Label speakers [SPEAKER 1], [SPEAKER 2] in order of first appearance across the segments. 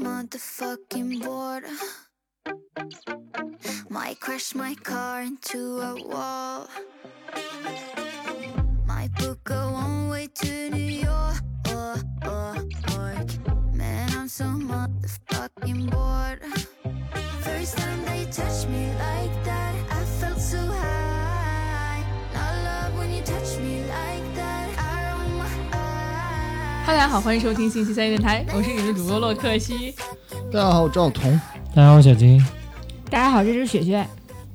[SPEAKER 1] motherfucking bored. Might crash my car into a wall. Might book a one way to New York. Man, I'm so motherfucking bored. First time they touched me like that, I felt so high. Not love when you touch me like that. I roll my eyes.
[SPEAKER 2] 哈喽，大家好，欢迎收听星期三电台，我是你们的主播洛克西。
[SPEAKER 3] 大家好，我赵彤，
[SPEAKER 4] 大家好，我小金。
[SPEAKER 5] 大家好，这是雪雪。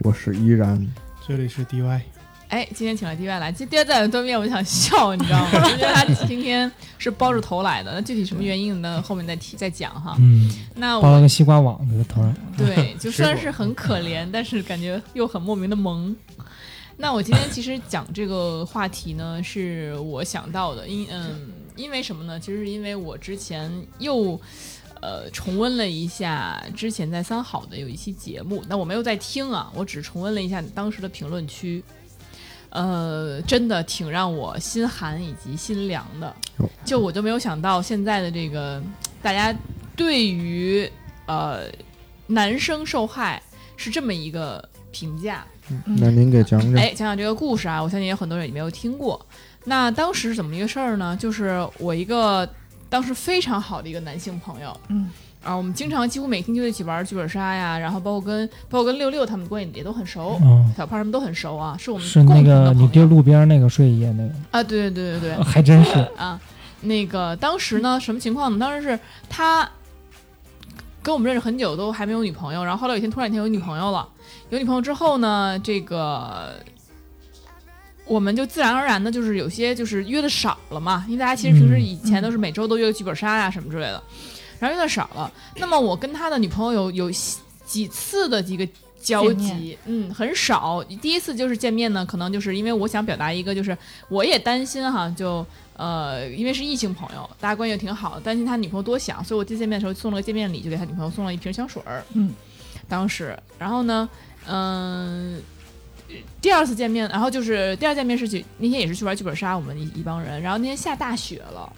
[SPEAKER 3] 我是依然。
[SPEAKER 4] 这里是 DY，
[SPEAKER 2] 哎，今天请了 DY 来，其实 DY 在我对面，我就想笑，你知 道吗？我觉得他今天是包着头来的，那具体什么原因呢？后面再提再讲哈。
[SPEAKER 4] 嗯，
[SPEAKER 2] 那
[SPEAKER 4] 包
[SPEAKER 2] 我
[SPEAKER 4] 了个西瓜网在头上。
[SPEAKER 2] 对，就虽然是很可怜，但是感觉又很莫名的萌。那我今天其实讲这个话题呢，是我想到的，因嗯，因为什么呢？其实是因为我之前又呃重温了一下之前在三好的有一期节目，那我没有在听啊，我只重温了一下当时的评论区。呃，真的挺让我心寒以及心凉的
[SPEAKER 3] 哟，
[SPEAKER 2] 就我就没有想到现在的这个大家对于呃男生受害是这么一个评价。
[SPEAKER 3] 那您给讲
[SPEAKER 4] 嗯
[SPEAKER 3] 讲，
[SPEAKER 2] 哎，讲讲这个故事啊，我相信有很多人也没有听过。那当时是怎么一个事儿呢？就是我一个当时非常好的一个男性朋友，
[SPEAKER 5] 嗯，
[SPEAKER 2] 啊，我们经常几乎每天就一起玩剧本杀呀，然后包括跟包括跟六六他们关系也都很熟，
[SPEAKER 4] 哦，
[SPEAKER 2] 小胖他们都很熟啊，是我们
[SPEAKER 4] 嗯是
[SPEAKER 2] 共
[SPEAKER 4] 那
[SPEAKER 2] 同的
[SPEAKER 4] 个
[SPEAKER 2] 朋
[SPEAKER 4] 你丢
[SPEAKER 2] 友
[SPEAKER 4] 路边那个睡一夜那个，
[SPEAKER 2] 啊，对对对对对，
[SPEAKER 4] 啊还真是。
[SPEAKER 2] 啊，那个当时呢，
[SPEAKER 4] 嗯
[SPEAKER 2] 什么情况呢？当时是他跟我们认识很久，都还没有女朋友，然后后来有一天突然间有女朋友了，有女朋友之后呢，这个我们就自然而然的，就是有些就是约的少了嘛，因为大家其实平时
[SPEAKER 4] 嗯
[SPEAKER 2] 以前都是每周都约个剧本杀呀、什么之类的，然后约的少了。那么我跟他的女朋友有有几次的一个交
[SPEAKER 5] 见
[SPEAKER 2] 集，嗯，很少。第一次就是见面呢，可能就是因为我想表达一个，就是我也担心哈，就呃，因为是异性朋友，大家关系也挺好，担心他女朋友多想，所以我第一次见面的时候送了个见面礼，就给他女朋友送了一瓶香水儿。
[SPEAKER 5] 嗯，
[SPEAKER 2] 当时，然后呢，嗯、第二次见面，然后就是第二次见面是去那天也是去玩剧本杀，我们一一帮人，然后那天下大雪了，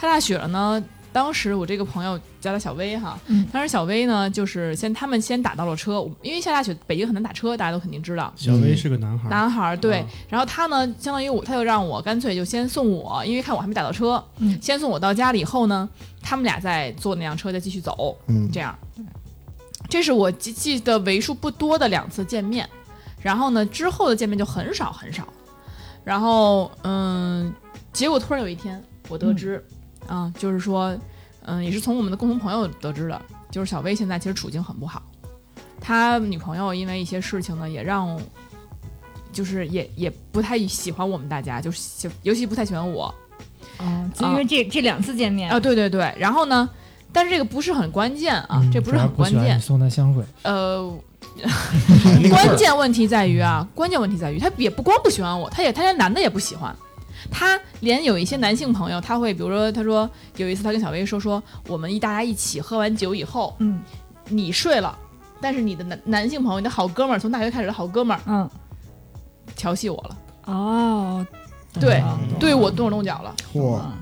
[SPEAKER 2] 下大雪了呢。当时我这个朋友叫他小薇哈，
[SPEAKER 5] 嗯
[SPEAKER 2] 当时小薇呢，就是先他们先打到了车，我因为下大雪，北京很难打车，大家都肯定知道。
[SPEAKER 4] 小
[SPEAKER 3] 薇
[SPEAKER 4] 是个男孩
[SPEAKER 2] 男孩儿对
[SPEAKER 4] 啊，
[SPEAKER 2] 然后他呢，相当于我，他就让我干脆就先送我，因为看我还没打到车，
[SPEAKER 5] 嗯
[SPEAKER 2] 先送我到家里以后呢，他们俩再坐那辆车再继续走，
[SPEAKER 3] 嗯，
[SPEAKER 2] 这样。这是我记记得为数不多的两次见面，然后呢，之后的见面就很少很少。然后，嗯，结果突然有一天，我得知，啊，就是说，嗯，也是从我们的共同朋友得知的，就是小薇现在其实处境很不好，他女朋友因为一些事情呢，也让，就是也也不太喜欢我们大家，就是喜尤其不太喜欢我，
[SPEAKER 5] 哦，就因为这、这两次见面，
[SPEAKER 2] 啊，对对对，然后呢，但是这个不是很关键啊，
[SPEAKER 4] 嗯
[SPEAKER 2] 这不是很关
[SPEAKER 4] 主要不喜欢
[SPEAKER 2] 键
[SPEAKER 4] 你，送他香水，
[SPEAKER 2] 呃， 关键问题在于啊， 关键问题在于他也不光不喜欢我，他也他连男的也不喜欢。他连有一些男性朋友，他会比如说，他说有一次他跟小薇说说，我们一大家一起喝完酒以后，
[SPEAKER 5] 嗯
[SPEAKER 2] 你睡了，但是你的男男性朋友，你的好哥们儿，从大学开始的好哥们儿
[SPEAKER 5] 嗯，
[SPEAKER 2] 调戏我了，
[SPEAKER 5] 哦，
[SPEAKER 2] 对
[SPEAKER 5] 懂了
[SPEAKER 2] 对我动手动脚了。
[SPEAKER 3] 嚯，
[SPEAKER 5] 嗯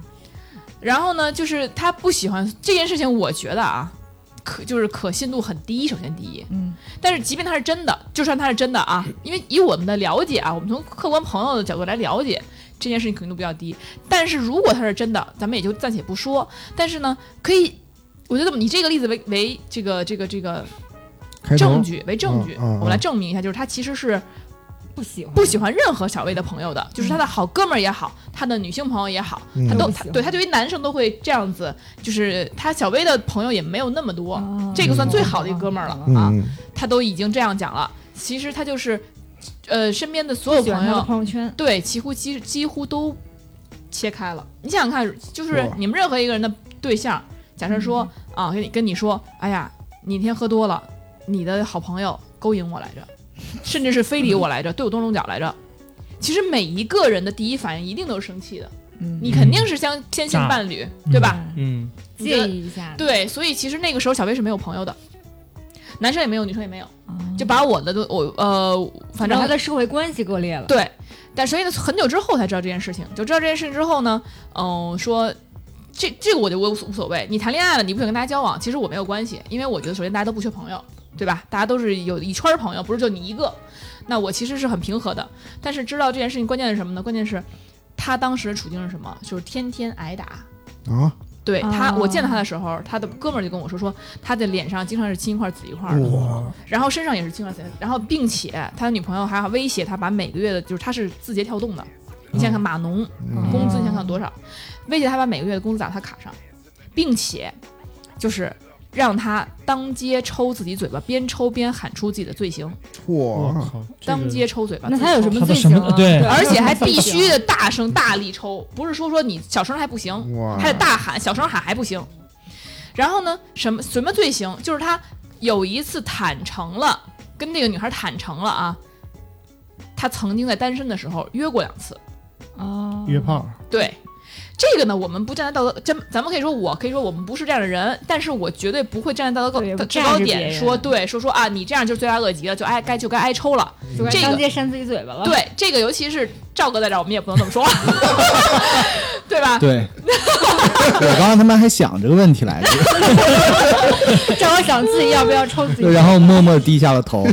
[SPEAKER 2] 然后呢，就是他不喜欢这件事情，我觉得啊，可就是可信度很低，首先第一，
[SPEAKER 5] 嗯
[SPEAKER 2] 但是即便它是真的，就算它是真的啊，因为以我们的了解啊，我们从客观朋友的角度来了解这件事情，肯定度比较低。但是如果它是真的，咱们也就暂且不说。但是呢，可以，我觉得以这个例子为为这个这个这 个
[SPEAKER 3] 开头
[SPEAKER 2] 证据为证据，
[SPEAKER 3] 嗯嗯嗯
[SPEAKER 2] 我们来证明一下，就是他其实是
[SPEAKER 5] 不喜欢，
[SPEAKER 2] 不喜欢任何小薇的朋友的，就是他的好哥们儿也好，他的女性朋友也好，
[SPEAKER 3] 嗯
[SPEAKER 2] 他都
[SPEAKER 5] 都不
[SPEAKER 2] 他
[SPEAKER 5] 喜欢
[SPEAKER 2] 对他对于男生都会这样子，就是他小薇的朋友也没有那么多，
[SPEAKER 5] 哦
[SPEAKER 2] 这个算最好的一哥们儿了
[SPEAKER 5] 懂
[SPEAKER 3] 嗯
[SPEAKER 2] 啊。
[SPEAKER 3] 嗯
[SPEAKER 2] 他都已经这样讲了，其实他就是，呃，身边的所有
[SPEAKER 5] 不喜欢
[SPEAKER 2] 朋
[SPEAKER 5] 他的
[SPEAKER 2] 友，
[SPEAKER 5] 朋友圈，
[SPEAKER 2] 对，几乎几几乎都切开了。你想想看，就是
[SPEAKER 3] 哇
[SPEAKER 2] 你们任何一个人的对象，假设说、
[SPEAKER 5] 嗯
[SPEAKER 2] 啊，跟你跟你说，哎呀，你那天喝多了，你的好朋友勾引我来着，甚至是非礼我来 着，对我动手动脚来着。其实每一个人的第一反应一定都是生气的，
[SPEAKER 5] 嗯，
[SPEAKER 2] 你肯定是相先信
[SPEAKER 4] 炸
[SPEAKER 2] 伴侣，对吧？
[SPEAKER 6] 嗯，
[SPEAKER 2] 你觉得
[SPEAKER 5] 介意一下，，
[SPEAKER 2] 对，所以其实那个时候小薇是没有朋友的，男生也没有，女生也没有。就把我的都我呃，反正
[SPEAKER 5] 嗯他的社会关系割裂了，
[SPEAKER 2] 对，但所以呢，很久之后才知道这件事情，就知道这件事情之后呢，嗯、说这这个我就我无无所谓。你谈恋爱了，你不想跟大家交往，其实我没有关系，因为我觉得首先大家都不缺朋友，对吧？大家都是有一圈儿朋友，不是就你一个。那我其实是很平和的，但是知道这件事情关键是什么呢？关键是他当时的处境是什么？就是天天挨打。
[SPEAKER 3] 啊，
[SPEAKER 2] 对他，我见到他
[SPEAKER 5] 哦
[SPEAKER 2] 的时候，他的哥们儿就跟我说说，他的脸上经常是青一块儿紫一块儿的，
[SPEAKER 3] 哇，
[SPEAKER 2] 然后身上也是青光紫，然后并且他的女朋友还威胁他把每个月的，就是他是字节跳动的，你想想看码农
[SPEAKER 3] 嗯
[SPEAKER 2] 工资，你想想多少，威胁他把每个月的工资打他卡上，并且就是让他当街抽自己嘴巴，边抽边喊出自己的罪行，
[SPEAKER 4] 我
[SPEAKER 3] 哇，
[SPEAKER 4] 靠，这
[SPEAKER 2] 当
[SPEAKER 4] 个
[SPEAKER 2] 街抽嘴巴。
[SPEAKER 5] 那他有什么
[SPEAKER 4] 他的
[SPEAKER 5] 罪
[SPEAKER 4] 什
[SPEAKER 5] 行
[SPEAKER 4] 么
[SPEAKER 5] 啊？
[SPEAKER 4] 对
[SPEAKER 2] 而且还必须的大声大力抽，不是说说你小声还不行，
[SPEAKER 3] 哇，
[SPEAKER 2] 还得大喊，小声喊还不行。然后呢，什么什么罪行？就是他有一次坦诚了，跟那个女孩坦诚了啊，他曾经在单身的时候约过两次。
[SPEAKER 5] 啊，
[SPEAKER 4] 约炮，
[SPEAKER 2] 对，这个呢，我们不站在道德，咱咱们可以说我，可以说我们不是这样的人，但是我绝对不会站在道
[SPEAKER 5] 对也
[SPEAKER 2] 德
[SPEAKER 5] 不
[SPEAKER 2] 高制
[SPEAKER 5] 站
[SPEAKER 2] 高
[SPEAKER 5] 着别
[SPEAKER 2] 点
[SPEAKER 5] 人
[SPEAKER 2] 说对，说说啊，你这样就是罪大恶极了，就挨该就该挨抽了。
[SPEAKER 5] 就该
[SPEAKER 2] 这个
[SPEAKER 5] 当街扇自己嘴巴了。，
[SPEAKER 2] 对，这个尤其是赵哥在这儿，我们也不能这么说， 对吧？
[SPEAKER 6] 对，我刚刚他妈还想这个问题来着，
[SPEAKER 5] 正好想自己要不要抽自己。
[SPEAKER 6] 对然后默默低下了头。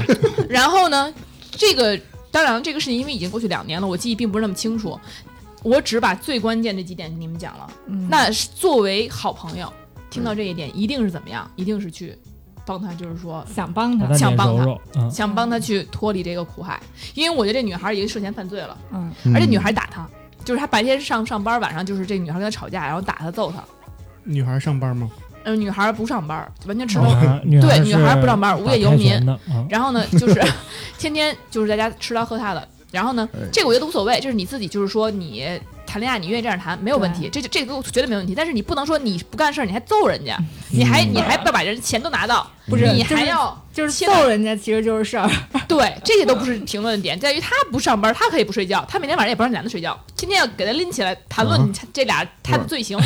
[SPEAKER 2] 然后呢，这个当然这个事情因为已经过去两年了，我记忆并不是那么清楚，我只把最关键这几点跟你们讲了。
[SPEAKER 5] 嗯
[SPEAKER 2] 那是作为好朋友，听到这一点一定是怎么样？一定是去帮他，就是说
[SPEAKER 5] 想帮
[SPEAKER 4] 把
[SPEAKER 5] 他
[SPEAKER 4] 他，
[SPEAKER 2] 想
[SPEAKER 4] 脸
[SPEAKER 2] 帮
[SPEAKER 4] 揉
[SPEAKER 2] 他
[SPEAKER 4] 揉，嗯，
[SPEAKER 2] 想帮他去脱离这个苦海，因为我觉得这女孩已经涉嫌犯罪了，
[SPEAKER 5] 嗯，
[SPEAKER 3] 嗯
[SPEAKER 2] 而且女孩打他。就是他白天上上班，晚上就是这女孩跟他吵架，然后打他揍他。
[SPEAKER 7] 女孩上班吗？
[SPEAKER 2] 嗯、女孩不上班，完全吃
[SPEAKER 4] 女
[SPEAKER 2] 喝
[SPEAKER 4] 孩哦女
[SPEAKER 6] 嗯
[SPEAKER 2] 对
[SPEAKER 4] 是
[SPEAKER 2] 女孩不上班，无
[SPEAKER 4] 打
[SPEAKER 2] 业游
[SPEAKER 4] 太
[SPEAKER 2] 民
[SPEAKER 4] 闲。的，
[SPEAKER 6] 啊
[SPEAKER 4] 嗯
[SPEAKER 2] 然后呢，就是 天天就是在家吃他喝他的。然后呢
[SPEAKER 3] 哎，
[SPEAKER 2] 这个我觉得无所谓，这是你自己，就是说你谈恋爱，你愿意这样谈没有问题，这就这个绝对没问题。但是你不能说你不干事儿，你还揍人家，你还你还不把人钱都拿到，
[SPEAKER 5] 不是
[SPEAKER 2] 你
[SPEAKER 5] 就是
[SPEAKER 2] 还 要
[SPEAKER 5] 就是
[SPEAKER 2] 现在
[SPEAKER 5] 揍人家其实就是事儿。
[SPEAKER 2] 对这些都不是评论点，在于他不上班，他可以不睡觉，他每天晚上也不让男的睡觉，天天要给他拎起来谈论这俩他的罪行。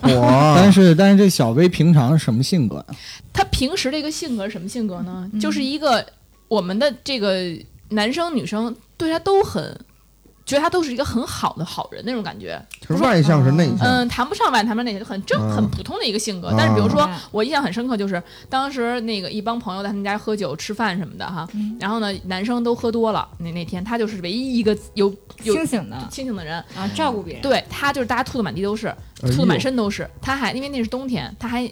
[SPEAKER 6] 但
[SPEAKER 3] 哇，
[SPEAKER 6] 是但是这小薇平常是什么性格啊呀？
[SPEAKER 2] 他平时这个性格是什么性格呢？就是一个我们的这个男生女生对他都很，觉得他都是一个很好的好人那种感觉。
[SPEAKER 3] 是外向是内向，
[SPEAKER 2] 嗯，谈不上外谈不上那些，就很正、
[SPEAKER 3] 嗯
[SPEAKER 2] 很普通的一个性格
[SPEAKER 3] 啊。
[SPEAKER 2] 但是比如说
[SPEAKER 5] 嗯，
[SPEAKER 2] 我印象很深刻，就是当时那个一帮朋友在他们家喝酒吃饭什么的哈，
[SPEAKER 5] 嗯
[SPEAKER 2] 然后呢，男生都喝多了，那那天他就是唯一一个有有
[SPEAKER 5] 清醒的
[SPEAKER 2] 清醒的人，
[SPEAKER 5] 啊，照顾别人。
[SPEAKER 2] 对他就是大家吐的满地都是，
[SPEAKER 3] 哎呦
[SPEAKER 2] 吐的满身都是。他还因为那是冬天，他还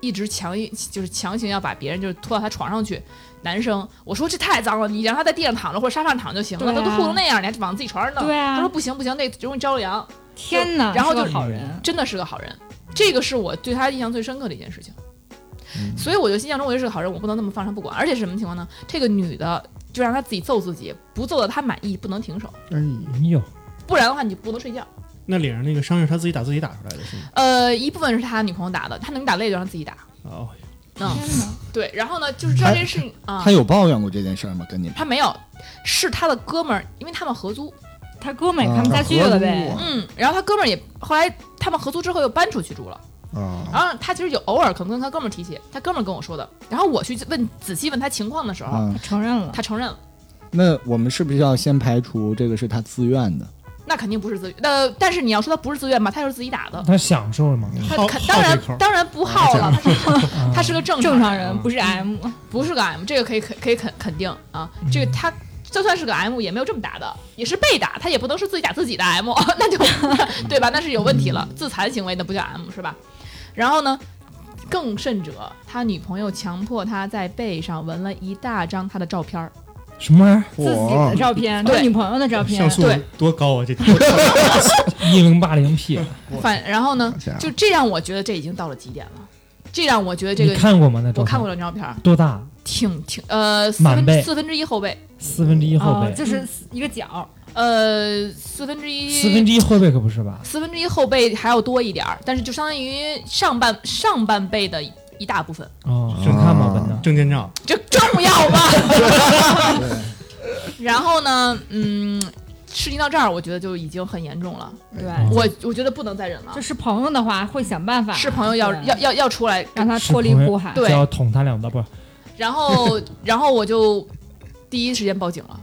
[SPEAKER 2] 一直强硬，就是强行要把别人就是拖到他床上去。男生，我说这太脏了，你让他在地上躺着或者沙发上躺就行了，
[SPEAKER 5] 对
[SPEAKER 2] 他
[SPEAKER 5] 啊
[SPEAKER 2] 都吐成那样，你还往自己床上弄。
[SPEAKER 5] 对啊
[SPEAKER 2] 他说不行不行，那容易着凉。
[SPEAKER 5] 天哪，
[SPEAKER 2] 然后
[SPEAKER 5] 是个
[SPEAKER 2] 就
[SPEAKER 5] 好人，
[SPEAKER 2] 真的是个好人，这个是我对他印象最深刻的一件事情。
[SPEAKER 3] 嗯
[SPEAKER 2] 所以我就印象中我就是个好人，我不能那么放任不管。而且是什么情况呢？这个女的就让他自己揍自己，不揍到他满意不能停手，
[SPEAKER 3] 哎，
[SPEAKER 4] 哎呦，
[SPEAKER 2] 不然的话你就不能睡觉。
[SPEAKER 7] 那脸上那个伤是他自己打自己打出来的，是吗？
[SPEAKER 2] 呃，一部分是他女朋友打的，他能打累就让自己打。
[SPEAKER 7] 哦，
[SPEAKER 2] 嗯，
[SPEAKER 5] 天哪，
[SPEAKER 2] 对。然后呢，就是知道这件事情啊
[SPEAKER 6] 他，有抱怨过这件事儿吗？跟你们？
[SPEAKER 2] 他没有，是他的哥们儿，因为他们合
[SPEAKER 7] 哦
[SPEAKER 2] 租。
[SPEAKER 5] 他哥
[SPEAKER 4] 啊
[SPEAKER 5] 们也看不下去了呗。
[SPEAKER 2] 嗯，然后他哥们儿也后来他们合租之后又搬出去住了。
[SPEAKER 3] 啊，
[SPEAKER 7] 哦
[SPEAKER 2] 然后他其实有偶尔可能跟他哥们儿提起，他哥们儿跟我说的。然后我去问仔细问他情况的时候，
[SPEAKER 7] 嗯
[SPEAKER 6] 啊、
[SPEAKER 5] 他承认了，
[SPEAKER 2] 他承认了，
[SPEAKER 6] 那我们是不是要先排除这个是他自愿的？
[SPEAKER 2] 那肯定不是自愿。呃，但是你要说他不是自愿吧，他就是自己打的。
[SPEAKER 4] 他享受了吗？
[SPEAKER 2] 他
[SPEAKER 7] 好
[SPEAKER 2] 肯
[SPEAKER 7] 好
[SPEAKER 2] 当
[SPEAKER 7] 这口
[SPEAKER 2] 然
[SPEAKER 7] 儿
[SPEAKER 2] 当然不好了，他是
[SPEAKER 4] 啊
[SPEAKER 2] 他是个正
[SPEAKER 5] 正
[SPEAKER 2] 常人，
[SPEAKER 5] 常人
[SPEAKER 7] 嗯
[SPEAKER 5] 不是
[SPEAKER 2] 嗯
[SPEAKER 5] M，
[SPEAKER 2] 不是个 M，这个可以肯可以肯肯定啊。
[SPEAKER 4] 嗯
[SPEAKER 2] 这个他就算是个 M，也没有这么打的，也是被打，他也不能是自己打自己的 M，那 就
[SPEAKER 4] 嗯
[SPEAKER 2] 对吧？那是有问题了，自残行为那不叫 M 是吧？然后呢，更甚者，他女朋友强迫他在背上纹了一大张他的照片儿，
[SPEAKER 4] 什么玩意
[SPEAKER 5] 自己的
[SPEAKER 3] 哇，
[SPEAKER 5] 照片，他
[SPEAKER 2] 对
[SPEAKER 5] 女朋友的照片
[SPEAKER 7] 像，素
[SPEAKER 2] 对
[SPEAKER 7] 多高啊！这
[SPEAKER 4] 儿？一零八零
[SPEAKER 6] 嗯
[SPEAKER 4] P，
[SPEAKER 2] 反然后呢
[SPEAKER 3] 好，家伙
[SPEAKER 2] 就这让我觉得这已经到了极点了，这让我觉得这
[SPEAKER 4] 你
[SPEAKER 2] 个
[SPEAKER 4] 看过吗？那照
[SPEAKER 2] 我
[SPEAKER 4] 片
[SPEAKER 2] 看过这张照片儿，
[SPEAKER 4] 多大？
[SPEAKER 2] 挺挺呃四
[SPEAKER 4] 满背
[SPEAKER 2] 分四分之一后背，
[SPEAKER 4] 四分之一后
[SPEAKER 5] 哦，
[SPEAKER 4] 背，
[SPEAKER 5] 就是一个角，
[SPEAKER 2] 呃四分之一
[SPEAKER 4] 四分之一后背可不是吧？
[SPEAKER 2] 四分之一后背还要多一点儿，但是就相当于上半上半背的一大部分，
[SPEAKER 4] 哦，好看吗？
[SPEAKER 3] 啊
[SPEAKER 4] 本子
[SPEAKER 7] 证件照，
[SPEAKER 2] 这重要吗？ 然后呢，嗯，事情到这儿，我觉得就已经很严重了，
[SPEAKER 5] 对，
[SPEAKER 4] 嗯
[SPEAKER 2] 我我觉得不能再忍了
[SPEAKER 5] 就。是朋友的话会想办法，
[SPEAKER 2] 是朋友要
[SPEAKER 5] 对
[SPEAKER 2] 要要要出来，
[SPEAKER 5] 让他脱离苦海，
[SPEAKER 2] 对
[SPEAKER 4] 就要捅他两刀，不是？
[SPEAKER 2] 然后然后我就第一时间报警了，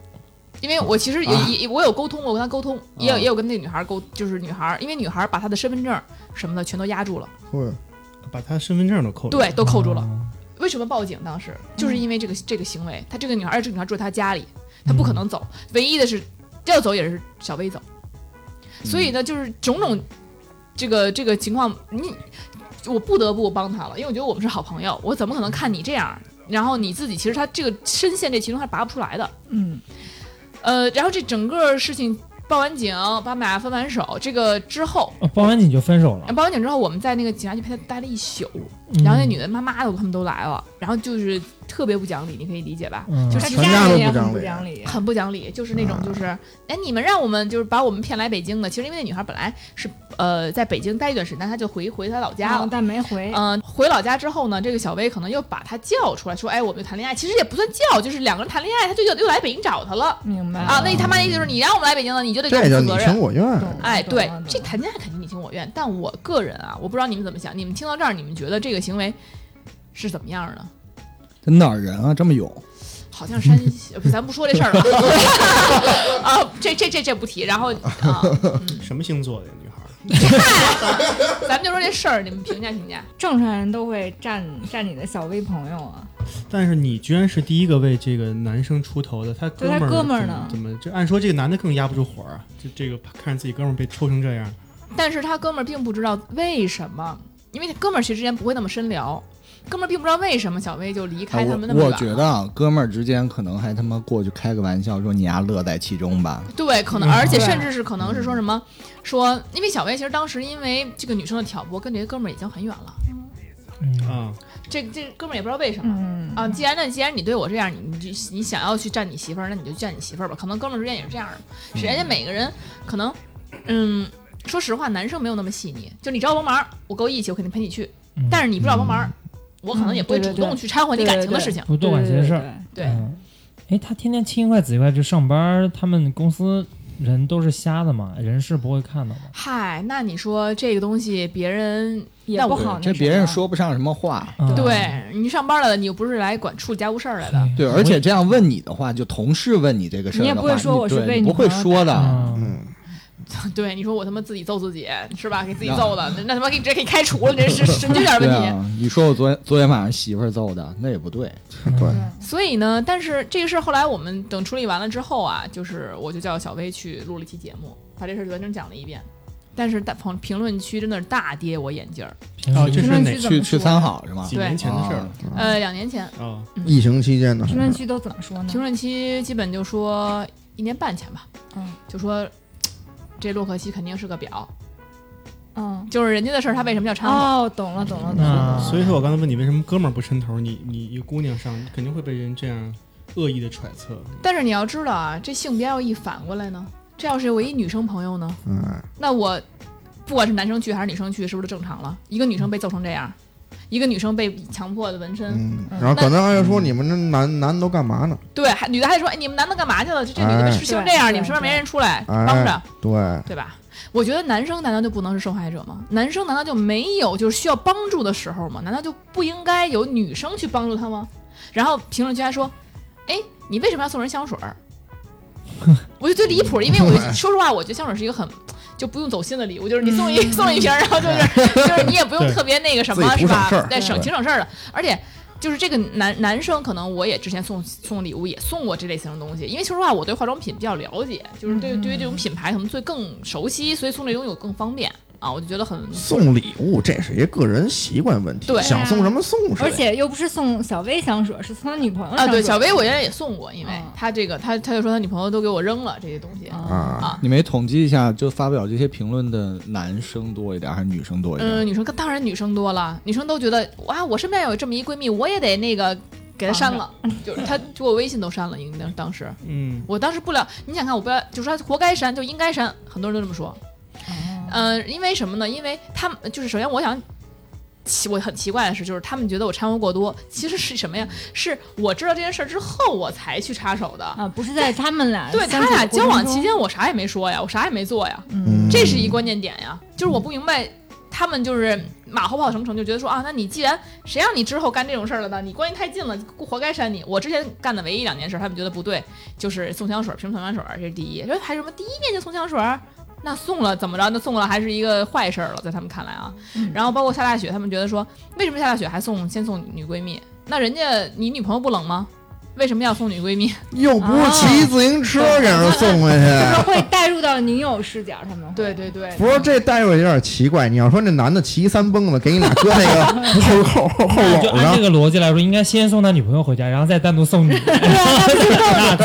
[SPEAKER 2] 因为我其实也、也我有沟通过，我跟他沟通，也有、
[SPEAKER 6] 啊
[SPEAKER 2] 也有跟那女孩沟，就是女孩，因为女孩把她的身份证什么的全都压住了，
[SPEAKER 3] 会
[SPEAKER 7] 把他身份证都扣了。
[SPEAKER 2] 对，，都扣住了。
[SPEAKER 4] 啊
[SPEAKER 2] 为什么报警？当时就是因为这个、这个行为，她这个女孩，而且这个女孩住在她家里，她不可能走，唯一的是要走也是小薇走，所以呢，就是种种这个这个情况，你我不得不帮她了，因为我觉得我们是好朋友，我怎么可能看你这样？然后你自己其实她这个深陷这其中，她拔不出来的。
[SPEAKER 5] 嗯，
[SPEAKER 2] 呃，然后这整个事情报完警，把我们俩分完手，这个之后，
[SPEAKER 4] 哦报完警就分手了
[SPEAKER 2] 报，完警之后，我们在那个警察局陪他待了一宿，嗯
[SPEAKER 3] 嗯
[SPEAKER 2] 然后那女的妈妈的他们都来了，然后就是特别不讲理，你可以理解吧？
[SPEAKER 4] 嗯
[SPEAKER 2] 就
[SPEAKER 5] 他
[SPEAKER 2] 是
[SPEAKER 3] 全家都
[SPEAKER 5] 人也
[SPEAKER 3] 不讲
[SPEAKER 5] 很不
[SPEAKER 3] 理
[SPEAKER 5] 讲理，
[SPEAKER 2] 很不讲理，就是那种就是，
[SPEAKER 3] 嗯
[SPEAKER 2] 哎，你们让我们就是把我们骗来北京的。其实因为那女孩本来是呃在北京待一段时间，但她就回回她老
[SPEAKER 3] 哦
[SPEAKER 2] 家了
[SPEAKER 5] 嗯。但没回。
[SPEAKER 2] 嗯、回老家之后呢，这个小薇可能又把她叫出来，说，哎，我们就谈恋爱。其实也不算叫，就是两个人谈恋爱，她就又又来北京找她了。
[SPEAKER 5] 明
[SPEAKER 3] 嗯
[SPEAKER 5] 白
[SPEAKER 2] 啊，那你他妈意思就是你让我们来北京了，你就得给我
[SPEAKER 3] 这叫
[SPEAKER 2] 们
[SPEAKER 3] 你
[SPEAKER 2] 负责
[SPEAKER 3] 情
[SPEAKER 2] 任。
[SPEAKER 3] 我愿。嗯
[SPEAKER 5] 懂
[SPEAKER 2] 哎，
[SPEAKER 5] 懂
[SPEAKER 2] 对
[SPEAKER 5] 了，懂
[SPEAKER 2] 这
[SPEAKER 5] 了
[SPEAKER 2] 谈恋爱肯定你情我愿，但我个人啊，我不知道你们怎么想。你们听到这儿，你们觉得这个行为是怎么样的？
[SPEAKER 6] 这哪儿人啊，这么勇？
[SPEAKER 2] 好像山西，呃不咱不说这事儿了 啊。啊，这这这这不提。然后啊，
[SPEAKER 7] 什么星座的女孩？
[SPEAKER 2] 咱们就说这事儿，你们评价评价。
[SPEAKER 5] 正常人都会站站你的小微朋友啊，
[SPEAKER 7] 但是你居然是第一个为这个男生出头的，他哥
[SPEAKER 5] 对
[SPEAKER 7] 们
[SPEAKER 5] 他
[SPEAKER 7] 儿
[SPEAKER 5] 哥们儿
[SPEAKER 7] 怎么
[SPEAKER 5] 呢
[SPEAKER 7] 怎么这按说这个男的更压不住火啊？这这个看着自己哥们儿被抽成这样，
[SPEAKER 2] 但是他哥们儿并不知道为什么，因为哥们儿其实之间不会那么深聊，哥们儿并不知道为什么小薇就离
[SPEAKER 6] 啊
[SPEAKER 2] 开他们那
[SPEAKER 6] 我
[SPEAKER 2] 么远
[SPEAKER 6] 我
[SPEAKER 2] 了。
[SPEAKER 6] 觉得啊，哥们儿之间可能还他妈过去开个玩笑，说你丫乐在其中吧。
[SPEAKER 2] 对，可能，
[SPEAKER 7] 嗯
[SPEAKER 2] 而且
[SPEAKER 5] 对
[SPEAKER 2] 甚至是可能是说什么，说因为小薇其实当时因为这个女生的挑拨，跟这个哥们儿已经很远了。
[SPEAKER 4] 嗯
[SPEAKER 7] 啊，
[SPEAKER 2] 这这哥们儿也不知道为什么、
[SPEAKER 5] 嗯
[SPEAKER 2] 啊。既然那既然你对我这样，你你就你想要去占你媳妇儿，那你就占你媳妇儿吧。可能哥们儿之间也是这样的，人家每个人可能，嗯，说实话，男生没有那么细腻。就你找我帮忙，我够义气，我肯定陪你去。
[SPEAKER 4] 嗯
[SPEAKER 2] 但是你不找帮忙，我可能也不会
[SPEAKER 5] 嗯对
[SPEAKER 2] 主
[SPEAKER 5] 对
[SPEAKER 2] 动去掺和你
[SPEAKER 5] 对对
[SPEAKER 2] 感情的
[SPEAKER 5] 对
[SPEAKER 2] 事情。
[SPEAKER 4] 不多管闲事儿。
[SPEAKER 2] 对
[SPEAKER 5] 对
[SPEAKER 4] 嗯哎，他天天七块几块就上班，他们公司人都是瞎的嘛，人是不会看的嘛。
[SPEAKER 2] 嗨，那你说这个东西，别人
[SPEAKER 5] 也
[SPEAKER 2] 那
[SPEAKER 5] 不
[SPEAKER 2] 我
[SPEAKER 5] 好那
[SPEAKER 6] 这
[SPEAKER 5] 什
[SPEAKER 6] 别人
[SPEAKER 5] 么
[SPEAKER 6] 说不上什么话。
[SPEAKER 4] 嗯
[SPEAKER 2] 对你上班来了，你又不是来管处理家务事儿来的。
[SPEAKER 6] 对，而且这样问你的话，就同事问你这个事儿
[SPEAKER 5] 你也
[SPEAKER 6] 的
[SPEAKER 5] 不会
[SPEAKER 6] 话
[SPEAKER 5] 说我是
[SPEAKER 6] 对
[SPEAKER 5] 为
[SPEAKER 6] 你
[SPEAKER 5] 女
[SPEAKER 6] 不会
[SPEAKER 5] 朋友
[SPEAKER 6] 说的。啊
[SPEAKER 4] 嗯
[SPEAKER 3] 嗯，
[SPEAKER 2] 对，你说我他妈自己揍自己是吧？给自己揍的，那那他妈给你直接给你开除了，你这是神经有点
[SPEAKER 6] 对
[SPEAKER 2] 问题。
[SPEAKER 6] 啊，你说我昨天昨天晚上媳妇儿揍的，那也不对。
[SPEAKER 3] 对，
[SPEAKER 2] 所以呢，但是这个事儿后来我们等处理完了之后啊，就是我就叫小薇去录了一期节目，把这事儿完整讲了一遍。但是大评评论区真的是大跌我眼镜儿。
[SPEAKER 4] 平
[SPEAKER 7] 哦，
[SPEAKER 4] 时
[SPEAKER 7] 这
[SPEAKER 5] 评
[SPEAKER 7] 是
[SPEAKER 5] 论
[SPEAKER 7] 哪
[SPEAKER 5] 区怎么
[SPEAKER 6] 去去
[SPEAKER 5] 说
[SPEAKER 6] 三好是
[SPEAKER 4] 啊
[SPEAKER 6] 吗
[SPEAKER 7] 几？年前的事儿
[SPEAKER 5] 嗯
[SPEAKER 7] 了
[SPEAKER 2] 呃，两年前
[SPEAKER 7] 啊？
[SPEAKER 3] 疫情期间呢，
[SPEAKER 5] 评论区都怎么说呢？
[SPEAKER 2] 评论区基本就说一年半前吧，
[SPEAKER 5] 嗯，
[SPEAKER 2] 就说这洛克希肯定是个婊，
[SPEAKER 5] 嗯，
[SPEAKER 2] 就是人家的事儿他为什么要掺和？
[SPEAKER 5] 哦，懂了懂了懂
[SPEAKER 4] 啊
[SPEAKER 5] 了，
[SPEAKER 7] 所以说我刚才问你为什么哥们儿不伸头，你你一姑娘上肯定会被人这样恶意的揣测。
[SPEAKER 2] 但是你要知道啊，这性别要一反过来呢，这要是我一女生朋友呢，
[SPEAKER 3] 嗯，
[SPEAKER 2] 那我不管是男生去还是女生去，是不是就正常了？一个女生被揍成这样，一个女生被强迫的纹身，
[SPEAKER 3] 嗯，然后可能还要说你们这男男的都干嘛呢？
[SPEAKER 2] 对，还女的还说，哎，你们男的干嘛去了？这这女的被
[SPEAKER 3] 哎
[SPEAKER 2] 事情这样，
[SPEAKER 5] 对
[SPEAKER 2] 你们身边
[SPEAKER 5] 对
[SPEAKER 2] 没人出来
[SPEAKER 3] 哎
[SPEAKER 2] 帮着，
[SPEAKER 3] 对，
[SPEAKER 2] 对吧？我觉得男生难道就不能是受害者吗？男生难道就没有就是需要帮助的时候吗？难道就不应该有女生去帮助他吗？然后评论区还说，哎，你为什么要送人香水儿？ 我就最离谱了，因 为我说实话，我觉得香水是一个很就不用走心的礼物，就是你送 一、送一瓶，然后就是就是你也不用
[SPEAKER 7] 对
[SPEAKER 2] 特别那个什
[SPEAKER 3] 自
[SPEAKER 2] 么，
[SPEAKER 3] 己
[SPEAKER 2] 是
[SPEAKER 3] 图省
[SPEAKER 2] 吧
[SPEAKER 3] 事儿？
[SPEAKER 2] 对，省
[SPEAKER 3] 对
[SPEAKER 2] 挺省事儿的，而且。就是这个男男生，可能我也之前送送礼物也送过这类型的东西，因为说实话，我对化妆品比较了解，就是对、
[SPEAKER 5] 嗯
[SPEAKER 2] 对于这种品牌可能最更熟悉，所以送这东西我更方便啊，我就觉得很
[SPEAKER 3] 送礼物这是一个个人习惯问题
[SPEAKER 2] 对，
[SPEAKER 3] 想送什么送
[SPEAKER 5] 嗯而
[SPEAKER 3] 谁。啊
[SPEAKER 5] 且又不是送小薇香水，是送他女朋友
[SPEAKER 2] 啊，对，小薇
[SPEAKER 5] 薇
[SPEAKER 2] 我原来也送过，因为
[SPEAKER 5] 嗯
[SPEAKER 2] 她这个她她就说她女朋友都给我扔了这些东西，
[SPEAKER 3] 啊，
[SPEAKER 6] 你没统计一下，就发表这些评论的男生多一点还是女生多一点？
[SPEAKER 2] 嗯，女生当然女生多了，女生都觉得哇，我身边有这么一闺蜜，我也得那个给她删了，就是她就我微信都删了，应当当时
[SPEAKER 7] 嗯，
[SPEAKER 2] 我当时不了，你想看我不了，就说她活该删，就应该删，很多人都这么说。
[SPEAKER 5] 哦
[SPEAKER 2] 嗯、因为什么呢？因为他们就是首先我想。奇，我很奇怪的是，就是他们觉得我掺和过多，其实是什么呀？是我知道这件事儿之后，我才去插手的。
[SPEAKER 5] 啊，不是在他们俩
[SPEAKER 2] 对他
[SPEAKER 5] 相处
[SPEAKER 2] 俩
[SPEAKER 5] 的过
[SPEAKER 2] 交往
[SPEAKER 5] 程
[SPEAKER 2] 期
[SPEAKER 5] 中，
[SPEAKER 2] 间，我啥也没说呀，我啥也没做呀。
[SPEAKER 3] 嗯
[SPEAKER 2] 这是一关键点呀，就是我不明白他们就是马后炮什么程度，就觉得说啊，那你既然谁让你之后干这种事儿了呢？你关系太近了，活该删你。我之前干的唯一两件事，他们觉得不对，就是送香水，凭什么送香水儿这是第一，说还什么第一遍就送香水儿，那送了怎么着？那送了还是一个坏事儿了，在他们看来啊。然后包括下大雪，他们觉得说，为什么下大雪还送先送女闺蜜？那人家你女朋友不冷吗？为什么要送女闺蜜？
[SPEAKER 3] 又不是骑自行车给人送回
[SPEAKER 5] 就是
[SPEAKER 3] 去。
[SPEAKER 5] 会带入到女友视角，他们会
[SPEAKER 2] 对对对，
[SPEAKER 3] 不是这待遇有点奇怪，你要说那男的骑三蹦子给你俩搁那个后后后后
[SPEAKER 4] 嗯那
[SPEAKER 3] 篓
[SPEAKER 4] 就按这
[SPEAKER 3] 上，
[SPEAKER 4] 个逻辑来说，应该先送他女朋友回家，然后再单独送 你。
[SPEAKER 7] 那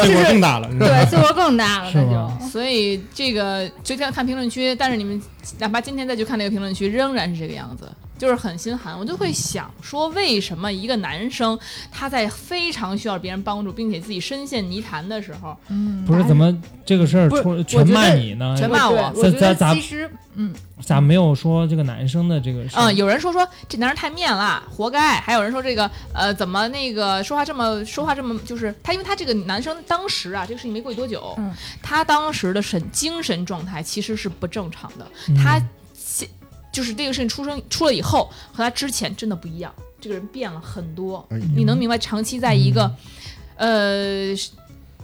[SPEAKER 7] 罪过更大了。
[SPEAKER 5] 对，罪过更大了，
[SPEAKER 4] 是
[SPEAKER 5] 那
[SPEAKER 4] 吗
[SPEAKER 5] 就
[SPEAKER 2] 所以这个就看看评论区，但是你们哪怕今天再去看那个评论区，仍然是这个样子，就是很心寒。我就会想说，为什么一个男生他在非常需要别人帮助，并且自己深陷泥潭的时候，
[SPEAKER 5] 嗯
[SPEAKER 4] 不是怎么这个事儿
[SPEAKER 5] 不是
[SPEAKER 4] 出
[SPEAKER 5] 我
[SPEAKER 4] 全
[SPEAKER 5] 觉
[SPEAKER 4] 骂
[SPEAKER 5] 得
[SPEAKER 4] 你呢？
[SPEAKER 2] 全骂我
[SPEAKER 5] 我觉
[SPEAKER 4] 咱
[SPEAKER 5] 得
[SPEAKER 4] 咱
[SPEAKER 5] 其实
[SPEAKER 4] 咋没有说这个男生的这个事儿？
[SPEAKER 2] 嗯，有人说说这男人太面了，活该。还有人说这个呃，怎么那个说话这么说话这么，就是他，因为他这个男生当时啊，这个事情没过去多久，
[SPEAKER 5] 嗯
[SPEAKER 2] 他当时的神精神状态其实是不正常的，
[SPEAKER 4] 嗯
[SPEAKER 2] 他现就是这个事情出生出了以后，和他之前真的不一样，这个人变了很多。
[SPEAKER 3] 哎呀
[SPEAKER 2] 你
[SPEAKER 4] 嗯
[SPEAKER 2] 能明白，长期在一个，呃，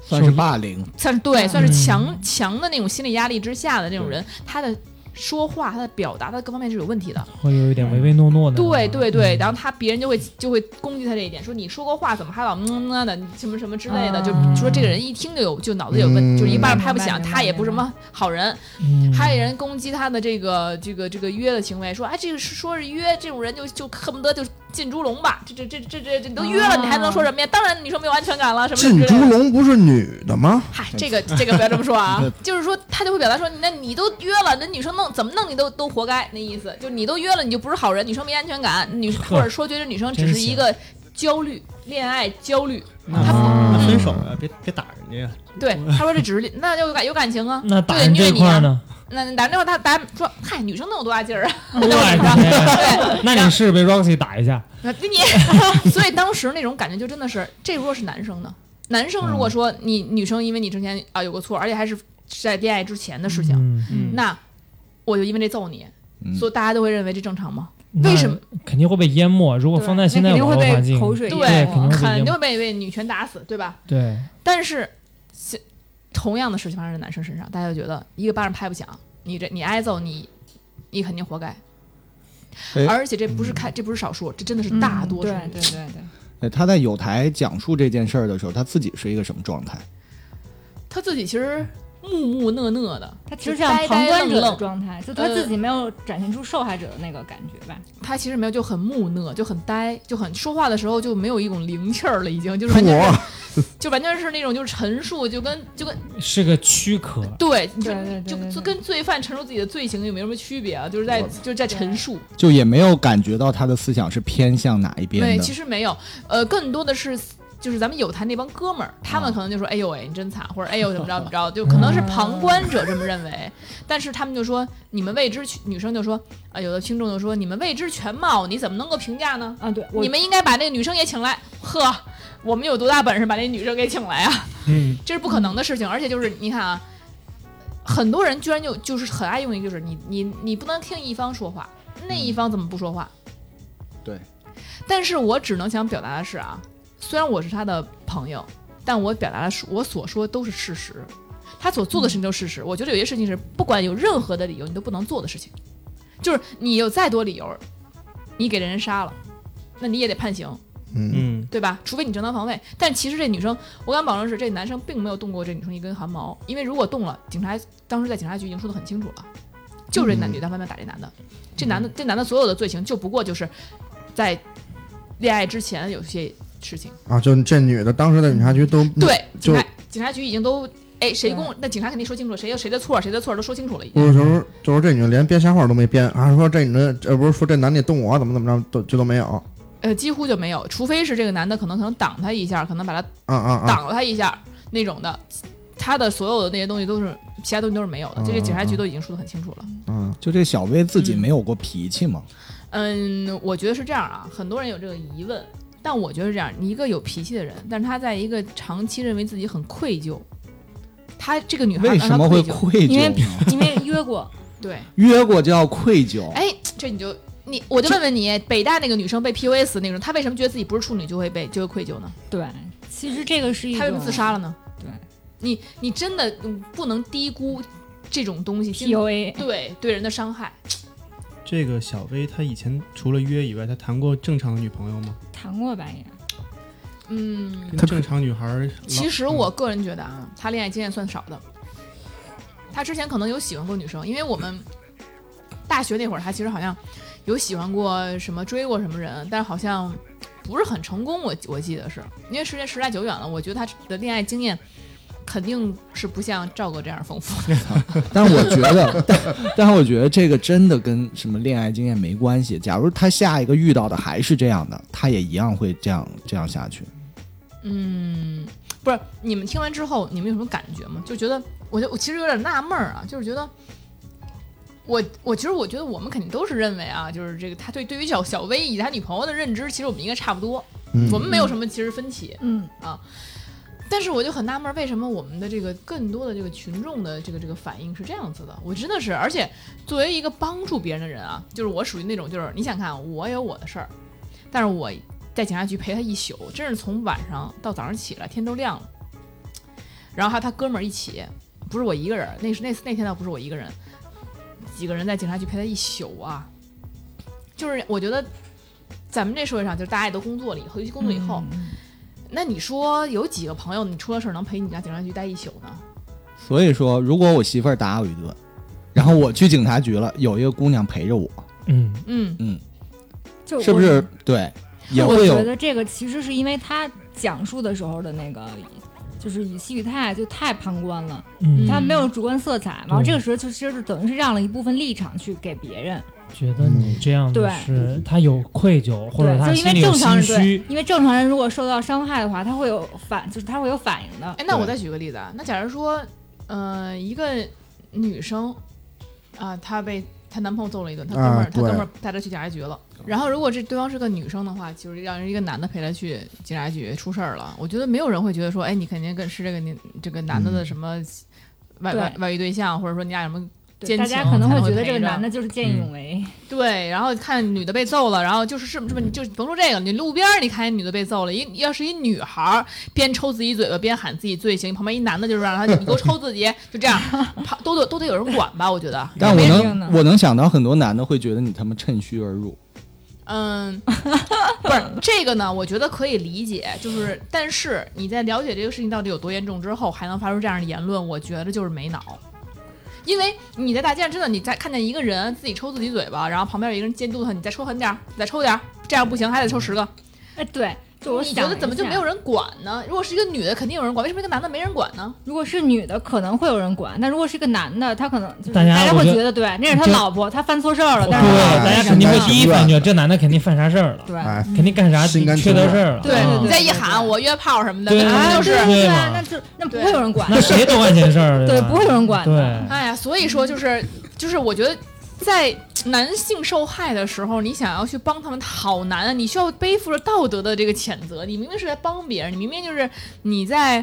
[SPEAKER 6] 算是霸凌，
[SPEAKER 2] 算是对，
[SPEAKER 5] 嗯
[SPEAKER 2] 算是强强的那种心理压力之下的那种人，他的说话、他的表达、他的各方面是有问题的。
[SPEAKER 4] 会有一点唯唯诺诺的。
[SPEAKER 2] 对对对，
[SPEAKER 4] 嗯
[SPEAKER 2] 然后他别人就会就会攻击他这一点，说你说过话怎么还老嗯嗯嗯的什么什么之类的，就
[SPEAKER 5] 啊
[SPEAKER 2] 说这个人一听就有就脑子有问，
[SPEAKER 3] 嗯
[SPEAKER 2] 就是一巴掌拍不响，
[SPEAKER 5] 明白明白
[SPEAKER 2] 他也不是什么好人。
[SPEAKER 4] 嗯
[SPEAKER 2] 还有人攻击他的这个这个这个约的行为，说哎这个是说是约这种人就就恨不得就进猪笼吧，这这这这这这你都约了
[SPEAKER 5] 啊
[SPEAKER 2] 你还能说什么呀？当然你说没有安全感了什么之类
[SPEAKER 3] 进
[SPEAKER 2] 的
[SPEAKER 3] 猪。笼不是女的吗？
[SPEAKER 2] 嗨，这个这个不要这么说啊，就是说他就会表达说，那你都约了，那女生弄怎么弄你都都活该，那意思就是你都约了，你就不是好人，女生没安全感，女
[SPEAKER 4] 呵
[SPEAKER 2] 或者说觉得女生只
[SPEAKER 4] 真
[SPEAKER 2] 是一
[SPEAKER 4] 行
[SPEAKER 2] 个焦虑恋爱焦虑，
[SPEAKER 7] 那
[SPEAKER 2] 他
[SPEAKER 7] 那
[SPEAKER 3] 嗯
[SPEAKER 7] 分手呀，别别打人家呀。
[SPEAKER 2] 对他说这只是那就有感有感情啊，
[SPEAKER 4] 那打
[SPEAKER 2] 对
[SPEAKER 4] 人
[SPEAKER 2] 虐
[SPEAKER 4] 这
[SPEAKER 2] 你
[SPEAKER 4] 块
[SPEAKER 2] 啊
[SPEAKER 4] 儿呢？
[SPEAKER 2] 那那打电话他打说，嗨，女生能有多大劲儿啊？
[SPEAKER 4] 我天，那你试试被 Roxy 打一下。
[SPEAKER 2] 那给呃你， 所以当时那种感觉就真的是，这如果是男生呢？男生
[SPEAKER 4] 嗯
[SPEAKER 2] 如果说你女生因为你之前啊有过错，而且还是在恋爱之前的事情，
[SPEAKER 4] 嗯，
[SPEAKER 7] 嗯
[SPEAKER 2] 那我就因为这揍你，
[SPEAKER 6] 嗯
[SPEAKER 2] 所以大家都会认为这正常吗？
[SPEAKER 4] 那
[SPEAKER 2] 为什么
[SPEAKER 4] 肯定会被淹没？如果放在现在
[SPEAKER 5] 那肯
[SPEAKER 4] 网
[SPEAKER 5] 定会
[SPEAKER 4] 络环
[SPEAKER 5] 被
[SPEAKER 4] 境，
[SPEAKER 5] 口水
[SPEAKER 2] 对
[SPEAKER 5] 淹
[SPEAKER 4] 肯
[SPEAKER 2] 肯定
[SPEAKER 4] 定会被淹
[SPEAKER 5] 没
[SPEAKER 4] 没
[SPEAKER 2] 会被被女权打死，对吧？
[SPEAKER 4] 对，
[SPEAKER 2] 但是，现同样的事情发生在男生身上，大家就觉得一个巴掌拍不响，你这你挨揍，你你肯定活该。
[SPEAKER 6] 哎
[SPEAKER 2] 而且这不是
[SPEAKER 4] 嗯
[SPEAKER 2] 开，这不是少数，这真的是大多数。
[SPEAKER 5] 嗯对对对对，
[SPEAKER 6] 哎他在有台讲述这件事儿的时候，他自己是一个什么状态？
[SPEAKER 2] 他自己其实木木讷讷的，
[SPEAKER 5] 他其实像旁观者
[SPEAKER 2] 就呆呆愣
[SPEAKER 5] 的
[SPEAKER 2] 愣
[SPEAKER 5] 状态，就他自
[SPEAKER 2] 呃
[SPEAKER 5] 己没有展现出受害者的那个感觉吧。
[SPEAKER 2] 他其实没有，就很木讷，就很呆，就很说话的时候就没有一种灵气儿了，已经就是完全是
[SPEAKER 3] 我
[SPEAKER 2] 就完全是那种就是陈述，就跟就跟
[SPEAKER 4] 是个躯壳。
[SPEAKER 2] 对，你就
[SPEAKER 5] 对对对
[SPEAKER 2] 就
[SPEAKER 5] 对
[SPEAKER 2] 就
[SPEAKER 5] 对
[SPEAKER 2] 跟罪犯陈述自己的罪行也没什么区别啊，就是在就是在陈述，
[SPEAKER 6] 就也没有感觉到他的思想是偏向哪一边
[SPEAKER 2] 对，
[SPEAKER 6] 的。
[SPEAKER 2] 其实没有，呃，更多的是。就是咱们有台那帮哥们儿，他
[SPEAKER 5] 啊
[SPEAKER 2] 们可能就说：“哎呦喂，你真惨，或者哎 呦怎么着怎么着，就可能是旁观者这么认为。但是他们就说，你们未知女生就说，啊、有的听众就说，你们未知全貌，你怎么能够评价呢？
[SPEAKER 5] 啊，对，我
[SPEAKER 2] 你们应该把那个女生也请来。呵，我们有多大本事把那女生给请来啊？
[SPEAKER 7] 嗯，
[SPEAKER 2] 这是不可能的事情。而且就是你看啊，很多人居然就就是很爱用一个，就是你你你不能听一方说话，那一方怎么不说话？
[SPEAKER 6] 对。
[SPEAKER 2] 但是我只能想表达的是啊，虽然我是他的朋友，但我表达的是我所说都是事实，他所做的事情都是事实。我觉得有些事情是不管有任何的理由你都不能做的事情，就是你有再多理由，你给人杀了，那你也得判刑。
[SPEAKER 3] 嗯，
[SPEAKER 7] 嗯，
[SPEAKER 2] 对吧？除非你正当防卫，但其实这女生，我敢保证是这男生并没有动过这女生一根汗毛，因为如果动了，警察当时在警察局已经说得很清楚了，就是这男女单方面打这男的，这男的这男的所有的罪行就不过就是在恋爱之前有些事情，
[SPEAKER 3] 啊，就这女的当时在警察局都
[SPEAKER 2] 对，警
[SPEAKER 3] 嗯就
[SPEAKER 2] 察警察局已经都哎谁供，那警察肯定说清楚了，谁有谁的错，谁的错都说清楚了已
[SPEAKER 3] 我
[SPEAKER 2] 经。
[SPEAKER 3] 有时候就是这女的连编瞎话都没编，还说这女的呃不是说这男的动我怎么怎么着都这都没有
[SPEAKER 2] 呃，几乎就没有，除非是这个男的可能可能挡他一下，可能把他
[SPEAKER 3] 啊啊啊！
[SPEAKER 2] 挡了他一下那种的，他的所有的那些东西都是其他东西都是没有的，
[SPEAKER 3] 嗯
[SPEAKER 2] 这个警察局都已经说得很清楚了。
[SPEAKER 3] 嗯，
[SPEAKER 6] 就这小薇自己没有过脾气嘛，
[SPEAKER 2] 嗯，我觉得是这样啊，很多人有这个疑问，但我觉得是这样，你一个有脾气的人，但是他在一个长期认为自己很愧疚，他这个女孩
[SPEAKER 6] 为
[SPEAKER 2] 让嗯
[SPEAKER 6] 什
[SPEAKER 2] 他
[SPEAKER 6] 么会
[SPEAKER 2] 愧疚，
[SPEAKER 6] 愧
[SPEAKER 5] 因为
[SPEAKER 6] 疚呢？
[SPEAKER 5] 因为约过，
[SPEAKER 2] 对，
[SPEAKER 6] 约过就要愧疚，
[SPEAKER 2] 哎，这你就你我就问问你，北大那个女生被 PUA 死那种，她为什么觉得自己不是处女就会被就会愧疚呢？
[SPEAKER 5] 对，其实这个是一种
[SPEAKER 2] 她
[SPEAKER 5] 啊
[SPEAKER 2] 为什么自杀了呢？
[SPEAKER 5] 对，
[SPEAKER 2] 你你真的嗯不能低估这种东西真的
[SPEAKER 5] PUA，
[SPEAKER 2] 对对人的伤害。
[SPEAKER 7] 这个小薇她以前除了约以外，她谈过正常的女朋友吗？
[SPEAKER 5] 谈过吧也。
[SPEAKER 2] 嗯，
[SPEAKER 7] 跟正常女孩儿老，嗯
[SPEAKER 2] 其实我个人觉得啊，他恋爱经验算少的。他之前可能有喜欢过女生，因为我们大学那会儿，他其实好像有喜欢过什么追过什么人，但是好像不是很成功。我我记得是因为时间时代久远了，我觉得他的恋爱经验肯定是不像赵哥这样丰富。
[SPEAKER 6] 但我觉得， 但但我觉得这个真的跟什么恋爱经验没关系。假如他下一个遇到的还是这样的，他也一样会这样这样下去。
[SPEAKER 2] 嗯，不是，你们听完之后，你们有什么感觉吗？就觉得，我就我其实有点纳闷儿啊，就是觉得，我我其实我觉得我们肯定都是认为啊，就是这个他对对于小小薇以及他女朋友的认知，其实我们应该差不多，
[SPEAKER 3] 嗯
[SPEAKER 2] 我们没有什么其实分歧。
[SPEAKER 5] 嗯，
[SPEAKER 2] 但是我就很纳闷儿，为什么我们的这个更多的这个群众的这个这个反应是这样子的？我真的是，而且作为一个帮助别人的人啊，就是我属于那种，就是你想看我有我的事儿，但是我在警察局陪他一宿，真是从晚上到早上起来，天都亮了。然后还有他哥们儿一起，不是我一个人，那是那那天倒不是我一个人，几个人在警察局陪他一宿啊。就是我觉得咱们这社会上，就是大家也都工作了以后，尤其工作以后，
[SPEAKER 5] 嗯
[SPEAKER 2] 那你说有几个朋友，你出了事儿能陪你家警察局待一宿呢？
[SPEAKER 6] 所以说，如果我媳妇儿打我一顿，然后我去警察局了，有一个姑娘陪着我，
[SPEAKER 4] 嗯，
[SPEAKER 2] 嗯，
[SPEAKER 5] 就我
[SPEAKER 6] 是不是？对，也
[SPEAKER 5] 我
[SPEAKER 6] 会
[SPEAKER 5] 觉
[SPEAKER 6] 有
[SPEAKER 5] 得这个其实是因为他讲述的时候的那个，就是语气语态就太旁观了，
[SPEAKER 4] 嗯，
[SPEAKER 5] 他没有主观色彩，然后
[SPEAKER 4] 对
[SPEAKER 5] 这个时候就其实是等于是让了一部分立场去给别人，
[SPEAKER 4] 觉得你这样的
[SPEAKER 5] 嗯对
[SPEAKER 4] 是他有愧疚，或者
[SPEAKER 5] 对，
[SPEAKER 4] 他
[SPEAKER 5] 就因
[SPEAKER 4] 心
[SPEAKER 5] 为
[SPEAKER 4] 里有
[SPEAKER 5] 正常
[SPEAKER 4] 心
[SPEAKER 5] 人对
[SPEAKER 4] 虚，，
[SPEAKER 5] 因为正常人如果受到伤害的话，他会有反，就是他会有反应的，
[SPEAKER 2] 哎，那
[SPEAKER 6] 对
[SPEAKER 2] 我再举个例子啊，那假如说，呃，一个女生啊、她被她男朋友揍了一顿，她哥们儿、
[SPEAKER 3] 啊
[SPEAKER 2] 她哥
[SPEAKER 3] 对
[SPEAKER 2] 们儿带她去警察局了。然后如果这对方是个女生的话，就是让一个男的陪她去警察局出事儿了，我觉得没有人会觉得说，哎，你肯定跟是这个你这个男的的什么外、外
[SPEAKER 5] 对
[SPEAKER 2] 外遇对象，或者说你俩有什么。
[SPEAKER 5] 对，
[SPEAKER 2] 奸
[SPEAKER 5] 大家
[SPEAKER 2] 情
[SPEAKER 5] 可能
[SPEAKER 2] 才
[SPEAKER 5] 会嗯
[SPEAKER 2] 会
[SPEAKER 5] 觉得
[SPEAKER 2] 陪
[SPEAKER 5] 这个
[SPEAKER 2] 着
[SPEAKER 5] 男的就是见义勇为，
[SPEAKER 2] 对，然后看女的被揍了，然后就是是不是不是你就甭说这个，你路边儿你看见女的被揍了，一要是一女孩儿边抽自己嘴巴边喊自己罪行，旁边一男的就是让他你给我抽自己，就 这样，旁都得都得有人管吧，我觉得，
[SPEAKER 6] 但我
[SPEAKER 5] 肯定的
[SPEAKER 6] 能我能想到很多男的会觉得你他妈趁虚而入，
[SPEAKER 2] 嗯， 不是这个呢，我觉得可以理解，就是但是你在了解这个事情到底有多严重之后，还能发出这样的言论，我觉得就是没脑。因为你在大街上真的，你在看见一个人自己抽自己嘴巴，然后旁边有一个人监督他，你再抽狠点儿，你再抽点儿，这样不行，还得抽十个。
[SPEAKER 5] 哎，对，就我
[SPEAKER 2] 你觉
[SPEAKER 5] 想
[SPEAKER 2] 得怎么就
[SPEAKER 5] 了一
[SPEAKER 2] 没
[SPEAKER 5] 下
[SPEAKER 2] 有人管呢？如果是一个女的，肯定有人管，为什么一个男的没人管呢？
[SPEAKER 5] 如果是女的，可能会有人管；但如果是一个男的，他可能就是
[SPEAKER 4] 大家
[SPEAKER 5] 家
[SPEAKER 4] 我
[SPEAKER 5] 会
[SPEAKER 4] 觉得
[SPEAKER 5] 觉得对，那是他
[SPEAKER 4] 这
[SPEAKER 5] 老婆，他犯错事儿了，但是
[SPEAKER 4] 对，大家肯定会第一反应
[SPEAKER 3] 对
[SPEAKER 4] 觉得这男的肯定犯啥事儿了，
[SPEAKER 5] 对啊
[SPEAKER 3] 哎，
[SPEAKER 4] 肯定干啥
[SPEAKER 3] 心甘
[SPEAKER 4] 缺
[SPEAKER 3] 情
[SPEAKER 4] 德
[SPEAKER 3] 愿
[SPEAKER 4] 事儿了，
[SPEAKER 5] 嗯对
[SPEAKER 4] 嗯
[SPEAKER 2] 你再一喊我约炮什么的，
[SPEAKER 4] 对
[SPEAKER 2] 肯定
[SPEAKER 5] 啊，
[SPEAKER 2] 就
[SPEAKER 5] 对
[SPEAKER 2] 是。
[SPEAKER 5] 对
[SPEAKER 4] 对
[SPEAKER 5] 对，
[SPEAKER 4] 嘛
[SPEAKER 5] 那就那不会有人管，
[SPEAKER 4] 那谁都干这事儿，
[SPEAKER 5] 对，
[SPEAKER 4] 吧
[SPEAKER 5] 不会有人管的。
[SPEAKER 4] 对，
[SPEAKER 2] 哎呀，所以说就是就是，我觉得在男性受害的时候，你想要去帮他们好难啊！你需要背负着道德的这个谴责，你明明是在帮别人，你明明就是你在。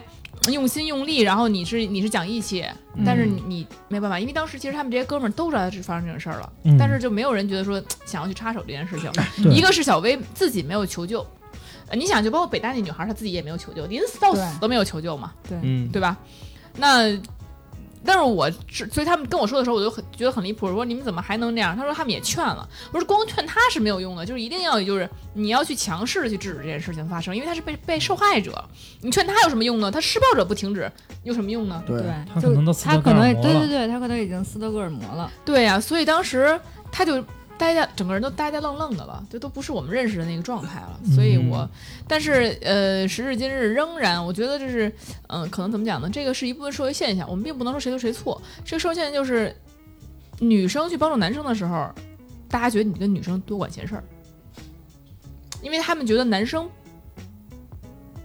[SPEAKER 2] 用心用力，然后你是你是讲义气，
[SPEAKER 5] 嗯
[SPEAKER 2] 但是你你没办法，因为当时其实他们这些哥们儿都知道他是发生这种事儿了，
[SPEAKER 4] 嗯
[SPEAKER 2] 但是就没有人觉得说想要去插手这件事情。
[SPEAKER 4] 对
[SPEAKER 2] 一个是小薇自己没有求救，呃你想就包括北大那女孩，她自己也没有求救，临死到死
[SPEAKER 5] 对
[SPEAKER 2] 都没有求救嘛。
[SPEAKER 7] 嗯，
[SPEAKER 2] 对吧？那但是我是，所以他们跟我说的时候，我就很觉得很离谱。我说你们怎么还能这样？他说他们也劝了。我说光劝他是没有用的，就是一定要就是你要去强势的去制止这件事情发生，因为他是被被受害者，你劝他有什么用呢？他施暴者不停止有什么用呢？
[SPEAKER 3] 对
[SPEAKER 5] 对，
[SPEAKER 4] 他
[SPEAKER 5] 就
[SPEAKER 4] 可能都斯
[SPEAKER 5] 他
[SPEAKER 4] 德
[SPEAKER 5] 可
[SPEAKER 4] 哥尔
[SPEAKER 5] 能
[SPEAKER 4] 摩
[SPEAKER 5] 对
[SPEAKER 4] 了
[SPEAKER 5] 对对，他可能已经斯德哥尔摩了。
[SPEAKER 2] 对呀、所以当时他就呆呆，整个人都呆呆愣愣的了，这都不是我们认识的那个状态了。所以我，但是呃，时至今日仍然，我觉得就是，嗯、可能怎么讲呢？这个是一部分社会现象，我们并不能说谁对谁错。这个社会现象就是，女生去帮助男生的时候，大家觉得你跟女生多管闲事儿，因为他们觉得男生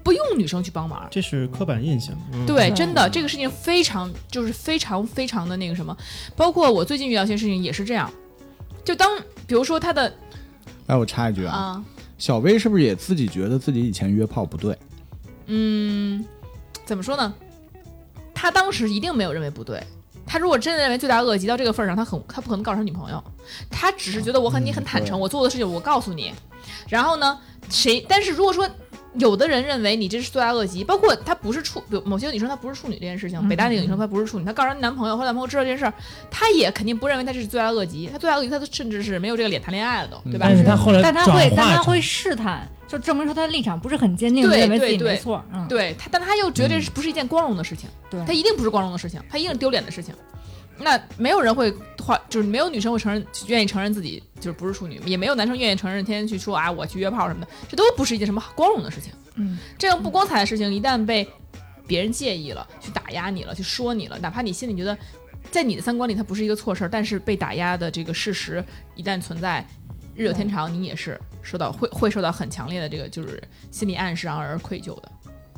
[SPEAKER 2] 不用女生去帮忙。
[SPEAKER 7] 这是刻板印象。嗯、
[SPEAKER 2] 对，
[SPEAKER 5] 对
[SPEAKER 2] 真的这个事情非常就是非常非常的那个什么，包括我最近遇到一些事情也是这样，就当比如说他的
[SPEAKER 6] 哎，我插一句啊，
[SPEAKER 2] 啊、
[SPEAKER 6] 小薇是不是也自己觉得自己以前约炮不对？
[SPEAKER 2] 嗯，怎么说呢？他当时一定没有认为不对，他如果真的认为罪大恶极到这个份儿上，他很他不可能告诉他女朋友，他只是觉得我和你很坦诚，我做的事情我告诉你。然后呢，谁？但是如果说有的人认为你这是罪大恶极，包括她不是处，比如某些女生她不是处女这件事情，
[SPEAKER 5] 嗯
[SPEAKER 2] 北大那个女生她不是处女，她告诉她男朋友，后来男朋友知道这件事儿，她也肯定不认为她这是罪大恶极，她罪大恶极，她都甚至是没有这个脸谈恋爱了都，对吧？
[SPEAKER 4] 但是他后来
[SPEAKER 5] 但他
[SPEAKER 4] 转
[SPEAKER 5] 会，但
[SPEAKER 4] 化
[SPEAKER 5] 他
[SPEAKER 4] 成
[SPEAKER 5] 会试探，就证明说他的立场不是很坚定，
[SPEAKER 2] 对
[SPEAKER 5] 认为自己
[SPEAKER 2] 对
[SPEAKER 5] 没
[SPEAKER 2] 对
[SPEAKER 5] 错。嗯，
[SPEAKER 2] 对他，但他又觉得这是不是一件光荣的事情？
[SPEAKER 5] 对
[SPEAKER 2] 他一定不是光荣的事情，他一定是丢脸的事情。那没有人会话，就是没有女生会承认，愿意承认自己就是不是处女，也没有男生愿意承认，天天去说啊我去约炮什么的，这都不是一件什么光荣的事情。
[SPEAKER 5] 嗯，
[SPEAKER 2] 这样不光彩的事情，一旦被别人介意了，去打压你了，去说你了，哪怕你心里觉得在你的三观里它不是一个错事儿，但是被打压的这个事实一旦存在，日久天长，你也是受到会会受到很强烈的这个就是心理暗示，然后而愧疚的。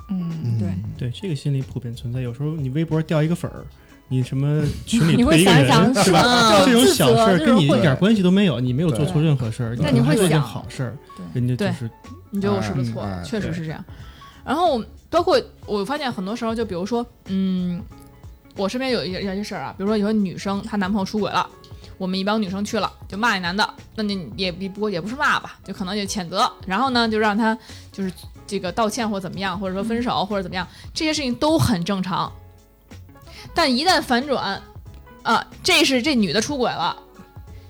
[SPEAKER 5] 嗯，对，
[SPEAKER 7] 对，这个心理普遍存在。有时候你微博掉一个粉儿，你什么群 里
[SPEAKER 5] 你
[SPEAKER 7] 推
[SPEAKER 5] 会
[SPEAKER 7] 一个
[SPEAKER 5] 想想
[SPEAKER 7] 人，是
[SPEAKER 5] 是
[SPEAKER 7] 吧？
[SPEAKER 2] 嗯
[SPEAKER 5] 吧？ 就
[SPEAKER 7] 这种
[SPEAKER 5] 自
[SPEAKER 7] 小
[SPEAKER 5] 责，
[SPEAKER 7] 事儿
[SPEAKER 5] 就是
[SPEAKER 7] 跟你一
[SPEAKER 5] 会
[SPEAKER 7] 点关系都没有，你没有做错
[SPEAKER 5] 对
[SPEAKER 7] 任何事儿，
[SPEAKER 5] 那你会
[SPEAKER 7] 做一件
[SPEAKER 5] 想
[SPEAKER 7] 好事儿，
[SPEAKER 5] 对
[SPEAKER 7] 人家就
[SPEAKER 2] 对
[SPEAKER 7] 是
[SPEAKER 2] 你觉得我是不是
[SPEAKER 7] 哎
[SPEAKER 2] 错
[SPEAKER 3] 嗯哎
[SPEAKER 2] 了？确实是这样。然后包括我发现很多时候，就比如说，嗯，我身边有一些有一些事儿啊，比如说有些女生她男朋友出轨了，我们一帮女生去了就骂那男的，那你也也不过也不是骂吧，就可能就谴责，然后呢就让他就是这个道歉或怎么样，或者说
[SPEAKER 3] 嗯
[SPEAKER 2] 分手或者怎么样，这些事情都很正常。但一旦反转，啊，这是这女的出轨了，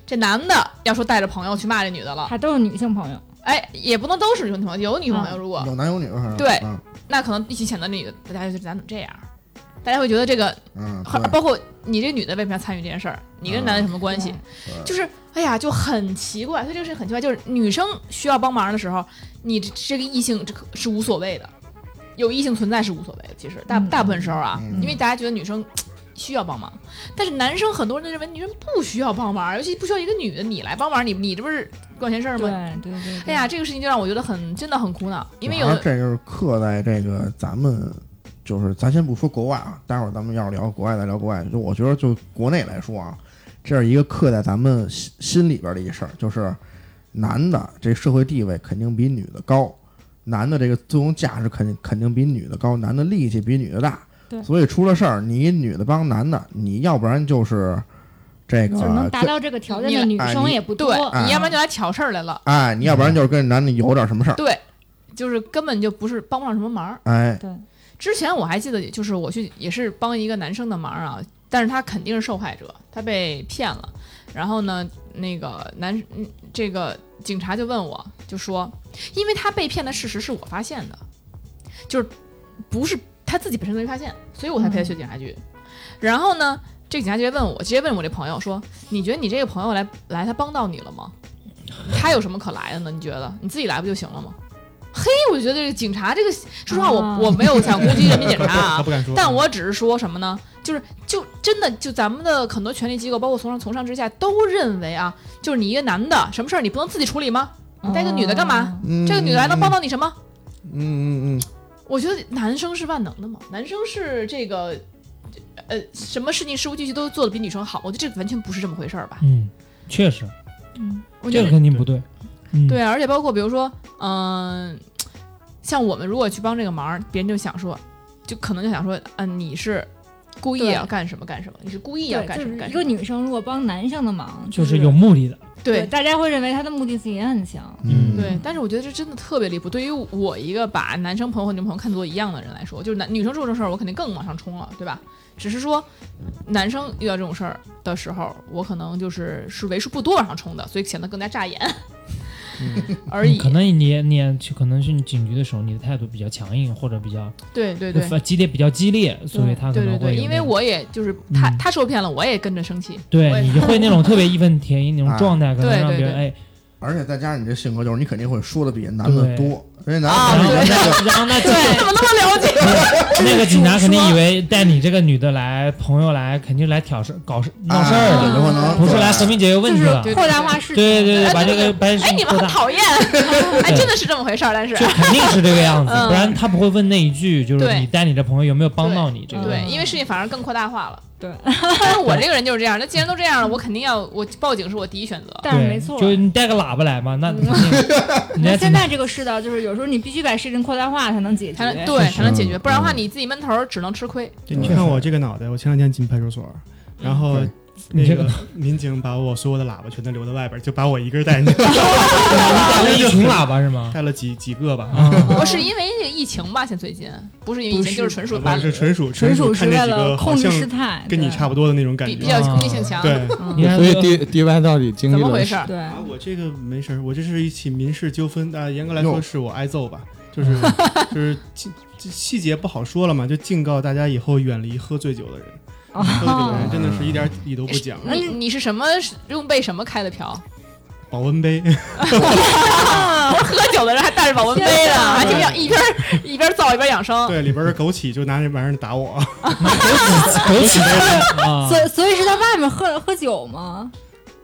[SPEAKER 2] 这男的要说带着朋友去骂这女的了，
[SPEAKER 5] 还都是女性朋友，
[SPEAKER 2] 哎，也不能都是女朋友，有女朋友
[SPEAKER 5] 嗯
[SPEAKER 2] 如果
[SPEAKER 3] 有男有女，反正
[SPEAKER 2] 对
[SPEAKER 3] 嗯
[SPEAKER 2] 那可能一起谴责那女的，大家就觉得咱怎么这样？大家会觉得这个，
[SPEAKER 3] 嗯，
[SPEAKER 2] 很
[SPEAKER 3] 对
[SPEAKER 2] 包括你这女的为什么要参与这件事儿？你跟男的有什么关系？
[SPEAKER 3] 对
[SPEAKER 2] 就是哎呀，就很奇怪。所以这个事情很奇怪，就是女生需要帮忙的时候，你这这个异性这个是无所谓的，有异性存在是无所谓的。其实大
[SPEAKER 5] 嗯
[SPEAKER 2] 大部分时候啊，
[SPEAKER 3] 嗯
[SPEAKER 2] 因为大家觉得女生。嘖需要帮忙，但是男生很多人都认为女生不需要帮忙，尤其不需要一个女的你来帮忙，你你这不是管闲事儿
[SPEAKER 5] 对
[SPEAKER 2] 吗？
[SPEAKER 5] 对对对。
[SPEAKER 2] 哎呀，，这个事情就让我觉得很真的很苦恼，因为有
[SPEAKER 3] 主要
[SPEAKER 2] 的
[SPEAKER 3] 是这就是刻在这个咱们，就是咱先不说国外啊，待会儿咱们要是聊国外再聊国外。就我觉得就国内来说啊，这是一个刻在咱们心心里边的一事儿，就是男的这社会地位肯定比女的高，男的这个作用价值肯定肯定比女的高，男的力气比女的大。
[SPEAKER 5] 对
[SPEAKER 3] 所以出了事儿，你女的帮男的，你要不然就是这个
[SPEAKER 5] 就是能达
[SPEAKER 3] 跟
[SPEAKER 5] 到这个条件
[SPEAKER 2] 你
[SPEAKER 5] 的女
[SPEAKER 3] 哎
[SPEAKER 5] 生
[SPEAKER 3] 你
[SPEAKER 5] 也不多
[SPEAKER 2] 对，，
[SPEAKER 3] 哎
[SPEAKER 2] 你要不然就来挑事儿来了。
[SPEAKER 3] 哎，你要不然就是跟男的有点什么事儿，
[SPEAKER 2] 对，就是根本就不是帮不上什么忙。
[SPEAKER 3] 哎，
[SPEAKER 5] 对，
[SPEAKER 2] 之前我还记得，就是我去也是帮一个男生的忙啊，但是他肯定是受害者，他被骗了。然后呢，那个男嗯这个警察就问我，就说，因为他被骗的事实是我发现的，就是不是他自己本身没发现，所以我才陪他
[SPEAKER 3] 嗯
[SPEAKER 2] 去警察局。然后呢，这个警察直接问我，直接问我这朋友说，你觉得你这个朋友来来，他帮到你了吗？他有什么可来的呢？你觉得你自己来不就行了吗？嘿，我觉得这个警察这个，说实话，我
[SPEAKER 5] 啊
[SPEAKER 2] 我没有想攻击人民警察啊，
[SPEAKER 7] 他不敢说。
[SPEAKER 2] 但我只是说什么呢？就是就真的就咱们的很多权力机构，包括从上从上至下，都认为啊，就是你一个男的，什么事儿你不能自己处理吗？你带个女的干嘛？
[SPEAKER 3] 嗯
[SPEAKER 2] 这个女的还能帮到你什么？
[SPEAKER 3] 嗯嗯嗯
[SPEAKER 2] 我觉得男生是万能的嘛，男生是这个，呃，什么事情事无巨细都做的比女生好，我觉得这完全不是这么回事儿吧？
[SPEAKER 4] 嗯，确实，
[SPEAKER 5] 嗯
[SPEAKER 2] 我觉
[SPEAKER 4] 这
[SPEAKER 2] 得
[SPEAKER 4] 个肯定不对。嗯，
[SPEAKER 2] 对，而且包括比如说，嗯、像我们如果去帮这个忙，别人就想说，就可能就想说，嗯、你是故意
[SPEAKER 5] 对
[SPEAKER 2] 要干什么干什么，你是故意要
[SPEAKER 5] 对，
[SPEAKER 2] 干
[SPEAKER 5] 就
[SPEAKER 2] 什么
[SPEAKER 5] 是
[SPEAKER 2] 干
[SPEAKER 5] 一
[SPEAKER 2] 什么
[SPEAKER 5] 个，女生如果帮男生的忙，
[SPEAKER 4] 就是
[SPEAKER 5] 是
[SPEAKER 4] 有目的的。
[SPEAKER 2] 对
[SPEAKER 5] 对，大家会认为她的目的性也很强。
[SPEAKER 3] 嗯，
[SPEAKER 2] 对，但是我觉得这真的特别离谱。对于我一个把男生朋友和女生朋友看作一样的人来说，就是男女生做这种事儿，我肯定更往上冲了，对吧？只是说，男生遇到这种事儿的时候，我可能就是是为数不多往上冲的，所以显得更加扎眼 而
[SPEAKER 4] 嗯
[SPEAKER 2] 已。
[SPEAKER 4] 可能你也你也去，可能去警局的时候，你的态度比较强硬，或者比较
[SPEAKER 2] 对对对
[SPEAKER 4] 呃激烈，比较激烈，所以他可
[SPEAKER 2] 对对
[SPEAKER 4] 能会
[SPEAKER 2] 对，
[SPEAKER 4] 有
[SPEAKER 2] 因为
[SPEAKER 4] 那种
[SPEAKER 2] 我也就是他
[SPEAKER 4] 嗯
[SPEAKER 2] 他受骗了，我也跟着生气。我
[SPEAKER 4] 对
[SPEAKER 2] 也
[SPEAKER 4] 你就会那种特别义愤填膺那
[SPEAKER 3] 啊
[SPEAKER 4] 种状态，可能
[SPEAKER 2] 对
[SPEAKER 4] 让
[SPEAKER 2] 对
[SPEAKER 4] 别人
[SPEAKER 2] 对
[SPEAKER 4] 哎，
[SPEAKER 3] 而且再加上你这性格，就是你肯定会说的比男的多，人家
[SPEAKER 2] 啊
[SPEAKER 3] 男的
[SPEAKER 4] 哎然
[SPEAKER 3] 肯
[SPEAKER 4] 后
[SPEAKER 3] 定
[SPEAKER 2] 对
[SPEAKER 4] 那个然后那
[SPEAKER 2] 对，怎么那么了解？
[SPEAKER 4] 那个警察肯定以为带你这个女的来朋友来，肯定来挑事搞事 闹事
[SPEAKER 5] 啊
[SPEAKER 4] 儿
[SPEAKER 3] 哎有
[SPEAKER 4] 的，
[SPEAKER 3] 可能
[SPEAKER 4] 不是来和平解决问
[SPEAKER 5] 就
[SPEAKER 4] 题
[SPEAKER 5] 是
[SPEAKER 4] 的。
[SPEAKER 2] 对
[SPEAKER 5] 扩大化事情，
[SPEAKER 4] 对对对，
[SPEAKER 2] 哎
[SPEAKER 4] 把这
[SPEAKER 2] 对
[SPEAKER 4] 个
[SPEAKER 2] 对
[SPEAKER 4] 把这事
[SPEAKER 2] 哎，
[SPEAKER 4] 情
[SPEAKER 2] 你们
[SPEAKER 4] 扩
[SPEAKER 2] 很
[SPEAKER 4] 大，
[SPEAKER 2] 讨 厌，哎，真的是这么回事儿。但是
[SPEAKER 4] 就肯定是这个样子，
[SPEAKER 2] 嗯
[SPEAKER 4] 不然他不会问那一句，就是
[SPEAKER 2] 对
[SPEAKER 4] 你带你的朋友有没有帮到你这个。嗯
[SPEAKER 2] 对，因为事情反而更扩大化了。
[SPEAKER 5] 对，
[SPEAKER 2] 但是我这个人就是这样， 那既然都这样了，我肯定要我报警是我第一选择。
[SPEAKER 5] 但是没错。
[SPEAKER 4] 就是你带个喇叭来嘛，那肯定。 人家
[SPEAKER 5] 那现
[SPEAKER 4] 警察
[SPEAKER 5] 在这个世道，就是有时候你必须把事情扩大化才能解决。
[SPEAKER 2] 才能对
[SPEAKER 4] 确实嗯
[SPEAKER 2] 才能解决，不然的话你自己闷头儿只能吃亏。
[SPEAKER 7] 对你看我这个脑袋，我前两天进派出所，然后
[SPEAKER 3] 对
[SPEAKER 7] 那
[SPEAKER 4] 这个
[SPEAKER 7] 个民警把我所有的喇叭全都留在外边儿，就把我一个人带进去，
[SPEAKER 4] 打了一群喇叭是 吗？
[SPEAKER 7] 带了几几个吧。
[SPEAKER 4] 啊，
[SPEAKER 2] 我是因为这个疫情吧，现最近不是因为疫
[SPEAKER 5] 不
[SPEAKER 2] 情，
[SPEAKER 5] 是
[SPEAKER 2] 就是纯属
[SPEAKER 7] 啊不
[SPEAKER 2] 把
[SPEAKER 7] 是纯属
[SPEAKER 5] 纯属
[SPEAKER 7] 属
[SPEAKER 5] 是
[SPEAKER 7] 看
[SPEAKER 5] 为
[SPEAKER 7] 那几
[SPEAKER 5] 了
[SPEAKER 7] 个
[SPEAKER 5] 控
[SPEAKER 7] 好
[SPEAKER 5] 制
[SPEAKER 7] 像
[SPEAKER 5] 事态，
[SPEAKER 7] 跟你
[SPEAKER 5] 对
[SPEAKER 7] 差不多的那种感
[SPEAKER 2] 比比
[SPEAKER 7] 觉
[SPEAKER 2] 较。
[SPEAKER 4] 啊
[SPEAKER 2] 攻击性强。
[SPEAKER 7] 对，
[SPEAKER 5] 嗯
[SPEAKER 4] 你看
[SPEAKER 6] 所以
[SPEAKER 4] 这个
[SPEAKER 6] D D Y 到底经
[SPEAKER 2] 怎
[SPEAKER 6] 历
[SPEAKER 2] 么回
[SPEAKER 6] 了
[SPEAKER 2] 事？儿？
[SPEAKER 5] 对，
[SPEAKER 7] 啊，我这个没事儿，我这是一起民事纠纷啊，严格来
[SPEAKER 3] 哟
[SPEAKER 7] 说是我挨揍吧，就是就是细 细节不好说了嘛，就警告大家以后远离喝 醉酒的人，喝醉酒的人真的是一点儿理都不讲，
[SPEAKER 5] 哎
[SPEAKER 2] 你你是什么用被什么开的瓢？
[SPEAKER 7] 保温杯。
[SPEAKER 5] 啊
[SPEAKER 2] 喝酒的人还带着保温杯呢，还挺养，一边一边造一边养
[SPEAKER 5] 哦
[SPEAKER 2] 生。
[SPEAKER 7] 对，里边的枸杞就拿那玩意儿打我，
[SPEAKER 4] 枸杞的啊，
[SPEAKER 5] 所以所以是在外面喝喝酒吗？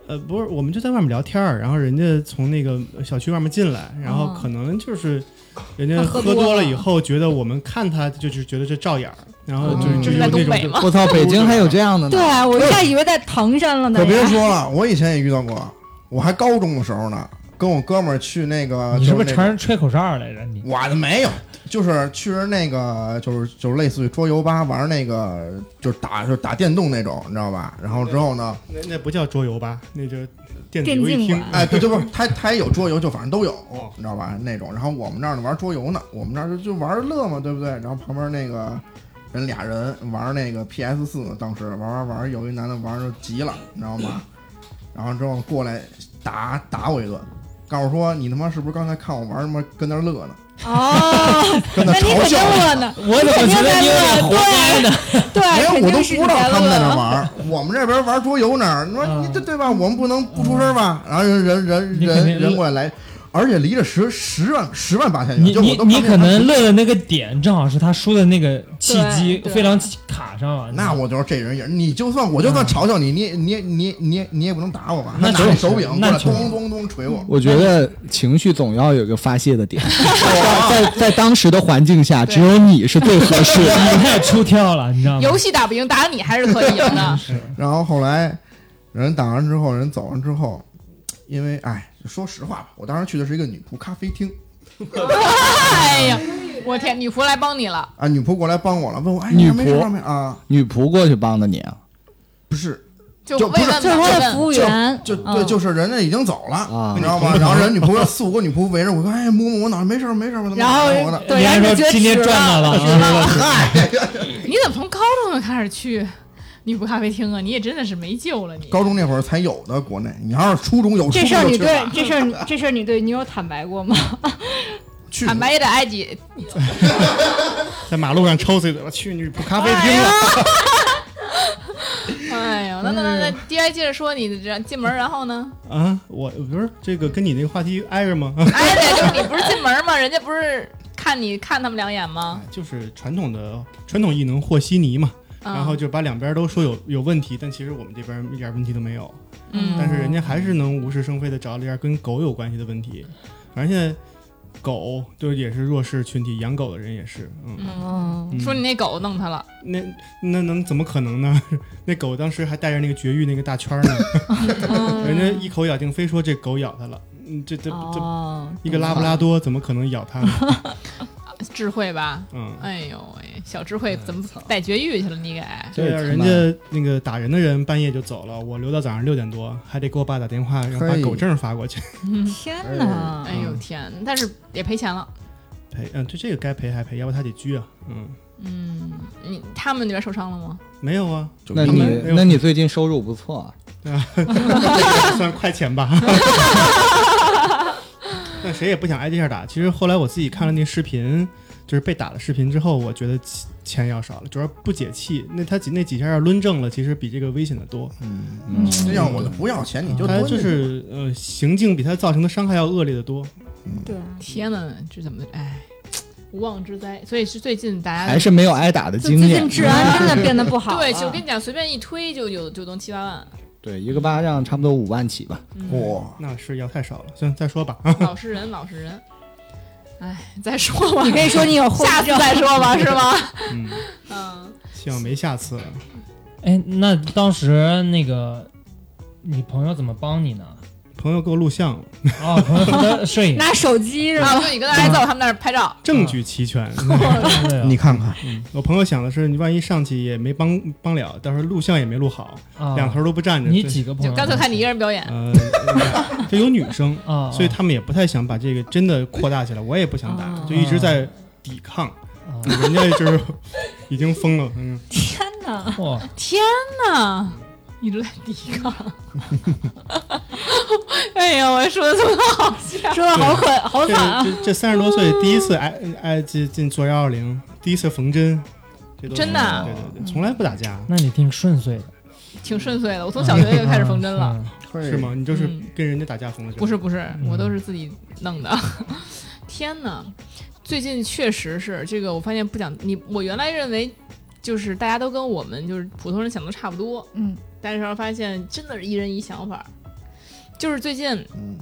[SPEAKER 7] 呃，不是，我们就在外面聊天儿，然后人家从那个小区外面进来，然后
[SPEAKER 5] 哦
[SPEAKER 7] 可能就是人家
[SPEAKER 5] 他喝多
[SPEAKER 7] 喝多了
[SPEAKER 5] 了
[SPEAKER 7] 以后，觉得我们看他就是觉得这照眼儿，然后就
[SPEAKER 5] 哦
[SPEAKER 2] 这
[SPEAKER 7] 就是有
[SPEAKER 2] 嗯在
[SPEAKER 7] 那
[SPEAKER 2] 东
[SPEAKER 7] 种
[SPEAKER 2] 北
[SPEAKER 7] 就
[SPEAKER 2] 吗？
[SPEAKER 6] 我操，北京还有这样
[SPEAKER 2] 嗯
[SPEAKER 6] 的呢
[SPEAKER 5] 对，，
[SPEAKER 2] 啊
[SPEAKER 5] 啊我一下以为在唐山了呢
[SPEAKER 3] 可。别说了，我以前也遇到过，我还高中的时候呢，跟我哥们儿去那个，
[SPEAKER 4] 啊你是不
[SPEAKER 3] 就是那
[SPEAKER 4] 朝
[SPEAKER 3] 个
[SPEAKER 4] 人吹口哨来着？你
[SPEAKER 3] 我的没有，就是去人那个，就是就是类似于桌游吧，玩那个就是打就是打电动那种，你知道吧？然后之后呢，
[SPEAKER 7] 那那不叫桌游吧，那就电子
[SPEAKER 5] 电
[SPEAKER 7] 游
[SPEAKER 5] 竞
[SPEAKER 7] 戏厅。
[SPEAKER 5] 馆
[SPEAKER 3] 哎，对对，不是，他他也有桌游，就反正都有，你知道吧？那种。然后我们那儿呢玩桌游呢，我们那儿就就玩儿乐嘛，对不对？然后旁边那个人俩人玩儿那个 PS 四呢，当时玩玩玩，有一男的玩儿就急了，你知道吗？然后之后过来打打我一顿，告诉说你他妈是不是刚才看我玩儿他妈跟那儿乐呢？
[SPEAKER 5] 哦，
[SPEAKER 3] 跟
[SPEAKER 5] 那
[SPEAKER 3] 那
[SPEAKER 5] 你
[SPEAKER 3] 嘲
[SPEAKER 5] 肯定
[SPEAKER 3] 笑我
[SPEAKER 5] 乐呢，
[SPEAKER 4] 我怎么觉得你有点活该呢？
[SPEAKER 5] 对，
[SPEAKER 4] 哎
[SPEAKER 3] 没有，
[SPEAKER 5] 肯
[SPEAKER 3] 我都
[SPEAKER 5] 定
[SPEAKER 3] 不
[SPEAKER 5] 是
[SPEAKER 3] 知
[SPEAKER 5] 你
[SPEAKER 3] 道
[SPEAKER 5] 在
[SPEAKER 3] 他们在那
[SPEAKER 5] 乐。
[SPEAKER 3] 玩儿，我们这边玩桌游呢。你说你
[SPEAKER 4] 嗯
[SPEAKER 3] 这对吧？我们不能不出声吧？然后人人人
[SPEAKER 4] 你肯定
[SPEAKER 3] 人人过来来，而且离着十十万十万八千
[SPEAKER 4] 你
[SPEAKER 3] 远，就
[SPEAKER 4] 你
[SPEAKER 3] 我都
[SPEAKER 4] 你
[SPEAKER 3] 看不见他
[SPEAKER 4] 可
[SPEAKER 3] 们
[SPEAKER 4] 能乐的那个点正好是他说的那个契机
[SPEAKER 5] 对，对
[SPEAKER 4] 非常卡上了。
[SPEAKER 3] 那我觉得这人也，你就算我就算嘲笑你，你也你也你也你也你也不能打我吧？
[SPEAKER 4] 嗯那
[SPEAKER 3] 他拿
[SPEAKER 4] 确
[SPEAKER 3] 着
[SPEAKER 4] 实
[SPEAKER 3] 手柄过
[SPEAKER 4] 那
[SPEAKER 3] 来
[SPEAKER 4] 确
[SPEAKER 3] 咚
[SPEAKER 4] 实
[SPEAKER 3] 咚咚咚捶我，
[SPEAKER 6] 我觉得情绪总要有一个发泄 的点，在在在当时的环境下，只有你是最合适的。
[SPEAKER 4] 你太出挑了，你知道吗？
[SPEAKER 2] 游戏打不赢，打你还是可以赢的。
[SPEAKER 4] 嗯
[SPEAKER 3] 然后后来人打完之后，人走完之后，因为哎，说实话吧，我当时去的是一个女仆咖啡厅
[SPEAKER 2] 哎呀，我天，女仆来帮你了，
[SPEAKER 3] 啊，女仆过来帮我了，问我哎，
[SPEAKER 6] 女
[SPEAKER 3] 你没事
[SPEAKER 6] 仆
[SPEAKER 3] 吧没啊？
[SPEAKER 6] 女仆过去帮的你啊，
[SPEAKER 3] 不是，
[SPEAKER 2] 就
[SPEAKER 3] 就
[SPEAKER 2] 慰
[SPEAKER 3] 不是
[SPEAKER 2] 问吧，
[SPEAKER 5] 就是
[SPEAKER 2] 慰
[SPEAKER 5] 说的
[SPEAKER 2] 问
[SPEAKER 5] 服务员，
[SPEAKER 3] 就
[SPEAKER 5] 嗯
[SPEAKER 3] 对，就是人家已经走了，
[SPEAKER 6] 啊
[SPEAKER 3] 你知道吗？然后人女仆四五个女仆围着我，说：“哎，摸摸我脑袋，没事儿没事儿，我的
[SPEAKER 5] 然后
[SPEAKER 3] 摸摸我的。
[SPEAKER 5] 对，
[SPEAKER 4] 你还
[SPEAKER 5] 然
[SPEAKER 4] 说
[SPEAKER 5] 后就觉得
[SPEAKER 4] 今天
[SPEAKER 5] 值
[SPEAKER 4] 赚到了，
[SPEAKER 5] 值
[SPEAKER 4] 啊
[SPEAKER 2] 你怎么从高中就开始去女仆咖啡厅啊？你也真的是没救了你。
[SPEAKER 3] 高中那会儿才有的，国内你要是初中有，
[SPEAKER 5] 这
[SPEAKER 3] 初
[SPEAKER 5] 事儿
[SPEAKER 3] 中
[SPEAKER 5] 你
[SPEAKER 3] 就去
[SPEAKER 5] 对
[SPEAKER 3] 吧
[SPEAKER 5] 这事儿你这事儿你对你有坦白过吗？
[SPEAKER 3] 去
[SPEAKER 2] 坦白也得挨几，
[SPEAKER 7] 在马路上抽自己嘴巴，去女仆咖啡厅了。
[SPEAKER 2] 哎呀，那那那那 D I 接着说，你这进门然后呢？
[SPEAKER 7] 啊，我不是这个跟你那个话题挨着吗？
[SPEAKER 2] 哎，对，就是你不是进门吗？人家不是看你看他们两眼
[SPEAKER 5] 啊
[SPEAKER 2] 吗？
[SPEAKER 7] 就是传统的传统艺能和稀泥嘛，
[SPEAKER 5] 啊
[SPEAKER 2] 嗯
[SPEAKER 7] 然后就把两边都说有有问题，但其实我们这边一点问题都没有，
[SPEAKER 2] 嗯
[SPEAKER 7] 但是人家还是能无事生非的找了点跟狗有关系的问题，反正现在狗就也是弱势群体，养狗的人也是，嗯，
[SPEAKER 5] 嗯，
[SPEAKER 7] 嗯
[SPEAKER 2] 说你那狗弄他了，
[SPEAKER 7] 那那能怎么可能呢？ 那狗当时还带着那个绝育那个大圈儿呢， 人家一口咬定，非说这狗咬它了，嗯，这这这
[SPEAKER 5] 哦，
[SPEAKER 7] 一个拉布拉多怎么可能咬它呢？
[SPEAKER 2] 智慧吧？
[SPEAKER 7] 嗯，
[SPEAKER 2] 哎呦喂，小智慧怎么带绝育去了？你给哎
[SPEAKER 7] 对啊，
[SPEAKER 6] 这
[SPEAKER 7] 人家那个打人的人半夜就走了，我留到早上六点多，还得给我爸打电话，然后把
[SPEAKER 3] 嘿
[SPEAKER 7] 狗证发过去
[SPEAKER 5] 天哪！
[SPEAKER 2] 哎呦天，但是也赔钱了。
[SPEAKER 7] 赔。嗯，这这个该赔还赔，要不他得拘啊。嗯，
[SPEAKER 2] 嗯，你他们那边受伤了吗？
[SPEAKER 7] 没有啊，
[SPEAKER 6] 那
[SPEAKER 3] 就
[SPEAKER 6] 你那你最近收入不错啊，
[SPEAKER 7] 算快钱吧。 但谁也不想挨这下打。其实后来我自己看了那视频，就是被打的视频之后，我觉得钱钱要少了，主要不解气。那他几那几下要抡正了，其实比这个危险的多。
[SPEAKER 3] 嗯，
[SPEAKER 6] 嗯，
[SPEAKER 3] 这样我就不要钱，你就
[SPEAKER 7] 他
[SPEAKER 3] 蹲着
[SPEAKER 7] 就
[SPEAKER 3] 去
[SPEAKER 7] 是呃，行径比他造成的伤害要恶劣的多。
[SPEAKER 5] 对，
[SPEAKER 2] 天呐，这怎么哎，无妄之灾。所以是最近大家
[SPEAKER 6] 还是没有挨打的
[SPEAKER 5] 最
[SPEAKER 6] 经验
[SPEAKER 5] 近。治
[SPEAKER 2] 啊
[SPEAKER 5] 安真的变得不好 了。
[SPEAKER 2] 对， 就跟你讲，随便一推就有就能七八万。嗯
[SPEAKER 6] 嗯对，一个巴掌差不多五万起吧。
[SPEAKER 3] 哇，
[SPEAKER 7] 那是要太少了，算再说 吧。
[SPEAKER 2] 老实人，老实人。哎，再说吧
[SPEAKER 5] 你，可以说你有后
[SPEAKER 2] 下
[SPEAKER 5] 遗
[SPEAKER 2] 次
[SPEAKER 5] 症。
[SPEAKER 2] 再说吧，是吗？
[SPEAKER 7] 嗯，
[SPEAKER 2] 嗯，
[SPEAKER 7] 希望没下次了。
[SPEAKER 4] 哎，那当时那个你朋友怎么帮你呢？
[SPEAKER 7] 朋朋友给我录像，
[SPEAKER 4] 哦，可能他的摄影
[SPEAKER 5] 拿手机是
[SPEAKER 2] 然
[SPEAKER 5] 吧？
[SPEAKER 2] 后就你跟他挨揍，他们那儿拍照，
[SPEAKER 7] 证据齐全。
[SPEAKER 4] 对啊
[SPEAKER 3] 你看看，
[SPEAKER 7] 我朋友想的是，你万一上去也没帮帮了，到时候录像也没录好，
[SPEAKER 4] 啊
[SPEAKER 7] 两头都不站着。
[SPEAKER 4] 你
[SPEAKER 7] 这
[SPEAKER 4] 几个朋
[SPEAKER 2] 就
[SPEAKER 4] 友？
[SPEAKER 2] 干脆看你一个人表演。
[SPEAKER 7] 呃， 就有女生，
[SPEAKER 2] 哦
[SPEAKER 4] 啊，
[SPEAKER 7] 所以他们也不太想把这个真的扩大起来。我也不想打
[SPEAKER 2] 啊，
[SPEAKER 7] 就一直在抵抗。
[SPEAKER 2] 哦
[SPEAKER 4] 啊
[SPEAKER 7] 人家就是已经疯了， 嗯，
[SPEAKER 5] 天哪！
[SPEAKER 4] 哇，
[SPEAKER 2] 天哪！你来第一个， 哎呀，我说的怎么好笑？
[SPEAKER 5] 说的好狠，好
[SPEAKER 7] 这
[SPEAKER 5] 惨啊！
[SPEAKER 7] 这这三十多岁第一次挨挨进进做幺二零，第一次缝针，这都是
[SPEAKER 2] 真的啊
[SPEAKER 7] 对对对，从来不打架，
[SPEAKER 4] 那你挺顺遂的。
[SPEAKER 2] 挺顺遂的，我从小学就开始缝针 了。
[SPEAKER 4] 啊，
[SPEAKER 7] 是吗？你就是
[SPEAKER 2] 嗯
[SPEAKER 7] 跟人家打架缝的针？
[SPEAKER 2] 不是不是，我都是自己弄的。 天哪，最近确实是这个，我发现不讲你，我原来认为就是大家都跟我们就是普通人想的差不多，
[SPEAKER 5] 嗯，
[SPEAKER 2] 但是发现真的是一人一想法儿。就是最近，
[SPEAKER 3] 嗯，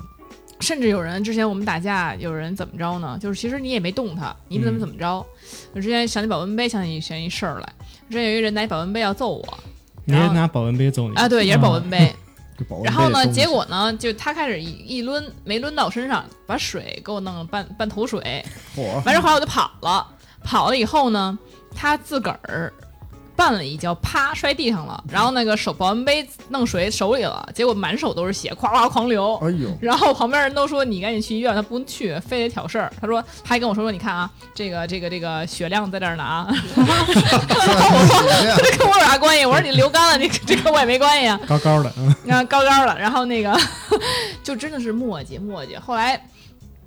[SPEAKER 2] 甚至有人之前我们打架，有人怎么着呢？就是其实你也没动他，你怎么
[SPEAKER 7] 嗯
[SPEAKER 2] 怎么着？我之前想起保温杯，想起想起一事儿来。之前有一个人拿一保温杯要揍我
[SPEAKER 7] 人家拿保温杯揍你
[SPEAKER 2] 啊，对，也是保温杯，
[SPEAKER 3] 这保温杯
[SPEAKER 2] 然后
[SPEAKER 3] 的
[SPEAKER 2] 呢，
[SPEAKER 3] 东西
[SPEAKER 2] 结果呢，就他开始一一抡，没抡到我身上，把水给我弄了半半头水。
[SPEAKER 3] 嚯，
[SPEAKER 2] 完事儿后来我就跑了，跑了以后呢，他自个儿绊了一跤，啪摔地上了，然后那个手保温杯弄水手里了，结果满手都是血，咵咵狂流。
[SPEAKER 3] 哎呦，
[SPEAKER 2] 然后旁边人都说你赶紧去医院，他不去，非得挑事儿。他说他还跟我说说你看啊，这个这个这个血量在这儿呢啊，我说这 跟我有啥关系？我说你流干了，你这跟我也没关系啊。
[SPEAKER 7] 高高的，嗯
[SPEAKER 2] 然后高高了，然后那个 就真的是磨叽磨叽，后来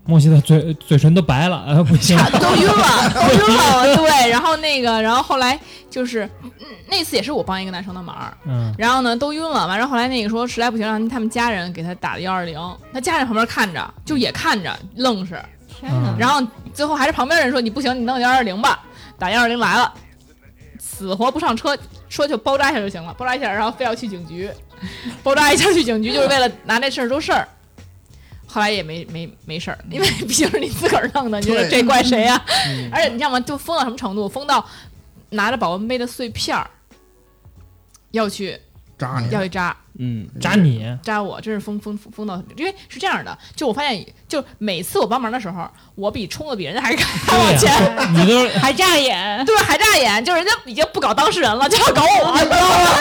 [SPEAKER 4] 莫西的嘴嘴唇都白了， 啊，不行，
[SPEAKER 2] 差都晕了，都晕了，对，然后那个，然后后来就是、嗯那次也是我帮一个男生的忙儿，
[SPEAKER 4] 嗯，
[SPEAKER 2] 然后呢都晕了，完了后来那个说实在不行让他们家人给他打的幺二零，他家人旁边看着就也看着愣是，
[SPEAKER 5] 天哪！
[SPEAKER 2] 然后最后还是旁边人说你不行你弄幺二零吧，打幺二零来了，死活不上车，车就包扎一下就行了，包扎一下，然后非要去警局， 包扎一下去警局就是为了拿这事儿说事儿。后来也没没没事儿，因为毕竟是你自个儿弄的，你说
[SPEAKER 3] 对
[SPEAKER 2] 这怪谁呀、
[SPEAKER 7] 嗯
[SPEAKER 2] 而且你知道吗？就疯到什么程度？疯到拿着保温杯的碎片儿要去
[SPEAKER 3] 扎你
[SPEAKER 2] 要去扎，
[SPEAKER 7] 嗯，
[SPEAKER 4] 扎你，
[SPEAKER 2] 扎我，真是疯疯疯疯到，因为是这样的，就我发现，就每次我帮忙的时候，我比冲的比人家还还往前，
[SPEAKER 4] 你都是
[SPEAKER 5] 还乍眼，
[SPEAKER 2] 对吧？还扎眼，就是人家已经不搞当事人了，就要搞我，你知道吗？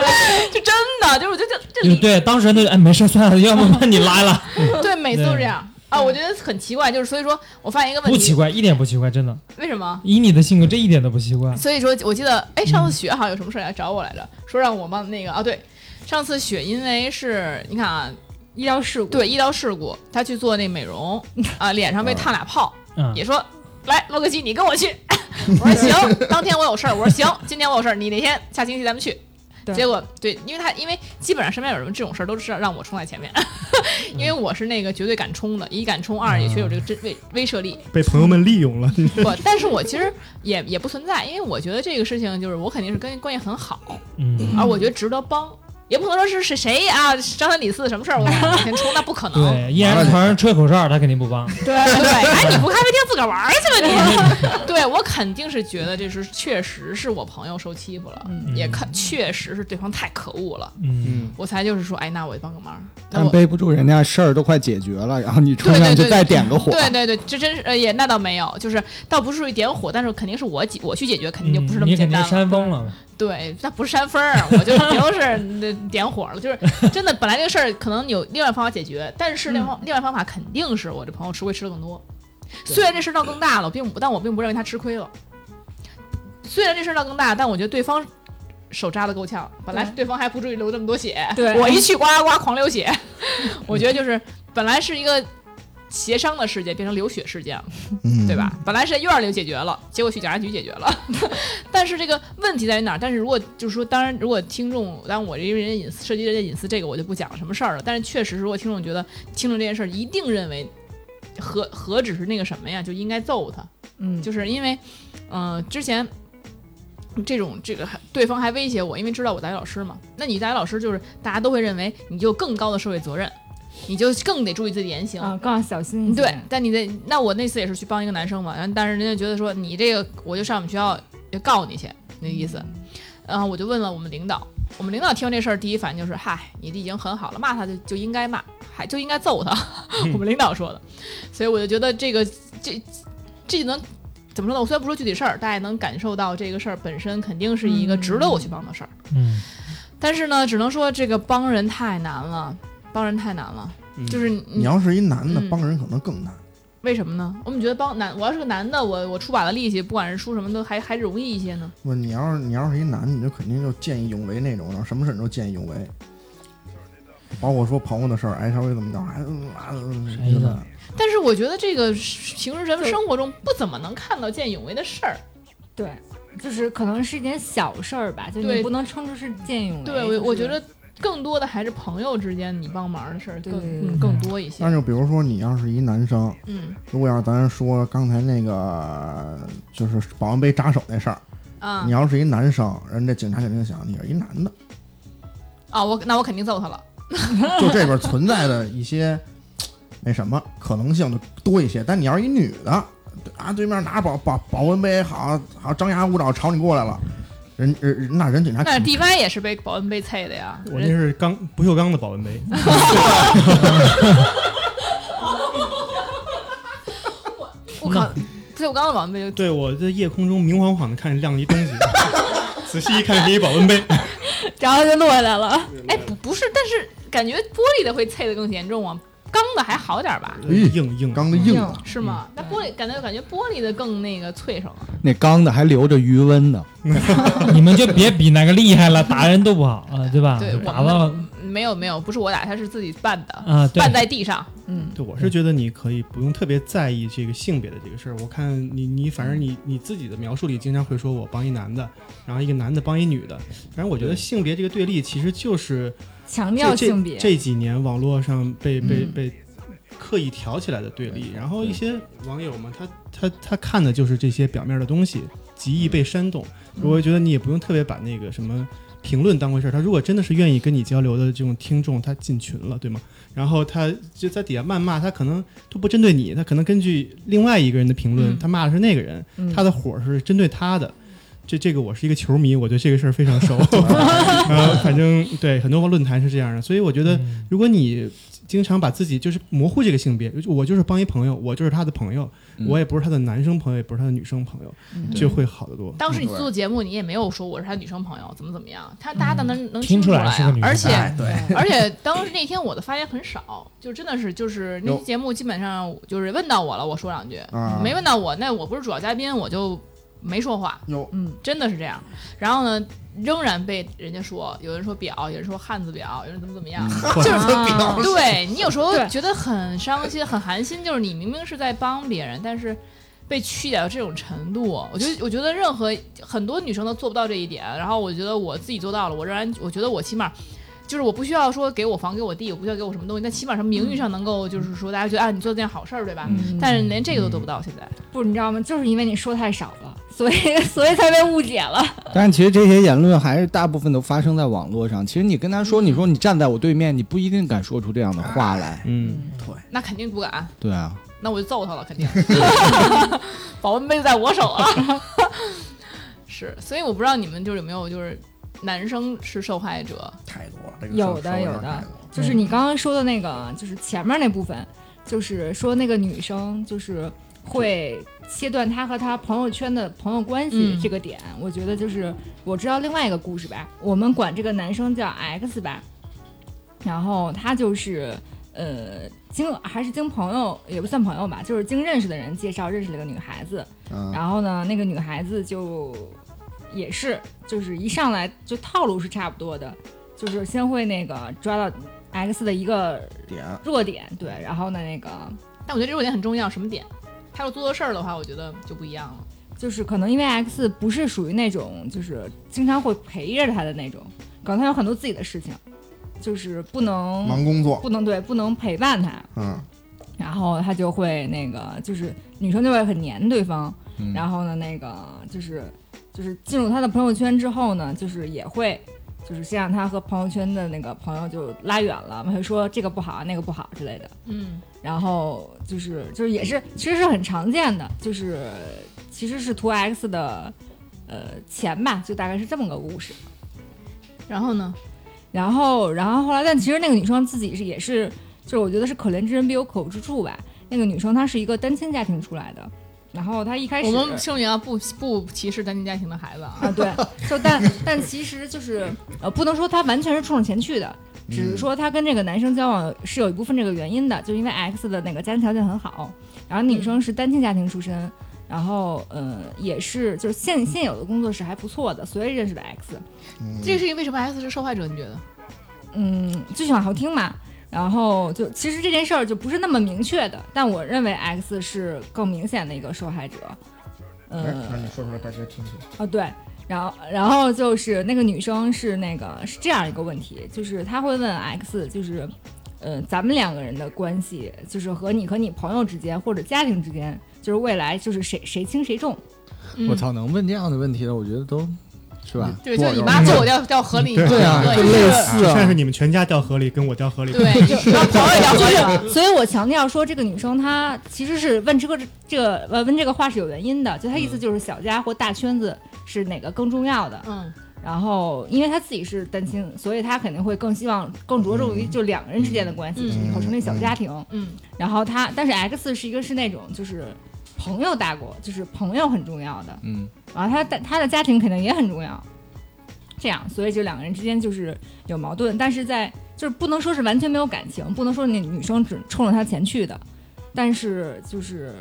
[SPEAKER 2] 就真的，就是我觉得这这
[SPEAKER 4] 就
[SPEAKER 2] 里
[SPEAKER 4] 对，当事人都哎没事算了，要不把你拉了，
[SPEAKER 2] 对每次都这样啊，我觉得很奇怪，就是所以说我发现一个问
[SPEAKER 4] 不奇
[SPEAKER 2] 题，
[SPEAKER 4] 怪，一点不奇怪，真的，
[SPEAKER 2] 为什么？
[SPEAKER 4] 以你的性格，这一点都不奇怪。
[SPEAKER 2] 所以说，我记得，哎，上次雪好像有什么事儿来找我来着，说让我帮那个啊，对，上次雪因为是你看啊，
[SPEAKER 5] 医疗事故，
[SPEAKER 2] 对医疗事故，她去做那美容啊，脸上被烫俩泡，
[SPEAKER 4] 嗯，
[SPEAKER 2] 也说来洛克西，你跟我去。 我说 行，当天我有事儿。我说行，今天我有事儿，你那天下星期咱们去。
[SPEAKER 5] 对
[SPEAKER 2] 结果对，因为他因为基本上身边有什么这种事儿都是让我冲在前面， 因为我是那个绝对敢冲的，一敢冲，二也确实有这个
[SPEAKER 4] 嗯
[SPEAKER 2] 真威威慑力。
[SPEAKER 7] 被朋友们利 用了，
[SPEAKER 2] 不，但是我其实也也不存在，因为我觉得这个事情就是我肯定是跟关系很好，
[SPEAKER 4] 嗯，
[SPEAKER 2] 而我觉得值得帮，也不能说是是谁啊，张三李四什么事儿我往前冲，那不可能。
[SPEAKER 4] 对，依然是团人吹口哨，他肯定不帮。
[SPEAKER 2] 对对，哎，你不咖啡厅自个儿玩儿去吧你。对我肯定是觉得这是确实是我朋友受欺负了，
[SPEAKER 5] 嗯
[SPEAKER 2] 也看确实是对方太可恶了，
[SPEAKER 4] 嗯，
[SPEAKER 7] 嗯，
[SPEAKER 2] 我才就是说，哎，那我就帮个忙。那
[SPEAKER 6] 但
[SPEAKER 2] 我
[SPEAKER 6] 背不住人家事儿都快解决了，然后你冲
[SPEAKER 2] 对对
[SPEAKER 6] 上去
[SPEAKER 2] 对
[SPEAKER 6] 再点个火，
[SPEAKER 2] 对对对，这真是呃也那倒没有，就是倒不是属于点火，但是肯定是我解我去解决，肯定就不是那
[SPEAKER 4] 嗯你
[SPEAKER 2] 么
[SPEAKER 4] 肯
[SPEAKER 2] 简
[SPEAKER 4] 定
[SPEAKER 2] 单了。
[SPEAKER 4] 扇风了，
[SPEAKER 2] 对，那不是扇风儿，我就就是点火了，就是真的。本来这个事儿可能有另外方法解决，但是另外、另外方法肯定是我这朋友吃亏吃的更多。虽然这事儿闹更大了，并不，但我并不认为他吃亏了。虽然这事儿闹更大，但我觉得对方手扎的够呛，本来
[SPEAKER 5] 对
[SPEAKER 2] 对方还不至于流这么多血，
[SPEAKER 5] 对
[SPEAKER 2] 我一去呱呱呱狂流血，我觉得就是本来是一个协商的事件，变成流血事件了。
[SPEAKER 3] 嗯
[SPEAKER 2] 对？吧？本来是在院儿里就解决了，结果去警察局解决了。 但是这个问题在于哪儿？但是如果就是说，当然，如果听众，当然我因为人家隐私涉及人家隐私，这个我就不讲了什么事儿了。但是确实，如果听众觉得听众这件事儿一定认为何何止是那个什么呀，就应该揍他，
[SPEAKER 5] 嗯，
[SPEAKER 2] 就是因为，嗯、之前。这种这个还对方还威胁我，因为知道我大学老师嘛。那你大学老师就是大家都会认为你就更高的社会责任，你就更得注意自己的言行。
[SPEAKER 5] 啊，更要小心一些。
[SPEAKER 2] 对，但你得，那我那次也是去帮一个男生嘛，然后但是人家觉得说你这个，我就上我们学校就告你去，那意思。然后我就问了我们领导，我们领导听完这事儿，第一反应就是，嗨，你这已经很好了，骂他就就应该骂，还就应该揍他， 我们领导说的，所以我就觉得这个这这能怎么说呢？我虽然不说具体事儿，大家也能感受到这个事儿本身肯定是一个值得我去帮的事儿，
[SPEAKER 4] 嗯，
[SPEAKER 2] 但是呢，只能说这个帮人太难了，帮人太难了，
[SPEAKER 7] 嗯
[SPEAKER 2] 就是
[SPEAKER 3] 你要是一男的
[SPEAKER 2] 嗯，
[SPEAKER 3] 帮人可能更难。
[SPEAKER 2] 为什么呢？我们觉得帮男，我要是个男的，我我出把子力气，不管是出什么都还还容易一些呢。
[SPEAKER 3] 不，你要是你要是一男的，你就肯定就见义勇为那种，然后什么事你都见义勇为。包括说朋友的事儿，哎，稍微怎么着，哎，嗯啊，嗯
[SPEAKER 4] 谁呢
[SPEAKER 2] 但是我觉得这个是平时人生活中不怎么能看到见义勇为的事儿。
[SPEAKER 5] 对，就是可能是一件小事儿吧，就
[SPEAKER 2] 对
[SPEAKER 5] 你不能称之是见义勇为。
[SPEAKER 2] 对，
[SPEAKER 5] 就是
[SPEAKER 2] 我我觉得更多的还是朋友之间你帮忙的事儿更
[SPEAKER 5] 对
[SPEAKER 2] 嗯更多一些
[SPEAKER 3] 那。就比如说，你要是一男生，
[SPEAKER 2] 嗯
[SPEAKER 3] 如果要是咱说刚才那个就是保温杯扎手那事儿，
[SPEAKER 2] 啊
[SPEAKER 3] 你要是一男生，人家警察肯定想你是一男的，
[SPEAKER 2] 啊，我那我肯定揍他了。
[SPEAKER 3] 就这边存在的一些那什么可能性就多一些。但你要是一女的，啊，对面拿着保保保温杯，好好张牙舞爪朝你过来了，人人那人警察
[SPEAKER 2] 那
[SPEAKER 3] 肯定
[SPEAKER 2] DY 也是被保温杯啐的呀。
[SPEAKER 7] 我那是钢不锈钢的保温杯，
[SPEAKER 2] 嗯我靠，不锈钢的保温杯就
[SPEAKER 7] 对我在夜空中明晃晃的看见亮了一东西， 仔细一看是一保温杯，
[SPEAKER 3] 哎
[SPEAKER 5] 然后就落下来了。
[SPEAKER 2] 哎不不是，但是感觉玻璃的会啐的更严重啊，钢的还好点儿吧？
[SPEAKER 3] 咦
[SPEAKER 7] 硬硬
[SPEAKER 3] 刚的硬了。
[SPEAKER 2] 是吗？那玻璃感觉感觉玻璃的更那个脆声啊。
[SPEAKER 6] 那钢的还留着余温呢，
[SPEAKER 4] 你们就别比哪个厉害了，打人都不好啊，对吧？
[SPEAKER 2] 对，我
[SPEAKER 4] 打到
[SPEAKER 2] 们没有没有，不是我打，他是自己绊的，
[SPEAKER 4] 啊，对
[SPEAKER 2] 绊，在地上。
[SPEAKER 5] 嗯，
[SPEAKER 7] 对，我是觉得你可以不用特别在意这个性别的这个事儿。我看你，你反
[SPEAKER 5] 嗯
[SPEAKER 7] 正你你自己的描述里经常会说，我帮一男的，然后一个男的帮一女的。反正我觉得性别这个对立其实就是
[SPEAKER 5] 强
[SPEAKER 7] 这
[SPEAKER 5] 调性
[SPEAKER 7] 这
[SPEAKER 5] 别，
[SPEAKER 7] 这几年网络上被被
[SPEAKER 2] 嗯
[SPEAKER 7] 被刻意挑起来的对立。然后一
[SPEAKER 6] 对
[SPEAKER 7] 些网友嘛，他他他看的就是这些表面的东西，极易被煽动。
[SPEAKER 5] 嗯
[SPEAKER 7] 我觉得你也不用特别把那个什么评论当回事儿。他如果真的是愿意跟你交流的这种听众，他进群了，对吗？然后他就在底下谩骂，他可能都不针对你，他可能根据另外一个人的评论，
[SPEAKER 2] 嗯
[SPEAKER 7] 他骂的是那个人，
[SPEAKER 5] 嗯
[SPEAKER 7] 他的火是针对他的。这这个我是一个球迷，我对这个事儿非 常熟。然后反正对很多论坛是这样的，所以我觉得
[SPEAKER 4] 嗯
[SPEAKER 7] 如果你经常把自己就是模糊这个性别，我就是帮一朋友，我就是他的朋友，
[SPEAKER 6] 嗯
[SPEAKER 7] 我也不是他的男生朋友，也不是他的女生朋友，
[SPEAKER 5] 嗯
[SPEAKER 7] 就会好得多。
[SPEAKER 2] 当
[SPEAKER 3] 嗯
[SPEAKER 2] 时你做节目，你也没有说我是他女生朋友，怎么怎么样，他大家都能能
[SPEAKER 4] 嗯听
[SPEAKER 2] 出
[SPEAKER 4] 出
[SPEAKER 2] 来
[SPEAKER 4] 来是个
[SPEAKER 2] 啊
[SPEAKER 4] 女。生
[SPEAKER 2] 而且嗯
[SPEAKER 3] 哎，对，
[SPEAKER 2] 而且当时那天我的发言很少，就真的是就是那期
[SPEAKER 3] 有
[SPEAKER 2] 节目基本上就是问到我了，我说两句，
[SPEAKER 3] 啊
[SPEAKER 2] 没问到我，那我不是主要嘉宾，我就没说话。
[SPEAKER 3] 有
[SPEAKER 5] 嗯，
[SPEAKER 2] 真的是这样。然后呢，仍然被人家说，有人说婊，有人说汉子婊，有人怎么怎么样， 就是
[SPEAKER 5] 啊
[SPEAKER 2] 对你有时候
[SPEAKER 5] 对
[SPEAKER 2] 觉得很伤心、很寒心，就是你明明是在帮别人，但是被曲解到这种程度，我觉得我觉得任何很多女生都做不到这一点。然后我觉得我自己做到了，我仍然我觉得我起码。就是我不需要说给我房给我地，我不需要给我什么东西，但起码什么名誉上能够，就是说大家觉得啊，你做了件好事儿，对吧？
[SPEAKER 5] 嗯
[SPEAKER 2] 但是连这个都得不到，现在。
[SPEAKER 5] 不，你知道吗？就是因为你说太少了，所以 所以才被误解了。
[SPEAKER 6] 但其实这些言论还是大部分都发生在网络上。其实你跟他说，你说你站在我对面，你不一定敢说出这样的话来。
[SPEAKER 7] 嗯，
[SPEAKER 2] 那肯定不敢，
[SPEAKER 6] 对啊，
[SPEAKER 2] 那我就揍他了，肯定。 保温杯在我手了。 是，所以我不知道你们就是有没有就是男生是受害者，
[SPEAKER 3] 太多了，这个
[SPEAKER 5] 有的
[SPEAKER 3] 事儿
[SPEAKER 5] 有的
[SPEAKER 3] 事儿太多了
[SPEAKER 5] 就是你刚刚说的那个，啊就是前面那部分，就是说那个女生就是会切断她和她朋友圈的朋友关系
[SPEAKER 2] 嗯
[SPEAKER 5] 这个点，我觉得就是我知道另外一个故事吧，我们管这个男生叫 X 吧，然后他就是呃经还是经朋友也不算朋友吧，就是经认识的人介绍认识了一个女孩子，
[SPEAKER 3] 嗯，
[SPEAKER 5] 然后呢，那个女孩子就也是，就是一上来就套路是差不多的，就是先会那个抓到 X 的一个
[SPEAKER 3] 嗯点
[SPEAKER 5] 弱点，对，然后呢，那个
[SPEAKER 2] 但我觉得这个点很重要，什么点？他要做错事儿的话，我觉得就不一样了。
[SPEAKER 5] 就是可能因为 X 不是属于那种就是经常会陪着他的那种，可能他有很多自己的事情，就是不能
[SPEAKER 3] 忙工作，
[SPEAKER 5] 不能对不能陪伴他，
[SPEAKER 3] 嗯，
[SPEAKER 5] 然后他就会那个，就是女生就会很黏对方，然后呢，那个就是就是进入他的朋友圈之后呢，就是也会就是先让他和朋友圈的那个朋友就拉远了，会说这个不好那个不好之类的，
[SPEAKER 2] 嗯，
[SPEAKER 5] 然后就是就是也是其实是很常见的，就是其实是图 X 的呃钱吧，就大概是这么个故事。
[SPEAKER 2] 然后呢？
[SPEAKER 5] 然后，然后后来，但其实那个女生自己是也是，就是我觉得是可怜之人必有可恶之处吧。那个女生她是一个单亲家庭出来的，然后她一开始
[SPEAKER 2] 我们声明啊，不不歧视单亲家庭的孩子啊。
[SPEAKER 5] 啊， 对，就但但其实就是呃，不能说她完全是冲着钱去的，只是说她跟这个男生交往是有一部分这个原因的，就因为 X 的那个家庭条件很好，然后女生是单亲家庭出身，然后呃也是就是现现有的工作是还不错的，所以认识的 X，
[SPEAKER 3] 嗯
[SPEAKER 2] 这个事情为什么 X 是受害者？你觉得？
[SPEAKER 5] 嗯，就喜欢好听嘛。然后就其实这件事儿就不是那么明确的，但我认为 X 是更明显的一个受害者。呃，
[SPEAKER 3] 哎让你说出来，大家听听。
[SPEAKER 5] 哦，对，然后然后就是那个女生是那个是这样一个问题，就是她会问 X，就是，呃，咱们两个人的关系，就是和你和你朋友之间或者家庭之间，就是未来就是谁谁轻谁重，
[SPEAKER 2] 嗯
[SPEAKER 6] 我，操，能问这样的问题的，我觉得都是吧？
[SPEAKER 2] 嗯对，就是你妈揍我掉掉河里，你
[SPEAKER 7] 对
[SPEAKER 6] 对啊，
[SPEAKER 2] 对
[SPEAKER 6] 就类似
[SPEAKER 7] 现在
[SPEAKER 6] 啊
[SPEAKER 7] 是。你们全家掉河里，跟我掉河里，
[SPEAKER 2] 对，你妈朋友 也掉河里了。
[SPEAKER 5] 所以我强调说，这个女生她其实是问这个这个呃问这个话是有原因的，就她意思就是小家或大圈子是哪个更重要的，
[SPEAKER 2] 嗯，
[SPEAKER 5] 然后因为她自己是单亲，所以她肯定会更希望更着重于就两个人之间的关系，
[SPEAKER 2] 嗯
[SPEAKER 5] 以后成立小家庭。
[SPEAKER 2] 嗯，
[SPEAKER 5] 然后他，但是 X 是一个是那种就是朋友大国，就是朋友很重要的，
[SPEAKER 6] 嗯，
[SPEAKER 5] 然啊后他的他的家庭肯定也很重要，这样，所以就两个人之间就是有矛盾，但是在就是不能说是完全没有感情，不能说那女生只冲着他钱去的，但是就是。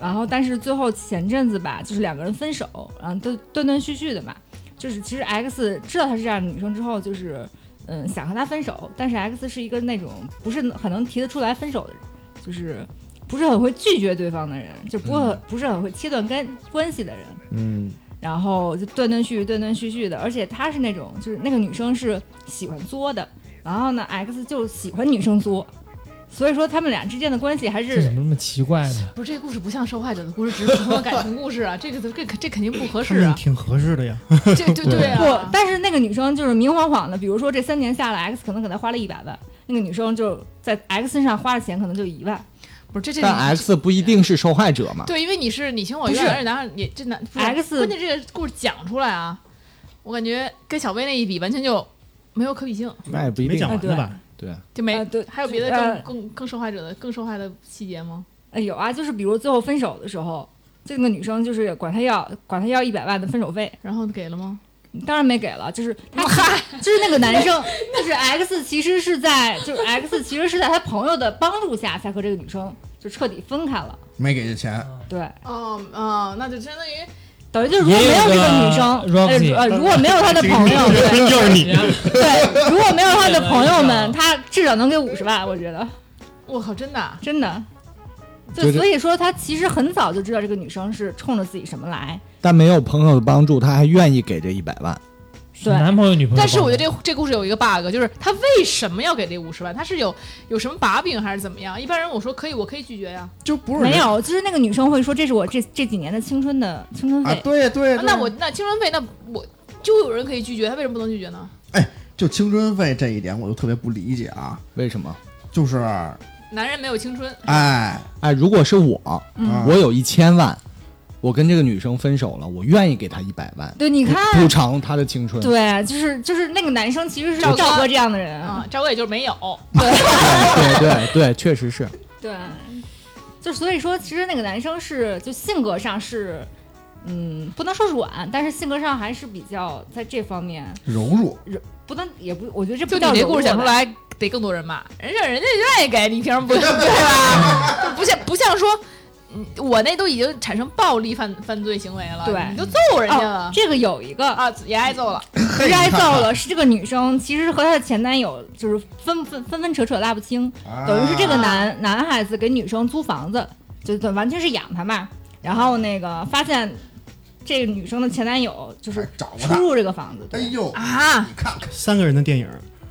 [SPEAKER 5] 然后，但是最后前阵子吧，就是两个人分手，然后断断断续续的嘛，就是其实 X 知道她是这样的女生之后，就是嗯想和她分手，但是 X 是一个那种不是很能提得出来分手的人，就是不是很会拒绝对方的人，就不会、不是很会切断干关系的人。
[SPEAKER 3] 嗯，
[SPEAKER 5] 然后就断断续续、断断续续的，而且她是那种，就是那个女生是喜欢作的，然后呢，X 就喜欢女生作，所以说他们俩之间的关系还
[SPEAKER 4] 这
[SPEAKER 5] 是
[SPEAKER 4] 怎么那么奇怪呢？
[SPEAKER 2] 不是，这故事不像受害者的故事，只是普通的感情故事啊。这个这这肯定不合
[SPEAKER 7] 他
[SPEAKER 2] 适
[SPEAKER 7] 们
[SPEAKER 2] 啊。
[SPEAKER 7] 挺合适的呀。
[SPEAKER 2] 这对对
[SPEAKER 5] 不
[SPEAKER 2] 啊，，
[SPEAKER 5] 但是那个女生就是明晃晃的，比如说这三年下来，X 可能给她花了一百万，那个女生就在 X 身上花的钱可能就一万
[SPEAKER 2] 不是这这
[SPEAKER 6] 但 X 不一定是受害者嘛？
[SPEAKER 2] 对，因为你是你情我
[SPEAKER 5] 不是
[SPEAKER 2] 愿，而且咱俩也这难不是
[SPEAKER 5] X
[SPEAKER 2] 关键这个故事讲出来啊，我感觉跟小薇那一比，完全就没有可比性，
[SPEAKER 6] 那也不一
[SPEAKER 7] 没
[SPEAKER 6] 定
[SPEAKER 7] 讲。
[SPEAKER 5] 啊
[SPEAKER 7] 完
[SPEAKER 5] 对
[SPEAKER 7] 呢吧？
[SPEAKER 6] 对，
[SPEAKER 2] 就没
[SPEAKER 5] 呃对
[SPEAKER 2] 还有别的
[SPEAKER 5] 呃
[SPEAKER 2] 更更更受害者的更受害的细节吗？
[SPEAKER 5] 呃，有啊，就是比如最后分手的时候，这个女生就是管他要管他要一百万的分手费，
[SPEAKER 2] 然后给了吗？
[SPEAKER 5] 当然没给了，就是 他就是那个男生，就是 X 其实是在就是 X 其实是在他朋友的帮助下才和这个女生就彻底分开了，
[SPEAKER 3] 没给这钱，
[SPEAKER 5] 对，
[SPEAKER 2] 哦哦，那就相当于
[SPEAKER 5] 等于就是如果
[SPEAKER 4] 也
[SPEAKER 5] 没
[SPEAKER 4] 有
[SPEAKER 5] 有这
[SPEAKER 4] 个
[SPEAKER 5] 女生，
[SPEAKER 4] Roxy
[SPEAKER 5] 呃呃如果没有他的朋友，对
[SPEAKER 7] 又是你，
[SPEAKER 5] 对，如果没有他的朋友们，
[SPEAKER 4] 嗯
[SPEAKER 5] 他至少能给五十万，我觉得
[SPEAKER 2] 我靠，真的啊
[SPEAKER 5] 真的。就
[SPEAKER 6] 就是
[SPEAKER 5] 所以说，他其实很早就知道这个女生是冲着自己什么来，
[SPEAKER 6] 但没有朋友的帮助，他还愿意给这一百万。
[SPEAKER 4] 是
[SPEAKER 5] 对
[SPEAKER 4] 男朋友女朋友帮的？
[SPEAKER 2] 但是我觉得这这故事有一个 bug，就是他为什么要给这五十万？他是有有什么把柄还是怎么样？一般人我说可以，我可以拒绝呀。
[SPEAKER 3] 就不是
[SPEAKER 5] 没
[SPEAKER 3] 人
[SPEAKER 5] 有，就是那个女生会说这是我这这几年的青春的青春
[SPEAKER 3] 啊，
[SPEAKER 5] 费，
[SPEAKER 3] 对对
[SPEAKER 2] 啊
[SPEAKER 3] 对，
[SPEAKER 2] 那我那青春费，那我就有人可以拒绝，他为什么不能拒绝呢？
[SPEAKER 3] 就青春费这一点，我就特别不理解啊，
[SPEAKER 6] 为什么？
[SPEAKER 3] 就是
[SPEAKER 2] 男人没有青春，
[SPEAKER 3] 哎，
[SPEAKER 6] 哎，如果是我，
[SPEAKER 3] 啊
[SPEAKER 6] 我有一千万，我跟这个女生分手了，我愿意给她一百万，
[SPEAKER 5] 对，你看，
[SPEAKER 6] 补偿她的青春。
[SPEAKER 5] 对，就是就是那个男生其实是
[SPEAKER 2] 赵哥
[SPEAKER 5] 赵哥这样的人，
[SPEAKER 2] 啊，赵薇也就是没 有。
[SPEAKER 6] 对对对，确实是。
[SPEAKER 5] 对，就所以说，其实那个男生是就性格上是，嗯，不能说软，但是性格上还是比较在这方面
[SPEAKER 3] 柔弱，
[SPEAKER 5] 不能也不，我觉得这
[SPEAKER 2] 就
[SPEAKER 5] 不
[SPEAKER 2] 你
[SPEAKER 5] 叫
[SPEAKER 2] 这
[SPEAKER 5] 柔
[SPEAKER 2] 故事
[SPEAKER 5] 弱
[SPEAKER 2] 讲出
[SPEAKER 5] 吧，
[SPEAKER 2] 来，得更多人骂。人家人家愿意给你，凭什么不对吧？就不像不像说，嗯我那都已经产生暴力犯犯罪行为了，
[SPEAKER 5] 对
[SPEAKER 2] 你就揍人家
[SPEAKER 5] 哦
[SPEAKER 2] 了，
[SPEAKER 5] 这个有一个
[SPEAKER 2] 啊，也挨揍了。
[SPEAKER 5] 不是挨揍了，是这个女生其实和她的前男友就是分分分分扯扯拉不清，
[SPEAKER 3] 啊
[SPEAKER 5] 等于是这个男、男孩子给女生租房子，就就完全是养她嘛。然后那个发现这个女生的前男友就是
[SPEAKER 3] 还哎找不
[SPEAKER 5] 出
[SPEAKER 3] 到，
[SPEAKER 5] 入这个房子，
[SPEAKER 3] 哎
[SPEAKER 5] 对，
[SPEAKER 3] 呦
[SPEAKER 2] 啊
[SPEAKER 3] 你看看，
[SPEAKER 7] 三个人的电影，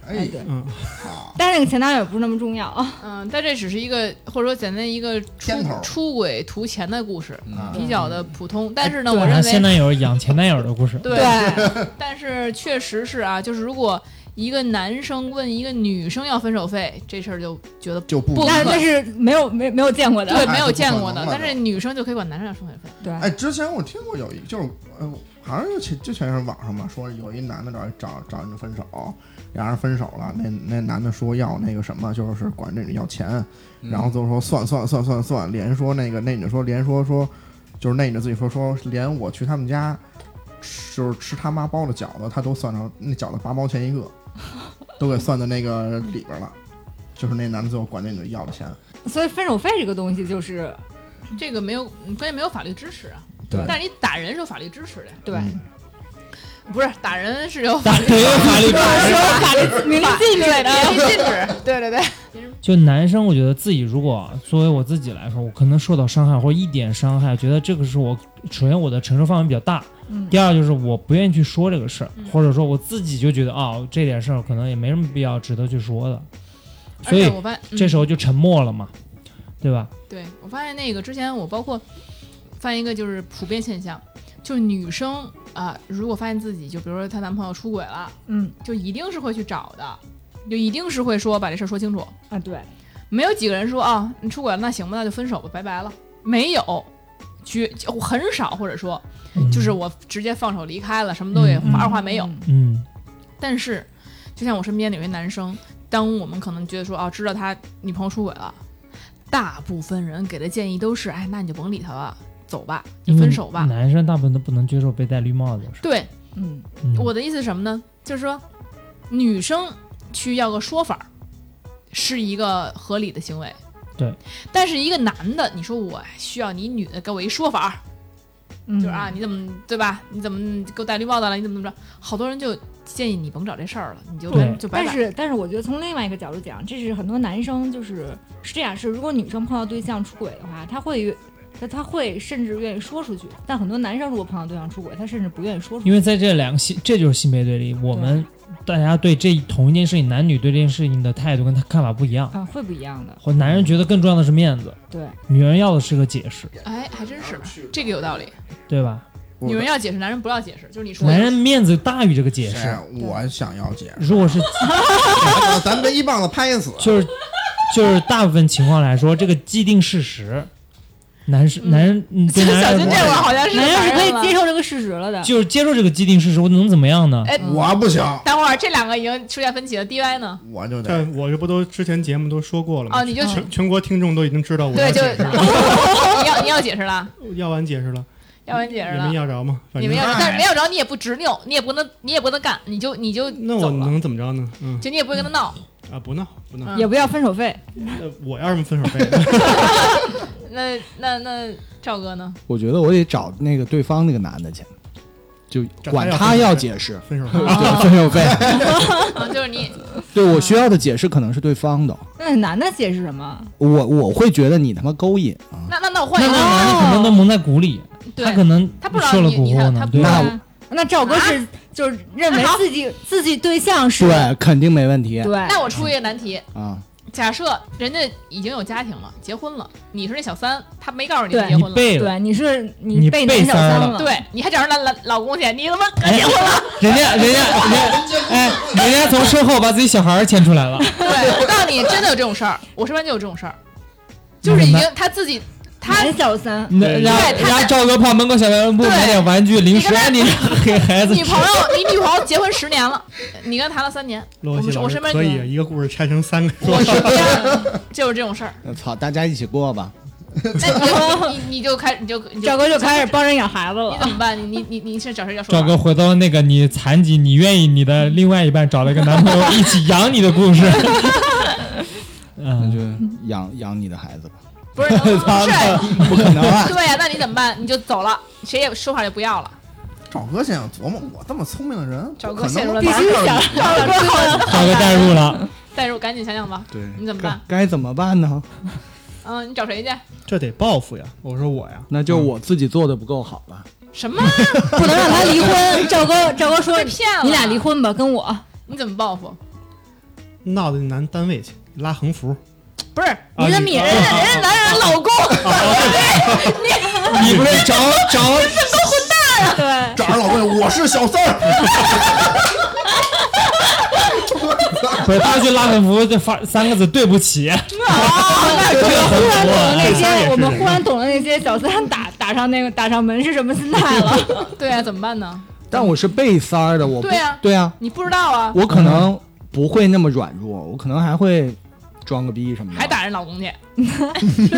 [SPEAKER 5] 哎
[SPEAKER 3] 哎
[SPEAKER 5] 对，
[SPEAKER 7] 嗯，
[SPEAKER 3] 啊，
[SPEAKER 5] 但是那个前男友不是那么重要啊。
[SPEAKER 2] 嗯，但这只是一个或者说简单一个出
[SPEAKER 3] 天头
[SPEAKER 2] 出轨图钱的故事，
[SPEAKER 3] 啊
[SPEAKER 6] 嗯
[SPEAKER 2] 比较的普通。但是呢，
[SPEAKER 5] 哎对啊
[SPEAKER 2] 我
[SPEAKER 4] 然
[SPEAKER 2] 认
[SPEAKER 4] 后现
[SPEAKER 2] 为
[SPEAKER 4] 男友养前男友的故事，
[SPEAKER 2] 对，但是确实是啊，就是如果一个男生问一个女生要分手费这事儿就觉得
[SPEAKER 3] 就不
[SPEAKER 2] 不
[SPEAKER 5] 那
[SPEAKER 2] 可
[SPEAKER 5] 那是没有没没有见过的，
[SPEAKER 2] 对
[SPEAKER 3] 哎
[SPEAKER 2] 没有
[SPEAKER 3] 不
[SPEAKER 2] 见
[SPEAKER 3] 可
[SPEAKER 2] 过的
[SPEAKER 3] 能，吧
[SPEAKER 2] 但是女生就可以管男生要分手费。
[SPEAKER 5] 对
[SPEAKER 3] 哎，之前我听过有一，就是呃，好像就前之前是网上嘛，说有一男的找找找人分手，俩人分手了，那那男的说要那个什么，就是管这女要钱，
[SPEAKER 2] 嗯
[SPEAKER 3] 然后就说算算算算算，连说那个那女的说连说说，就是那女的自己说说连我去他们家，吃就是吃他妈包的饺子，他都算上那饺子八毛钱一个，都给算到那个里边了。就是那男的最后管那女的要了钱，
[SPEAKER 5] 所以分手费这个东西就是
[SPEAKER 2] 这个没有，嗯关键没有法律支持啊。
[SPEAKER 6] 对
[SPEAKER 2] 但是你打人是有法律支持的呀，
[SPEAKER 5] 对，
[SPEAKER 3] 嗯
[SPEAKER 2] 不是打人是有法律
[SPEAKER 4] 没有法律
[SPEAKER 5] 法律明令禁止的，
[SPEAKER 2] 对免疫禁止，对对对，
[SPEAKER 4] 就男生，我觉得自己如果作为我自己来说，我可能受到伤害或者一点伤害，觉得这个是我首先我的承受范围比较大，
[SPEAKER 5] 嗯
[SPEAKER 4] 第二就是我不愿意去说这个事儿，
[SPEAKER 2] 嗯
[SPEAKER 4] 或者说我自己就觉得啊、这点事儿可能也没什么必要值得去说的，
[SPEAKER 2] 而
[SPEAKER 4] 所以
[SPEAKER 2] 且我发现、嗯
[SPEAKER 4] 这时候就沉默了嘛，对吧？
[SPEAKER 2] 对我发现那个之前我包括发现一个就是普遍现象，就是女生啊、如果发现自己就比如说她男朋友出轨了，
[SPEAKER 5] 嗯
[SPEAKER 2] 就一定是会去找的，就一定是会说把这事儿说清楚。
[SPEAKER 5] 啊对，
[SPEAKER 2] 没有几个人说啊，你出轨了，那行吧，那就分手吧，拜拜了。没有，绝就很少，或者说就是我直接放手离开了，什么都也
[SPEAKER 4] 嗯
[SPEAKER 2] 二话没有。
[SPEAKER 5] 嗯
[SPEAKER 4] 嗯，
[SPEAKER 2] 但是，就像我身边有些男生，当我们可能觉得说啊，知道他女朋友出轨了，大部分人给的建议都是，哎，那你就甭理他了，走吧，就
[SPEAKER 4] 因为
[SPEAKER 2] 分手吧。
[SPEAKER 4] 男生大部分都不能接受被戴绿帽子的事儿。
[SPEAKER 2] 对，
[SPEAKER 5] 嗯
[SPEAKER 4] 嗯
[SPEAKER 2] 我的意思是什么呢？就是说，女生去要个说法儿，是一个合理的行为。
[SPEAKER 4] 对。
[SPEAKER 2] 但是一个男的，你说我需要你女的给我一说法儿，
[SPEAKER 5] 嗯
[SPEAKER 2] 就是啊，你怎么对吧？你怎么给我戴绿帽子了？你怎么怎么着？好多人就建议你甭找这事儿了，你就
[SPEAKER 4] 对
[SPEAKER 2] 就拜
[SPEAKER 5] 但
[SPEAKER 2] 拜。
[SPEAKER 5] 是，但是我觉得从另外一个角度讲，这是很多男生就是是这样，是如果女生碰到对象出轨的话，他会，他他会甚至愿意说出去。但很多男生如果碰到对象出轨，他甚至不愿意说出去。
[SPEAKER 4] 因为在这两个性，这就是性别对立。我们大家对这同一件事情，男女对这件事情的态度跟他看法不一样。
[SPEAKER 5] 啊，会不一样的，
[SPEAKER 4] 或男人觉得更重要的是面子，
[SPEAKER 5] 对，
[SPEAKER 4] 女人要的是个解释，
[SPEAKER 2] 哎，还真是这个有道理。
[SPEAKER 4] 对吧？
[SPEAKER 3] 我
[SPEAKER 2] 女人要解释，男人不要解释，就是你说的
[SPEAKER 4] 男人面子大于这个解
[SPEAKER 3] 谁
[SPEAKER 4] 释
[SPEAKER 3] 啊。我想要解释，
[SPEAKER 4] 如果是
[SPEAKER 3] 咱们一棒子拍死。
[SPEAKER 4] 就是就是大部分情况来说，这个既定事实，男是
[SPEAKER 2] 嗯
[SPEAKER 4] 男人嗯对男
[SPEAKER 2] 小
[SPEAKER 4] 人
[SPEAKER 2] 军
[SPEAKER 4] 来
[SPEAKER 2] 这
[SPEAKER 4] 说
[SPEAKER 2] 会儿好像是
[SPEAKER 5] 男人是可
[SPEAKER 2] 反
[SPEAKER 5] 以
[SPEAKER 2] 了
[SPEAKER 5] 接受这个事实了的。
[SPEAKER 4] 就是接受这个既定事实，我能怎么样呢？
[SPEAKER 2] 哎，
[SPEAKER 3] 我不行，
[SPEAKER 2] 等会儿这两个已经出现分歧了。D Y
[SPEAKER 4] 嗯
[SPEAKER 2] 呢？
[SPEAKER 3] 我就得
[SPEAKER 7] 但我这不都之前节目都说过了吗？
[SPEAKER 2] 哦，你就
[SPEAKER 7] 全全国听众都已经知道我
[SPEAKER 2] 对，
[SPEAKER 7] 要
[SPEAKER 2] 就
[SPEAKER 7] 解释了，
[SPEAKER 2] 你要你要解释了，
[SPEAKER 7] 要完解释了，
[SPEAKER 2] 要完解释
[SPEAKER 7] 你
[SPEAKER 2] 了
[SPEAKER 7] 们。要着吗？反
[SPEAKER 2] 你
[SPEAKER 7] 正
[SPEAKER 2] 们要，
[SPEAKER 3] 哎
[SPEAKER 2] 但是没有着你也不执拗，你也不能，你也不能干，你就你就
[SPEAKER 7] 那
[SPEAKER 2] 走
[SPEAKER 7] 我
[SPEAKER 2] 了，
[SPEAKER 7] 能怎么着呢？嗯
[SPEAKER 2] 就你也不会跟他闹。
[SPEAKER 7] 啊，不闹不闹，
[SPEAKER 2] 嗯
[SPEAKER 5] 也不要分手费，
[SPEAKER 7] 那我要什么分手费？
[SPEAKER 2] 那那那赵哥呢？
[SPEAKER 6] 我觉得我得找那个对方那个男的去，就管他要解释，
[SPEAKER 7] 分手费。
[SPEAKER 5] 嗯
[SPEAKER 6] 对分手费，
[SPEAKER 2] 啊，就是你
[SPEAKER 6] 对我需要的解释可能是对方的，
[SPEAKER 5] 那男的解释什么？
[SPEAKER 6] 我我会觉得你他妈勾引啊，
[SPEAKER 2] 那那那我换
[SPEAKER 4] 那
[SPEAKER 2] 一
[SPEAKER 4] 那
[SPEAKER 2] 个
[SPEAKER 5] 哦
[SPEAKER 2] 人，
[SPEAKER 4] 男的可能都蒙在鼓里，
[SPEAKER 2] 对
[SPEAKER 4] 他可能
[SPEAKER 2] 他不知道
[SPEAKER 4] 受了
[SPEAKER 2] 你你
[SPEAKER 4] 蛊惑
[SPEAKER 2] 看
[SPEAKER 4] 呢
[SPEAKER 2] 他，不
[SPEAKER 4] 对
[SPEAKER 6] 知
[SPEAKER 4] 吧
[SPEAKER 6] 道？
[SPEAKER 5] 那啊那赵哥是、就是认为
[SPEAKER 2] 那啊好
[SPEAKER 5] 自己自己对象是
[SPEAKER 6] 对，肯定没问题
[SPEAKER 5] 对，
[SPEAKER 2] 那我出一个难题，
[SPEAKER 6] 啊。
[SPEAKER 2] 假设人家已经有家庭了，结婚了，你是那小三，他没告诉你他
[SPEAKER 5] 对
[SPEAKER 2] 结
[SPEAKER 4] 你
[SPEAKER 2] 婚了，
[SPEAKER 4] 背了，
[SPEAKER 5] 对，你是
[SPEAKER 4] 你
[SPEAKER 5] 被
[SPEAKER 4] 被
[SPEAKER 5] 男小
[SPEAKER 4] 三儿
[SPEAKER 5] 三
[SPEAKER 4] 了
[SPEAKER 5] 了，
[SPEAKER 2] 对，你还找人老老老公去，你他妈可结婚了，
[SPEAKER 4] 哎人家人家人家哎，人家从身后把自己小孩儿牵出来了，
[SPEAKER 2] 对，我告诉你，真的有这种事儿，我身边就有这种事儿，就是已经他自己他
[SPEAKER 5] 男小三，
[SPEAKER 4] 那
[SPEAKER 7] 对
[SPEAKER 4] 然后
[SPEAKER 2] 对
[SPEAKER 4] 然
[SPEAKER 2] 他
[SPEAKER 4] 后赵哥跑门口小卖部
[SPEAKER 2] 对
[SPEAKER 4] 买点玩具零食
[SPEAKER 2] 你，跟他
[SPEAKER 4] 你给孩子
[SPEAKER 2] 女朋友，你女朋友结婚十年了，你跟她谈了三年，
[SPEAKER 7] 罗西
[SPEAKER 2] 我
[SPEAKER 7] 老
[SPEAKER 2] 我
[SPEAKER 7] 师
[SPEAKER 2] 身边
[SPEAKER 7] 可
[SPEAKER 2] 就
[SPEAKER 7] 以一个啊故事拆成三个
[SPEAKER 2] 我
[SPEAKER 7] 说，
[SPEAKER 2] 身边 就是这种事儿，
[SPEAKER 6] 那操，大家一起过吧。
[SPEAKER 2] 那你你你就开你就你
[SPEAKER 5] 赵哥就开始帮人养孩 子
[SPEAKER 2] 你
[SPEAKER 5] 了
[SPEAKER 2] 怎。么办？你你你你是找谁要说
[SPEAKER 4] 赵
[SPEAKER 2] 法？
[SPEAKER 4] 哥回到那个你残疾，你愿意你的另外一半找了一个男朋友一起养你的 故事。
[SPEAKER 6] 那
[SPEAKER 4] 嗯，
[SPEAKER 6] 就养养你的孩子吧，
[SPEAKER 2] 不 是不哦是，
[SPEAKER 6] 不可能 啊！
[SPEAKER 2] 对呀，那你怎么办？你就走了，谁也说法就不要了。
[SPEAKER 3] 赵哥现在琢磨，我这么聪明的人，
[SPEAKER 2] 赵哥
[SPEAKER 3] 可
[SPEAKER 2] 陷入
[SPEAKER 3] 能
[SPEAKER 2] 了大
[SPEAKER 3] 能玩儿点儿
[SPEAKER 2] 赵哥
[SPEAKER 4] 赵哥代入了，
[SPEAKER 2] 代入，赶紧想想吧，
[SPEAKER 6] 对，
[SPEAKER 2] 你怎么办？
[SPEAKER 6] 该怎么办呢？
[SPEAKER 2] 嗯，你找谁去？
[SPEAKER 7] 这得报复呀！我说我呀，
[SPEAKER 6] 那就我自己做的不够好了。
[SPEAKER 2] 什 么？
[SPEAKER 5] 不能让他离婚。赵哥，赵哥说
[SPEAKER 2] 被骗了
[SPEAKER 5] 你俩离婚吧，跟我。
[SPEAKER 2] 你怎么报复？
[SPEAKER 7] 闹到那男单位去拉横幅，
[SPEAKER 2] 不是，
[SPEAKER 7] 啊
[SPEAKER 5] 你怎么
[SPEAKER 7] 你
[SPEAKER 5] 也
[SPEAKER 7] 啊
[SPEAKER 5] 认识
[SPEAKER 2] 人家男人老公，
[SPEAKER 6] 你不 是找找
[SPEAKER 5] 对，
[SPEAKER 3] 找着老魏，我是小三儿。
[SPEAKER 4] 不是他去拉横幅就发三个字对不起，
[SPEAKER 5] 忽然懂了那
[SPEAKER 7] 这仨也
[SPEAKER 5] 些，
[SPEAKER 7] 是
[SPEAKER 5] 我们忽然懂了那些小三打打上那个打上门是什么心态了。
[SPEAKER 2] 对啊，怎么办呢？
[SPEAKER 6] 但我是被三儿的，我不
[SPEAKER 2] 对啊
[SPEAKER 6] 对啊，
[SPEAKER 2] 你不知道啊，
[SPEAKER 6] 我可能不会那么软弱，我可能还会装个逼什么的。
[SPEAKER 2] 还打人老 公去，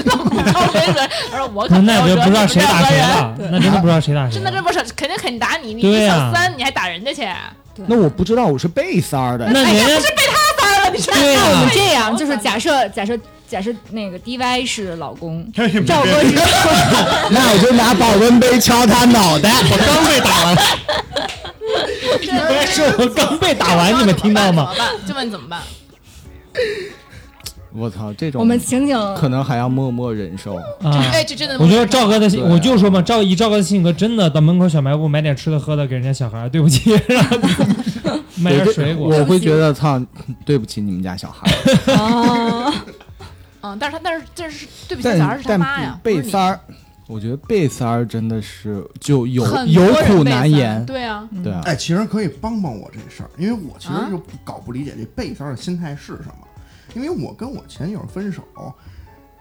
[SPEAKER 2] 老公招谁惹？他说我
[SPEAKER 4] 那
[SPEAKER 2] 可
[SPEAKER 4] 那
[SPEAKER 2] 没
[SPEAKER 4] 也
[SPEAKER 2] 有
[SPEAKER 4] 就
[SPEAKER 2] 惹
[SPEAKER 4] 不知道
[SPEAKER 2] 你
[SPEAKER 4] 谁打谁了，
[SPEAKER 5] 对
[SPEAKER 4] 那真的不知道谁打谁
[SPEAKER 2] 真的
[SPEAKER 4] 了。
[SPEAKER 2] 这不是肯定肯定打你，你
[SPEAKER 4] 对
[SPEAKER 2] 一
[SPEAKER 4] 啊
[SPEAKER 2] 小三你还打人家去？哎
[SPEAKER 6] 那我不知道我是被三儿的，
[SPEAKER 4] 那人
[SPEAKER 2] 呀，不
[SPEAKER 4] 家
[SPEAKER 2] 是被他三了，你说
[SPEAKER 4] 对
[SPEAKER 5] 那我们
[SPEAKER 4] 啊，
[SPEAKER 5] 这样，就是假设假设假设那个 DY 是老公，
[SPEAKER 7] 别
[SPEAKER 5] 赵哥
[SPEAKER 7] 别
[SPEAKER 5] 是
[SPEAKER 6] 那我就拿保温杯敲他 脑袋。我刚被打完，
[SPEAKER 4] 哎是我刚被打完，你们听到吗？
[SPEAKER 2] 怎么办？就问你怎么办？
[SPEAKER 6] 我操，这种
[SPEAKER 5] 我们情景
[SPEAKER 6] 可能还要默默忍受。
[SPEAKER 4] 啊，
[SPEAKER 2] 哎，这真的，
[SPEAKER 4] 我觉得赵哥的性，
[SPEAKER 6] 对啊
[SPEAKER 4] 我就说嘛，赵以赵哥的性格，真的到门口小卖部买点吃的喝的给人家小孩儿，对不起， 然后买点水果。
[SPEAKER 6] 我会觉得操，对不起你们家 小孩。
[SPEAKER 5] 啊，
[SPEAKER 2] 嗯，但是他但是这是对不起，小孩
[SPEAKER 6] 但
[SPEAKER 2] 是他
[SPEAKER 6] 但
[SPEAKER 2] 妈呀
[SPEAKER 6] 比，被
[SPEAKER 2] 不是你
[SPEAKER 6] 三儿，我觉得被三儿真的是就有
[SPEAKER 2] 很多
[SPEAKER 6] 有
[SPEAKER 2] 人
[SPEAKER 6] 苦
[SPEAKER 2] 被
[SPEAKER 6] 难
[SPEAKER 2] 三
[SPEAKER 6] 言。
[SPEAKER 2] 对啊，
[SPEAKER 6] 对啊，
[SPEAKER 3] 哎，其实可以帮帮我这事儿，因为我其实就不搞不理解这贝三儿的心态是什么。因为我跟我前女友分手，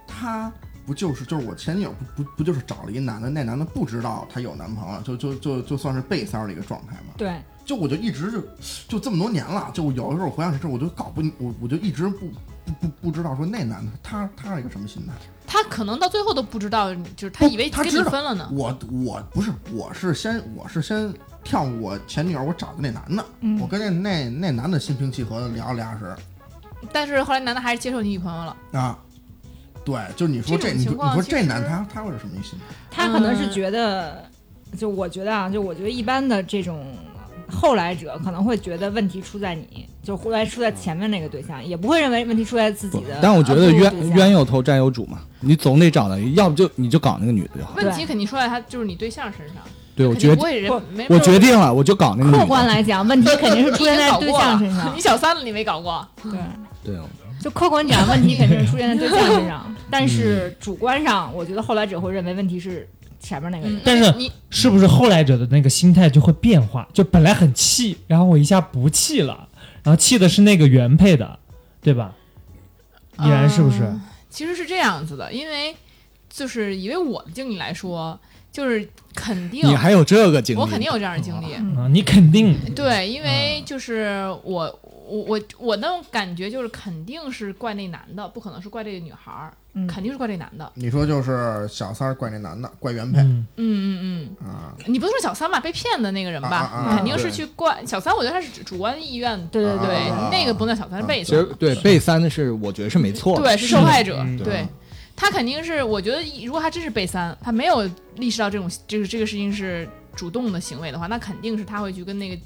[SPEAKER 3] 她不就是就是我前女友不不不就是找了一男的，那男的不知道她有男朋友，就就就就算是贝三儿的一个状态嘛。
[SPEAKER 5] 对，
[SPEAKER 3] 就我就一直就就这么多年了，就有的时候我回想起这事儿，我就搞不我我就一直不不不不知道说那男的他他是一个什么心态。
[SPEAKER 2] 他可能到最后都不知道，就是他
[SPEAKER 3] 不
[SPEAKER 2] 以为
[SPEAKER 3] 他
[SPEAKER 2] 跟
[SPEAKER 3] 知
[SPEAKER 2] 你
[SPEAKER 3] 道
[SPEAKER 2] 分了呢。
[SPEAKER 3] 我我不是，我是先我是先跳我前女友，我找的那男的，
[SPEAKER 5] 嗯
[SPEAKER 3] 我跟那那那男的心平气和的聊了俩小时
[SPEAKER 2] 但是后来男的还是接受你女朋友了，
[SPEAKER 3] 啊。对，就是你说
[SPEAKER 2] 这
[SPEAKER 3] 这，
[SPEAKER 2] 种
[SPEAKER 3] 你
[SPEAKER 2] 情
[SPEAKER 3] 说
[SPEAKER 2] 况
[SPEAKER 3] 你说
[SPEAKER 2] 其
[SPEAKER 3] 这男
[SPEAKER 2] 实
[SPEAKER 3] 他他会是什么心态？
[SPEAKER 5] 他可能
[SPEAKER 2] 嗯
[SPEAKER 5] 是觉得，就我觉得啊，就我觉得一般的这种后来者可能会觉得问题出在你，就后来出在前面那个对象，也不会认为问题出在自己的。
[SPEAKER 6] 但我觉得
[SPEAKER 5] 呃
[SPEAKER 6] 冤
[SPEAKER 5] 不如对象
[SPEAKER 6] 冤有头债有主嘛，你总得找到一个，要不就你就搞那个女的就好。
[SPEAKER 2] 问题肯定出在他就是你对象身上。
[SPEAKER 6] 对，我
[SPEAKER 2] 肯定
[SPEAKER 6] 决
[SPEAKER 2] 不会人
[SPEAKER 5] 不
[SPEAKER 2] 没
[SPEAKER 6] 我
[SPEAKER 2] 没有
[SPEAKER 6] 决定了，我就搞那个女
[SPEAKER 5] 客观
[SPEAKER 6] 的。
[SPEAKER 5] 来讲，问题肯定是出现在对象身 上
[SPEAKER 2] 你。小三了，你没搞过？
[SPEAKER 5] 对，
[SPEAKER 6] 对哦，
[SPEAKER 5] 就客观讲，问题肯定是出现在对象身上。但是主观上，我觉得后来者会认为问题是前面那个人。
[SPEAKER 4] 但是
[SPEAKER 2] 嗯你
[SPEAKER 4] 是不是后来者的那个心态就会变化？就本来很气，然后我一下不气了，然后气的是那个原配的，对吧？依然是不是？
[SPEAKER 2] 嗯其实是这样子的，因为就是以为我的经历来说，就是肯定
[SPEAKER 6] 你还有这个经历？
[SPEAKER 2] 我肯定有这样的经历，
[SPEAKER 7] 嗯
[SPEAKER 4] 啊，你肯定
[SPEAKER 2] 对，因为就是我我我我那种感觉就是肯定是怪那男的，不可能是怪这个女孩儿，
[SPEAKER 5] 嗯
[SPEAKER 2] 肯定是怪这男的。
[SPEAKER 3] 你说就是小三儿怪那男的，怪原配
[SPEAKER 4] 嗯，
[SPEAKER 2] 嗯嗯
[SPEAKER 3] 啊
[SPEAKER 2] 嗯，你不说小三吧，被骗的那个人吧，
[SPEAKER 3] 啊啊
[SPEAKER 5] 啊
[SPEAKER 2] 肯定是
[SPEAKER 6] 对
[SPEAKER 2] 去怪小三。我觉得他是主观意愿，
[SPEAKER 5] 对对
[SPEAKER 3] 啊
[SPEAKER 2] 对、
[SPEAKER 5] 对
[SPEAKER 3] 啊
[SPEAKER 2] 那个不能叫小三是被
[SPEAKER 6] 其实
[SPEAKER 2] 子，
[SPEAKER 6] 对被三的是，我觉得是没错的。
[SPEAKER 2] 对是受害者，
[SPEAKER 4] 嗯
[SPEAKER 2] 对。他肯定是，我觉得如果他真是被三，他没有意识到这种这个这个事情是主动的行为的话，那肯定是他会去跟那个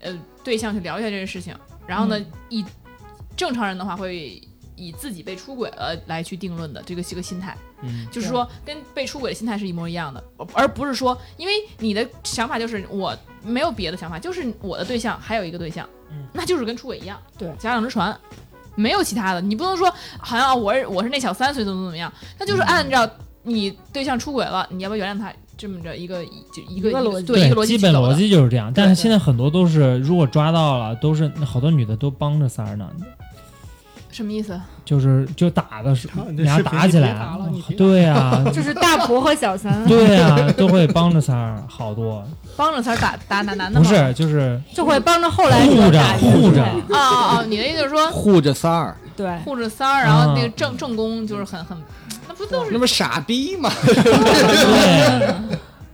[SPEAKER 2] 呃对象去聊一下这个事情。然后呢，以正常人的话会以自己被出轨了来去定论的这个这个心态，
[SPEAKER 4] 嗯
[SPEAKER 2] 就是说跟被出轨的心态是一模一样的，而不是说因为你的想法就是我没有别的想法，就是我的对象还有一个对象，
[SPEAKER 4] 嗯
[SPEAKER 2] 那就是跟出轨一样，
[SPEAKER 5] 对
[SPEAKER 2] 假两只船。没有其他的，你不能说好像我是我是那小三，所以怎么怎么样，那
[SPEAKER 5] 嗯
[SPEAKER 2] 就是按照你对象出轨了，你要不要原谅他这么着一个就一个
[SPEAKER 5] 一个逻辑
[SPEAKER 2] 对一个逻辑
[SPEAKER 4] 基
[SPEAKER 2] 去
[SPEAKER 4] 本
[SPEAKER 2] 走的
[SPEAKER 4] 逻辑就是这样。但
[SPEAKER 2] 对
[SPEAKER 4] 是
[SPEAKER 2] 对
[SPEAKER 4] 现在很多都是，如果抓到了，都是好多女的都帮着三儿呢，
[SPEAKER 2] 什么意思？
[SPEAKER 4] 就是就打的时候，
[SPEAKER 7] 看这
[SPEAKER 4] 俩
[SPEAKER 7] 视频
[SPEAKER 4] 打
[SPEAKER 7] 你
[SPEAKER 4] 起
[SPEAKER 7] 别
[SPEAKER 4] 来啊
[SPEAKER 7] 打了你别，
[SPEAKER 4] 对呀，
[SPEAKER 5] 就是大婆和小三
[SPEAKER 4] 对呀，都会帮着三儿，好多
[SPEAKER 2] 帮着他打打男男的
[SPEAKER 4] 不
[SPEAKER 2] 吗？
[SPEAKER 4] 是就是
[SPEAKER 5] 就会帮着后来者
[SPEAKER 4] 护着
[SPEAKER 5] 打
[SPEAKER 4] 护着，
[SPEAKER 2] 哦哦哦，你的意思就是 说
[SPEAKER 6] 护着三儿，
[SPEAKER 5] 对，
[SPEAKER 2] 护着三儿，然后那
[SPEAKER 4] 嗯
[SPEAKER 2] 个正正宫就是很很，那不都是
[SPEAKER 6] 那不傻逼吗？
[SPEAKER 4] 对，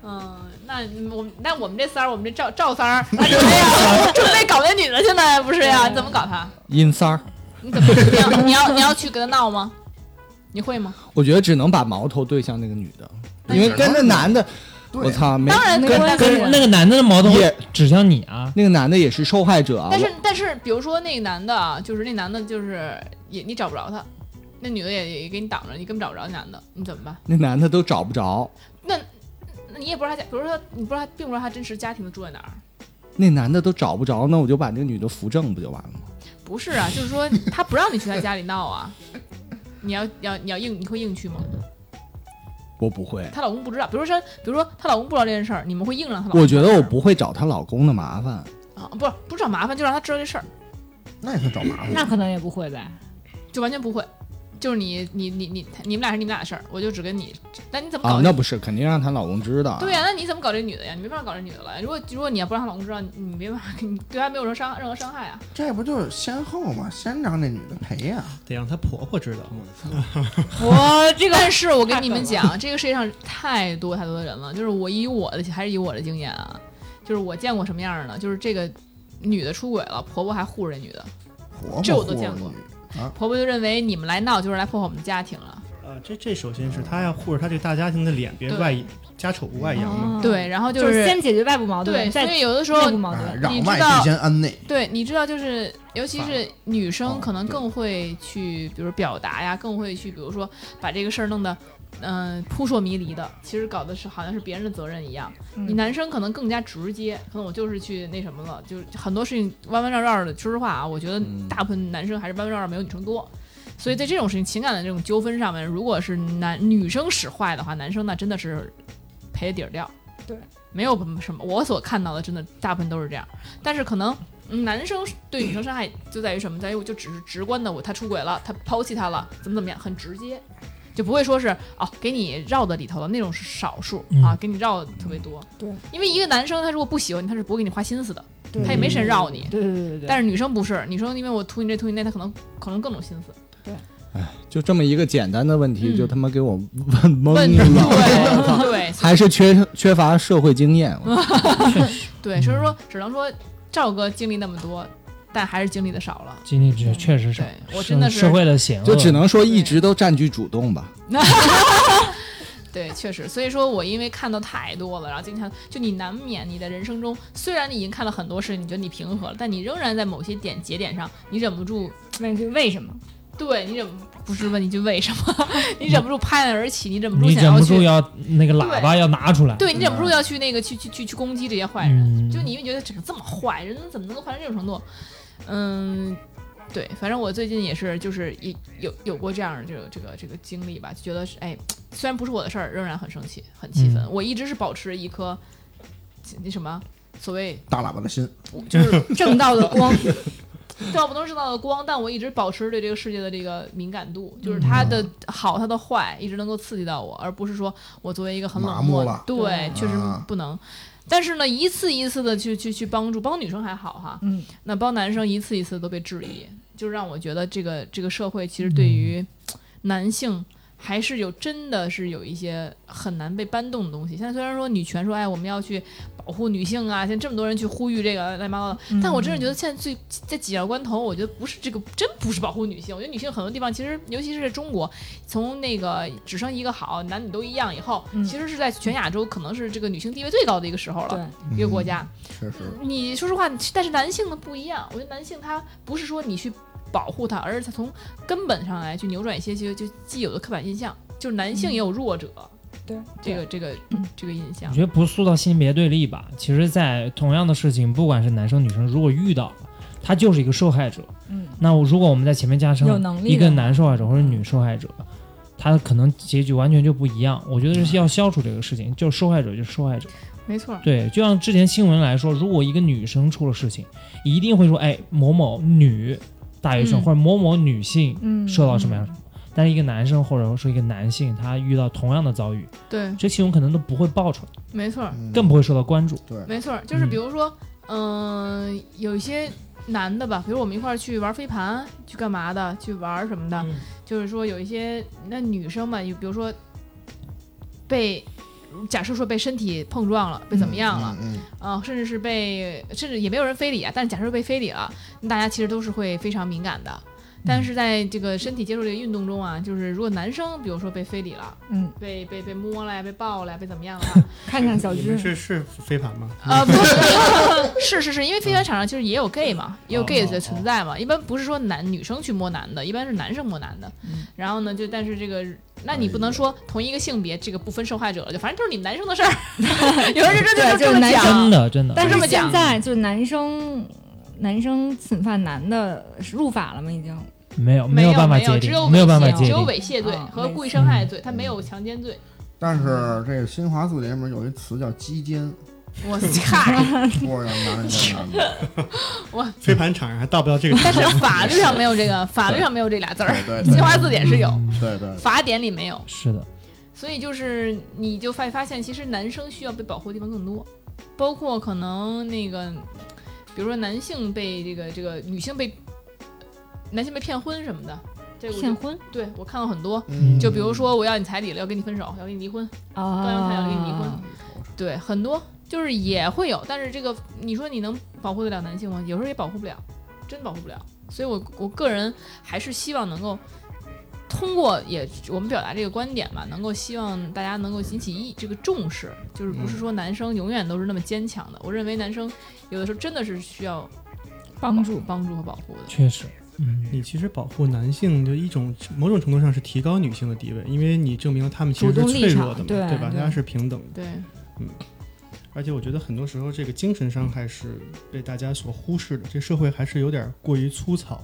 [SPEAKER 2] 嗯？那我们那我们这三儿，我们这赵赵三儿，哎呀，准备搞那女的去呢，不是呀？
[SPEAKER 4] 嗯
[SPEAKER 2] 你怎么搞她？
[SPEAKER 6] 阴三儿，
[SPEAKER 2] 你怎么你 要你要你要去跟她闹吗？你会吗？
[SPEAKER 6] 我觉得只能把矛头对向那个女的，
[SPEAKER 3] 那
[SPEAKER 6] 因为
[SPEAKER 3] 只
[SPEAKER 6] 跟那
[SPEAKER 3] 能
[SPEAKER 6] 男的，
[SPEAKER 3] 对
[SPEAKER 6] 我操，没
[SPEAKER 2] 当然
[SPEAKER 5] 没
[SPEAKER 2] 跟
[SPEAKER 5] 关系
[SPEAKER 2] 跟
[SPEAKER 4] 那个男的的矛头
[SPEAKER 6] 也
[SPEAKER 4] 指向你啊，
[SPEAKER 6] 那个男的也是受害者啊。
[SPEAKER 2] 但是
[SPEAKER 6] 我
[SPEAKER 2] 但是，比如说那个男的啊，就是那男的，就是也你找不着他，那女的也也给你挡着，你根本找不着那男的，你怎么办？
[SPEAKER 6] 那男的都找不着，
[SPEAKER 2] 那你也不知道他家，比如说他你不知道他，并不知道他真实家庭住在哪儿。
[SPEAKER 6] 那男的都找不着，那我就把那个女的扶正不就完了吗？
[SPEAKER 2] 不是啊，就是说他不让你去他家里闹啊，你要要你要硬你会硬去吗？
[SPEAKER 6] 我不会，
[SPEAKER 2] 她老公不知道，比如说比如说她老公不知道这件事儿，你们会硬让她老公
[SPEAKER 6] 我觉
[SPEAKER 2] 知道哦
[SPEAKER 6] 得
[SPEAKER 2] 这
[SPEAKER 6] 我
[SPEAKER 2] 事儿
[SPEAKER 6] 不会找她老公的麻烦。
[SPEAKER 2] 啊，不是不是找麻烦，就让她知道这事儿。
[SPEAKER 3] 那也算找麻烦。
[SPEAKER 5] 那可能也不会呗。
[SPEAKER 2] 就完全不会。就是你你你你你们俩是你们俩的事儿，我就只跟你。那你怎么搞
[SPEAKER 6] 啊，
[SPEAKER 2] 这？
[SPEAKER 6] 那不是，肯定让她老公知道。啊
[SPEAKER 2] 对呀、啊那你怎么搞这女的呀？你没办法搞这女的了。如果如果你要不让她老公知道，你你没办法， 你对她没有什么伤任何伤害啊。
[SPEAKER 3] 这不就是先后吗？先让那女的赔呀、
[SPEAKER 7] 得让她婆婆知道。
[SPEAKER 5] 我这个
[SPEAKER 2] 但是我跟你们
[SPEAKER 5] 太
[SPEAKER 2] 讲，这个世界上太多太多的人了。就是我以我的还是以我的经验啊，就是我见过什么样儿呢？就是这个女的出轨了，婆婆还护着这女的，
[SPEAKER 3] 婆婆
[SPEAKER 2] 这我都
[SPEAKER 3] 护着
[SPEAKER 2] 见过
[SPEAKER 3] 你
[SPEAKER 2] 婆婆就认为你们来闹就是来破坏我们家庭了。
[SPEAKER 7] 呃，这这首先是她要护着她这个大家庭的脸，别
[SPEAKER 2] 对
[SPEAKER 7] 外家丑不外扬嘛。
[SPEAKER 5] 哦
[SPEAKER 2] 对，然后
[SPEAKER 5] 就是
[SPEAKER 2] 是
[SPEAKER 5] 先解决外部矛
[SPEAKER 2] 对，
[SPEAKER 5] 盾，
[SPEAKER 2] 所
[SPEAKER 5] 再
[SPEAKER 2] 以有的时候
[SPEAKER 5] 内部矛
[SPEAKER 3] 啊
[SPEAKER 5] 盾。
[SPEAKER 3] 攘
[SPEAKER 2] 你
[SPEAKER 3] 外
[SPEAKER 2] 知道
[SPEAKER 3] 必先安内。
[SPEAKER 2] 对，你知道，就是尤其
[SPEAKER 7] 反
[SPEAKER 2] 是女
[SPEAKER 3] 哦
[SPEAKER 2] 生，可能
[SPEAKER 3] 对
[SPEAKER 2] 更会去，比如表达呀，更会去，比如说把这个事儿弄得，嗯、扑朔迷离的。其实搞的是好像是别人的责任一样。你
[SPEAKER 5] 嗯
[SPEAKER 2] 男生可能更加直接，可能我就是去那什么了，就是很多事情弯弯绕绕的。说实话啊，我觉得
[SPEAKER 6] 嗯
[SPEAKER 2] 大部分男生还是弯弯绕绕没有女生多。所以在这种事情、情感的这种纠纷上面，如果是男女生使坏的话，男生那真的是赔的底儿掉。
[SPEAKER 5] 对，
[SPEAKER 2] 没有什么，我所看到的真的大部分都是这样。但是可能嗯男生对女生伤害就在于什么？在于我就只是直观的我他出轨了，他抛弃她了，怎么怎么样，很直接，就不会说是哦给你绕到里头了那种是少数、
[SPEAKER 4] 嗯
[SPEAKER 2] 啊，给你绕的特别多。
[SPEAKER 5] 对，
[SPEAKER 2] 因为一个男生他如果不喜欢你，他是不会给你花心思的，
[SPEAKER 5] 对
[SPEAKER 2] 他也没时间绕你。
[SPEAKER 5] 对对对对对。
[SPEAKER 2] 但
[SPEAKER 5] 是
[SPEAKER 2] 是女生不是，女生因为我图你这图你那，她可能可能更懂心思。
[SPEAKER 6] 就这么一个简单的问题，
[SPEAKER 2] 嗯
[SPEAKER 6] 就他妈给我问懵
[SPEAKER 2] 问
[SPEAKER 6] 哦 了，
[SPEAKER 2] 对对
[SPEAKER 6] 还是缺缺乏社会经验。
[SPEAKER 2] 嗯
[SPEAKER 6] 我
[SPEAKER 2] 对，所以说只能说赵哥经历那么多，但还是经历的少了。
[SPEAKER 4] 经历这确实是
[SPEAKER 2] 嗯对，我真的是
[SPEAKER 4] 社会的险恶，
[SPEAKER 6] 就只能说一直都占据主动吧。
[SPEAKER 2] 对，确实，所以说我因为看到太多了，然后经常就你难免你的人生中，虽然你已经看了很多事，你觉得你平和了，但你仍然在某些点节点上，你忍不住，
[SPEAKER 5] 问句为什么？
[SPEAKER 2] 对你忍不是问你句为什么， 你忍不住拍案而起，你忍不住
[SPEAKER 4] 你
[SPEAKER 2] 想
[SPEAKER 4] 忍
[SPEAKER 2] 要
[SPEAKER 4] 不住
[SPEAKER 2] 去，
[SPEAKER 4] 要嗯那个喇叭要拿出来，
[SPEAKER 2] 对你忍不住要去那个去去去去攻击这些坏人，
[SPEAKER 4] 嗯，
[SPEAKER 2] 就你会觉得怎么这么坏，人怎么能够坏成这种程度？嗯，对，反正我最近也是，就是一有有过这样的这个这个这个经历吧，就觉得是哎，虽然不是我的事儿，仍然很生气，很气愤。
[SPEAKER 4] 嗯
[SPEAKER 2] 我一直是保持一颗那什么所谓
[SPEAKER 3] 大喇叭的心，
[SPEAKER 2] 就是
[SPEAKER 5] 正道的 光，
[SPEAKER 2] 对，我不能知道的光，但我一直保持对这个世界的这个敏感度，就是它
[SPEAKER 3] 嗯
[SPEAKER 2] 的好，它的坏，一直能够刺激到我，而不是说我作为一个很冷
[SPEAKER 3] 麻
[SPEAKER 2] 漠
[SPEAKER 3] 木了，
[SPEAKER 2] 对
[SPEAKER 5] 嗯，
[SPEAKER 2] 确实
[SPEAKER 3] 啊
[SPEAKER 2] 不能。但是呢，一次一次的去去去帮助，帮女生还好哈，
[SPEAKER 5] 嗯，
[SPEAKER 2] 那帮男生一次一次都被质疑，就让我觉得这个这个社会其实对
[SPEAKER 5] 嗯
[SPEAKER 2] 于男性还是有真的是有一些很难被搬动的东西。现在虽然说女权说哎我们要去保护女性啊，现在这么多人去呼吁这个乱七八糟的，但我真是
[SPEAKER 5] 嗯
[SPEAKER 2] 觉得现在最在紧要关头，我觉得不是这个，真不是保护女性。我觉得女性很多地方其实，尤其是在中国，从那个只生一个好，男女都一样以后，
[SPEAKER 5] 嗯
[SPEAKER 2] 其实是在全亚洲可能是这个女性地位最高的一个时候了。
[SPEAKER 5] 对，
[SPEAKER 2] 一个
[SPEAKER 3] 嗯
[SPEAKER 2] 国家，
[SPEAKER 3] 确实
[SPEAKER 2] 你说实话，但是男性的不一样。我觉得男性他不是说你去保护他，而是他从根本上来去扭转一些就就既有的刻板印象，就是男性也有弱者、
[SPEAKER 5] 对
[SPEAKER 2] 这个这个这个印
[SPEAKER 4] 我
[SPEAKER 2] 象
[SPEAKER 4] 觉。得不塑造性别对立吧。其实，在同样的事情，不管是男生女生，如果遇到了，他就是一个受害者。
[SPEAKER 5] 嗯，
[SPEAKER 4] 那我如果我们在前面加
[SPEAKER 5] 有
[SPEAKER 4] 上
[SPEAKER 5] 能力
[SPEAKER 4] 一个
[SPEAKER 5] 的
[SPEAKER 4] 男受害者或者女受害者，他可能结局完全就不一样。我觉得是要消除这个事情，就是受害者就是受害者。
[SPEAKER 2] 没错儿，
[SPEAKER 4] 对，就像之前新闻来说，如果一个女生出了事情，一定会说，哎，某某女大学生、
[SPEAKER 2] 嗯
[SPEAKER 4] 或者某某女性
[SPEAKER 5] 嗯，
[SPEAKER 4] 受到什么样的。但是一个男生或者说一个男性，他遇到同样的遭遇，
[SPEAKER 2] 对，
[SPEAKER 4] 这新闻可能都不会爆出来，
[SPEAKER 2] 没错儿。
[SPEAKER 3] 嗯
[SPEAKER 4] 更不会受到关注。
[SPEAKER 3] 对，
[SPEAKER 2] 没错儿，就是
[SPEAKER 4] 嗯
[SPEAKER 2] 比如说，嗯、有一些男的吧，比如我们一块儿去玩飞盘，去干嘛的，去玩儿什么的，
[SPEAKER 4] 嗯
[SPEAKER 2] 就是说有一些那女生嘛，你比如说被假设说被身体碰撞了，被怎么样了，
[SPEAKER 3] 嗯？嗯
[SPEAKER 2] 啊、甚至是被，甚至也没有人非礼啊。但是假设被非礼了，那大家其实都是会非常敏感的。但是在这个身体接触这个运动中啊，就是如果男生比如说被非礼了，
[SPEAKER 5] 嗯，
[SPEAKER 2] 被被被摸了呀，被抱了呀，被怎么样了，
[SPEAKER 5] 看看小
[SPEAKER 7] 你们
[SPEAKER 5] 军，
[SPEAKER 7] 是是飞盘 吗？
[SPEAKER 2] 啊，不是，是是是，因为飞船场上就是也有 gay 嘛，也有
[SPEAKER 7] 哦
[SPEAKER 2] gay
[SPEAKER 7] 哦
[SPEAKER 2] 的存在嘛。一般不是说男女生去摸男的，一般是男生摸男的。
[SPEAKER 5] 嗯
[SPEAKER 2] 然后呢，就但是这个，那
[SPEAKER 3] 哎
[SPEAKER 2] 你不能
[SPEAKER 3] 呀
[SPEAKER 2] 说同一个性别这个不分受害者了，就反正就是你们男生的事儿。有人就真的这
[SPEAKER 5] 对就是
[SPEAKER 2] 么
[SPEAKER 5] 男
[SPEAKER 2] 讲
[SPEAKER 4] 真，的真的，
[SPEAKER 5] 但
[SPEAKER 2] 这
[SPEAKER 5] 是
[SPEAKER 2] 么讲
[SPEAKER 5] 现在就是男生男生侵犯男的入法了吗？已经
[SPEAKER 4] 没有
[SPEAKER 2] 没
[SPEAKER 4] 有办法
[SPEAKER 2] 没
[SPEAKER 4] 界
[SPEAKER 2] 有，只
[SPEAKER 4] 定
[SPEAKER 2] 有，
[SPEAKER 4] 没有
[SPEAKER 2] 猥
[SPEAKER 4] 办法
[SPEAKER 2] 亵
[SPEAKER 4] 界
[SPEAKER 2] 只有
[SPEAKER 4] 定。
[SPEAKER 2] 猥亵罪
[SPEAKER 5] 啊
[SPEAKER 2] 和
[SPEAKER 5] 猥
[SPEAKER 2] 故意
[SPEAKER 5] 亵
[SPEAKER 2] 伤害
[SPEAKER 4] 嗯
[SPEAKER 2] 罪，他没有强奸罪。
[SPEAKER 3] 但是这个新华字典里面有一词叫“鸡奸
[SPEAKER 2] 我嗨，
[SPEAKER 3] 不是男的，
[SPEAKER 7] 飞盘场上还到不到这个程
[SPEAKER 2] 但
[SPEAKER 7] 度
[SPEAKER 2] 是。法律上没有这个，法律上没有这俩字儿，
[SPEAKER 3] 对
[SPEAKER 2] 新
[SPEAKER 3] 对
[SPEAKER 2] 华字典是有，
[SPEAKER 4] 嗯
[SPEAKER 3] 对对，
[SPEAKER 2] 法典里没有。
[SPEAKER 4] 是的，
[SPEAKER 2] 所以就是你就发发现，其实男生需要被保护的地方更多，包括可能那个，比如说男性被这个这个女性被男性被骗婚什么的，这个我就
[SPEAKER 5] 骗婚
[SPEAKER 2] 对我看到很多。
[SPEAKER 3] 嗯
[SPEAKER 2] 就比如说我要你彩礼了，要跟你分手，要跟你离婚，
[SPEAKER 5] 啊
[SPEAKER 2] 高阳才要跟你离婚，对，很多就是也会有，但是这个你说你能保护得了男性吗？有时候也保护不了，真保护不了。所以我我个人还是希望能够通过也我们表达这个观点吧，能够希望大家能够引起一这个重视，就是不是说男生永远都是那么坚强的。我认为男生有的时候真的是需要
[SPEAKER 5] 帮助
[SPEAKER 2] 帮助和保护的。
[SPEAKER 4] 确实，嗯，
[SPEAKER 7] 你其实保护男性的一种某种程度上是提高女性的地位，因为你证明他们其实
[SPEAKER 5] 主
[SPEAKER 7] 是
[SPEAKER 5] 动立
[SPEAKER 7] 脆弱的嘛，
[SPEAKER 5] 场
[SPEAKER 7] 对
[SPEAKER 5] 对
[SPEAKER 7] 吧？
[SPEAKER 5] 对
[SPEAKER 7] 大家是平等的。
[SPEAKER 2] 对，
[SPEAKER 7] 而且我觉得很多时候这个精神伤害是被大家所忽视的，这社会还是有点过于粗糙。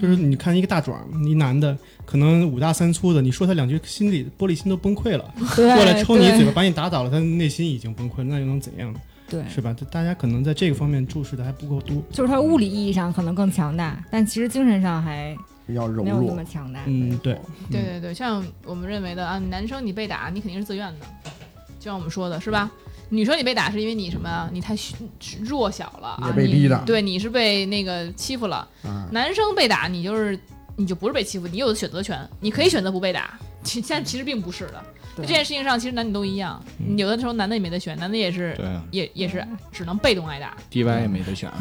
[SPEAKER 7] 就是
[SPEAKER 5] 嗯
[SPEAKER 7] 你看一个大壮，一男的，可能五大三粗的，你说他两句，心里玻璃心都崩溃了，
[SPEAKER 5] 对
[SPEAKER 7] 过来抽你一嘴
[SPEAKER 5] 对
[SPEAKER 7] 巴，把你打倒了，他内心已经崩溃了，那又能怎样？
[SPEAKER 5] 对，
[SPEAKER 7] 是吧？就大家可能在这个方面注视的还不够多。
[SPEAKER 5] 就是他物理意义上可能更强大，但其实精神上还
[SPEAKER 3] 比较柔
[SPEAKER 5] 没有那么
[SPEAKER 3] 弱，
[SPEAKER 5] 强大。
[SPEAKER 7] 嗯，对，
[SPEAKER 2] 对对对，像我们认为的啊，男生你被打，你肯定是自愿的，就像我们说的是吧？女生你被打是因为你什么啊？你太虚弱小了啊
[SPEAKER 3] 也，被
[SPEAKER 2] 你
[SPEAKER 3] 逼的
[SPEAKER 2] 对，你是被那个欺负了。
[SPEAKER 3] 啊，
[SPEAKER 2] 男生被打，你就是你就不是被欺负，你有选择权，你可以选择不被打。其现在其实并不是的，在
[SPEAKER 5] 对
[SPEAKER 2] 这件事情上，其实男女都一样。
[SPEAKER 7] 嗯
[SPEAKER 2] 有的时候男的也没得选，男的也是
[SPEAKER 6] 对啊
[SPEAKER 2] 也也是只能被动挨打。
[SPEAKER 6] ，DY 也没得选。啊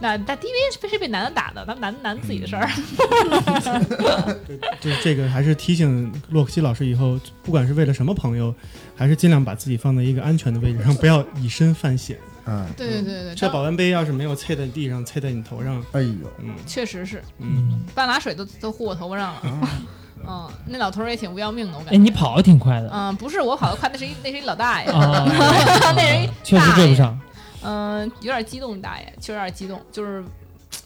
[SPEAKER 2] 那那 DV 是是被男的打的，那男男自己的事儿。
[SPEAKER 3] 嗯
[SPEAKER 7] 就这个还是提醒洛克希老师以后，不管是为了什么朋友，还是尽量把自己放在一个安全的位置上，不要以身犯险。
[SPEAKER 3] 哎，
[SPEAKER 2] 对对对对，
[SPEAKER 7] 这
[SPEAKER 2] 当
[SPEAKER 7] 保温杯要是没有啐在地上，啐在你头上，
[SPEAKER 3] 哎呦，
[SPEAKER 7] 嗯
[SPEAKER 2] 确实是
[SPEAKER 7] 嗯，
[SPEAKER 2] 半拉水都都呼我头发上了。 嗯，那老头儿也挺不要命的，我感
[SPEAKER 4] 哎，
[SPEAKER 2] 觉。
[SPEAKER 4] 你跑的挺快的
[SPEAKER 2] 嗯，不是我跑得快，那是一那是一老大爷，
[SPEAKER 4] 啊，
[SPEAKER 2] 那嗯人一
[SPEAKER 4] 确实追不上，
[SPEAKER 2] 嗯，有点激动，大爷确实有点激动，就是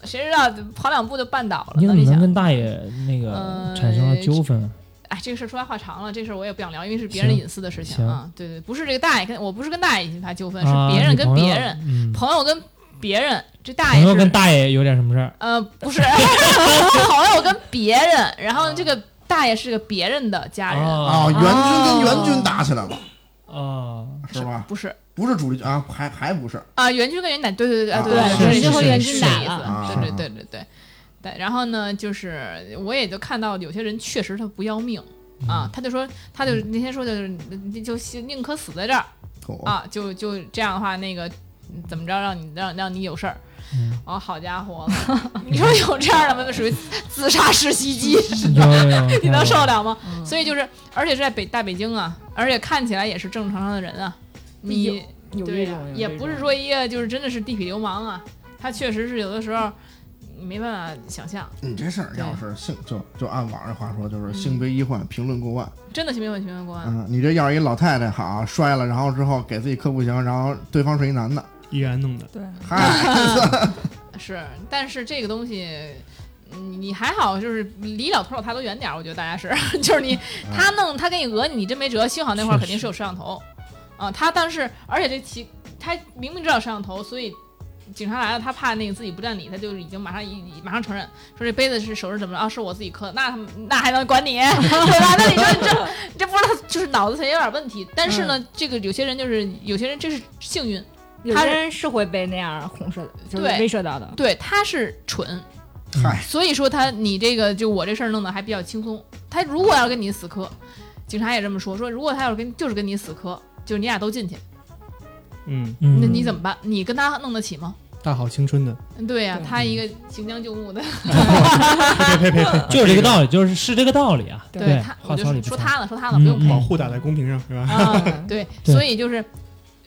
[SPEAKER 2] 谁知道跑两步就绊倒了
[SPEAKER 4] 你
[SPEAKER 2] 呢？
[SPEAKER 4] 怎么
[SPEAKER 2] 你
[SPEAKER 4] 能
[SPEAKER 2] 想，
[SPEAKER 4] 跟大爷那个产生了纠纷啊？
[SPEAKER 2] 哎，这个事儿说来话长了，这事儿我也不想聊，因为是别人
[SPEAKER 4] 行
[SPEAKER 2] 隐私的事情
[SPEAKER 4] 行
[SPEAKER 2] 啊。对对，不是这个大爷跟我不是跟大爷引发纠纷，是
[SPEAKER 4] 啊
[SPEAKER 2] 别人跟别，人，
[SPEAKER 4] 你朋友
[SPEAKER 2] 朋
[SPEAKER 4] 嗯
[SPEAKER 2] 友跟别人，这大
[SPEAKER 4] 朋
[SPEAKER 2] 爷
[SPEAKER 4] 友跟
[SPEAKER 2] 是
[SPEAKER 4] 大爷有点什么事儿？
[SPEAKER 2] 呃不是 朋友跟别人，然后这个大爷是个别人的家
[SPEAKER 4] 哦
[SPEAKER 2] 人，
[SPEAKER 3] 啊，元军跟元军打起来了，
[SPEAKER 4] 啊，
[SPEAKER 2] 哦
[SPEAKER 3] 是吧？
[SPEAKER 2] 不是
[SPEAKER 3] 不是主力啊，还还不是，
[SPEAKER 2] 啊，袁军跟袁打，对对对啊，对
[SPEAKER 3] 啊
[SPEAKER 2] 对，
[SPEAKER 4] 哦是
[SPEAKER 2] 对
[SPEAKER 4] 是
[SPEAKER 2] 是
[SPEAKER 4] 是
[SPEAKER 2] 是
[SPEAKER 4] 是
[SPEAKER 2] 这
[SPEAKER 5] 是
[SPEAKER 2] 意
[SPEAKER 3] 啊
[SPEAKER 2] 思，对对对对对。对，然后呢，就是我也就看到有些人确实他不要命
[SPEAKER 4] 嗯
[SPEAKER 2] 啊，他就说，他就那天说就是你就宁可死在这儿
[SPEAKER 3] 狗
[SPEAKER 4] 哦
[SPEAKER 2] 啊，就就这样的话，那个嗯怎么着让你让让你有事儿
[SPEAKER 4] 嗯。
[SPEAKER 2] 哦，好家伙，你说有这样的吗？那属于自杀式袭击，
[SPEAKER 4] 有有 有，
[SPEAKER 2] 你能受得了吗？
[SPEAKER 5] 嗯
[SPEAKER 2] 所以就是，而且是在北大北京啊，而且看起来也是正常的人啊，你
[SPEAKER 5] 有
[SPEAKER 2] 对
[SPEAKER 5] 这
[SPEAKER 2] 呀、
[SPEAKER 5] 种，有
[SPEAKER 2] 也
[SPEAKER 5] 这
[SPEAKER 2] 不
[SPEAKER 5] 种
[SPEAKER 2] 是说一个就是真的是地痞流氓啊，他确实是有的时候你没办法想象，
[SPEAKER 3] 你这事儿
[SPEAKER 2] 对嗯
[SPEAKER 3] 要是性就就按网上话说，就是性悲医患，评论过万。
[SPEAKER 2] 真的新闻新闻公安，
[SPEAKER 3] 嗯，你这要是一老太太好摔了，然后之后给自己磕不行，然后对方是一男的，
[SPEAKER 7] 依然弄的。
[SPEAKER 5] 对，
[SPEAKER 3] 嗨，
[SPEAKER 2] 是，但是这个东西。嗯你还好，就是离老头老太都远点儿。我觉得大家是， 就是你他弄他给你讹你，你真没辙。幸好那会儿
[SPEAKER 4] 确
[SPEAKER 2] 肯定嗯是有摄像头，啊，他但是而且这其他明明知道有摄像头，所以警察来了，他怕那个自己不占理，他就是已经马上一马上承认说这杯子是手是怎么着啊，是我自己磕的，那他们那还能管你 对吧？那你说这这这不是他就是脑子才有点问题。但是呢，这个有些人就是有些人这是幸运，
[SPEAKER 5] 有
[SPEAKER 2] 他
[SPEAKER 5] 些
[SPEAKER 2] 是
[SPEAKER 5] 人是会被那样哄摄，就是
[SPEAKER 2] 对
[SPEAKER 5] 威慑到的。
[SPEAKER 2] 对，他是蠢，
[SPEAKER 3] 嗨，
[SPEAKER 2] 所以说他你这个就我这事儿弄得还比较轻松。他如果要跟你死磕，警察也这么说，说如果他要是跟就是跟你死磕，就是你俩都进去，
[SPEAKER 7] 嗯，
[SPEAKER 4] 嗯，
[SPEAKER 2] 那你怎么办？你跟他弄得起吗？
[SPEAKER 7] 大好青春的，
[SPEAKER 2] 对呀、
[SPEAKER 5] 对嗯
[SPEAKER 2] 他一个行将就木的，
[SPEAKER 7] 呸呸呸呸，
[SPEAKER 4] 就是这个道理，就是是这个道理啊。
[SPEAKER 5] 对
[SPEAKER 4] 对
[SPEAKER 2] 他，，
[SPEAKER 4] 话
[SPEAKER 2] 我就
[SPEAKER 4] 糙理
[SPEAKER 2] 是说
[SPEAKER 4] 不糙。
[SPEAKER 2] 他呢，说他呢，
[SPEAKER 4] 嗯
[SPEAKER 2] 不用
[SPEAKER 4] 嗯
[SPEAKER 7] 保护打在公屏上是吧？
[SPEAKER 2] 啊， 对，
[SPEAKER 4] 对
[SPEAKER 2] 所以就是。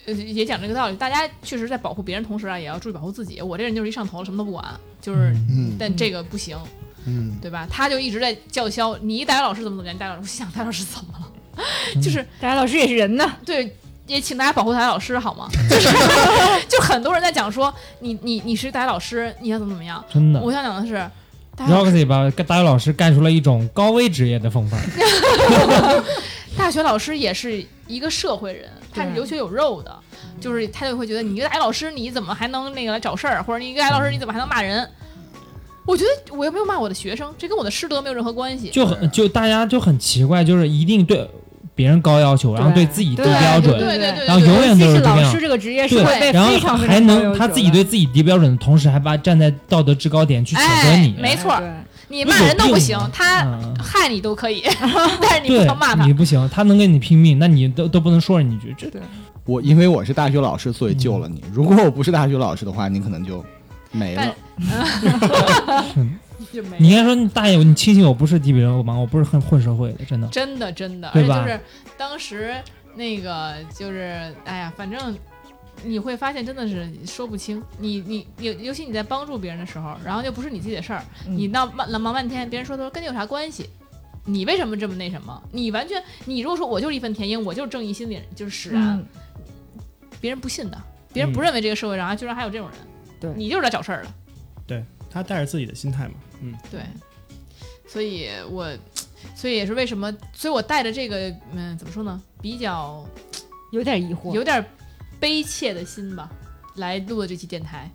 [SPEAKER 2] 呃，也讲这个道理，大家确实在保护别人同时啊，也要注意保护自己。我这人就是一上头了，什么都不管，就是，
[SPEAKER 3] 嗯
[SPEAKER 2] 但这个不行，
[SPEAKER 3] 嗯，
[SPEAKER 2] 对吧？他就一直在叫嚣，你一大学老师怎么怎么样，大学老师我心想大学老师怎么了？就是
[SPEAKER 5] 大家老师也是人呐，
[SPEAKER 2] 对，也请大家保护大学老师好吗？就是就很多人在讲说，你你你是大学老师，你要怎么怎么样？
[SPEAKER 4] 真的
[SPEAKER 2] 我想讲的是，大学老师
[SPEAKER 4] Roxy 把大学老师干出了一种高危职业的风范，
[SPEAKER 2] 大学老师也是一个社会人，他是有血有肉的，就是他就会觉得你一个大学老师，你怎么还能那个来找事儿，或者你一个大学老师，你怎么还能骂人？我觉得我又没有骂我的学生，这跟我的师德没有任何关系。
[SPEAKER 4] 就很就大家就很奇怪，就是一定对别人高要求，然后对自己低
[SPEAKER 5] 对
[SPEAKER 4] 标
[SPEAKER 2] 对
[SPEAKER 4] 准，
[SPEAKER 2] 对对对，
[SPEAKER 4] 然后
[SPEAKER 2] 对
[SPEAKER 4] 永远都
[SPEAKER 5] 尤其
[SPEAKER 4] 是
[SPEAKER 5] 是
[SPEAKER 4] 这个
[SPEAKER 5] 老
[SPEAKER 4] 样
[SPEAKER 5] 师。这个职业是
[SPEAKER 4] 对
[SPEAKER 5] 会被
[SPEAKER 4] 然后
[SPEAKER 5] 非常非
[SPEAKER 4] 还
[SPEAKER 5] 常高要
[SPEAKER 4] 能
[SPEAKER 5] 求
[SPEAKER 4] 他自己对自己低标准的同时，还把站在道德制高点去谴责
[SPEAKER 2] 哎
[SPEAKER 4] 你，
[SPEAKER 2] 没
[SPEAKER 5] 的
[SPEAKER 2] 错，
[SPEAKER 5] 对
[SPEAKER 2] 你骂人都不行
[SPEAKER 4] 你有病，
[SPEAKER 2] 他
[SPEAKER 4] 嗯
[SPEAKER 2] 害你都可以， 但是你不
[SPEAKER 4] 对
[SPEAKER 2] 能骂他
[SPEAKER 4] 你。不行，他能跟你拼命，那你都都不能说人你觉这
[SPEAKER 6] 我因为我是大学老师，所以救了你。如果我不是大学老师的话，你可能就没了
[SPEAKER 2] 嗯但。
[SPEAKER 4] 你应该说你大爷，你庆幸我不是低标准盲，我不是很混社会的，真的。
[SPEAKER 2] 真的真的，而
[SPEAKER 4] 对
[SPEAKER 2] 且
[SPEAKER 4] 吧
[SPEAKER 2] 就是当时那个就是，哎呀，反正你会发现真的是说不清。你你尤尤其你在帮助别人的时候，然后就不是你自己的事儿，
[SPEAKER 5] 嗯
[SPEAKER 2] 你闹忙忙半天，别人说的时候跟你有啥关系？你为什么这么那什么？你完全，你如果说我就是义愤填膺，我就是正义心里就是使然，
[SPEAKER 5] 嗯，
[SPEAKER 2] 别人不信的，别人不
[SPEAKER 4] 嗯
[SPEAKER 2] 认为这个社会上啊居然还有这种人，
[SPEAKER 5] 对
[SPEAKER 2] 你就是来找事儿的，
[SPEAKER 7] 对他带着自己的心态嘛，嗯，
[SPEAKER 2] 对，所以我，所以也是为什么，所以我带着这个，嗯，怎么说呢，比较
[SPEAKER 5] 有点疑惑，
[SPEAKER 2] 有点悲切的心吧，来录的这期电台。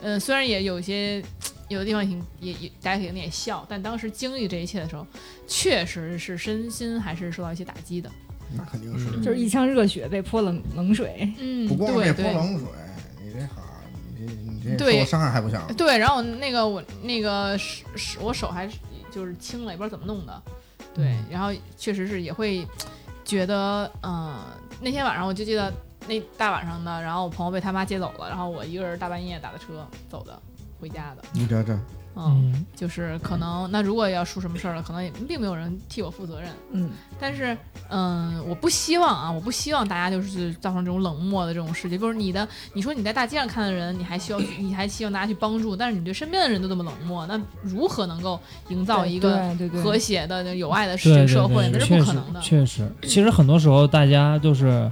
[SPEAKER 2] 嗯，虽然也有些有的地方也挺也也大家肯定也笑，但当时经历这一切的时候，确实是身心还是受到一些打击的。
[SPEAKER 3] 那肯定是。
[SPEAKER 2] 嗯
[SPEAKER 5] 就是一腔热血被泼冷冷水，
[SPEAKER 2] 嗯，
[SPEAKER 3] 不光
[SPEAKER 2] 对
[SPEAKER 3] 这泼
[SPEAKER 2] 对
[SPEAKER 3] 冷水，你这好，你这你这
[SPEAKER 2] 对呃
[SPEAKER 3] 受伤害还不小。
[SPEAKER 2] 对，然后那个我那个手手我手还是就是青了，也不知道怎么弄的。对
[SPEAKER 4] 嗯，
[SPEAKER 2] 然后确实是也会觉得，嗯、那天晚上我就记得那大晚上的，然后我朋友被他妈接走了，然后我一个人大半夜打的车走的回家的，
[SPEAKER 3] 你这这，
[SPEAKER 2] 嗯
[SPEAKER 4] 嗯，
[SPEAKER 2] 就是可能那如果要出什么事儿了，可能也并没有人替我负责任。
[SPEAKER 5] 嗯，
[SPEAKER 2] 但是，嗯，我不希望啊，我不希望大家就是造成这种冷漠的这种事情。就是你的，你说你在大街上看的人，你还需要去，你还希望大家去帮助，但是你对身边的人都这么冷漠，那如何能够营造一个
[SPEAKER 5] 对对对
[SPEAKER 2] 和谐的、有爱的
[SPEAKER 4] 对对
[SPEAKER 2] 社会？
[SPEAKER 4] 对
[SPEAKER 2] 那是
[SPEAKER 4] 确
[SPEAKER 2] 不
[SPEAKER 4] 实
[SPEAKER 2] 可能的。
[SPEAKER 4] 确实，其实很多时候大家就是，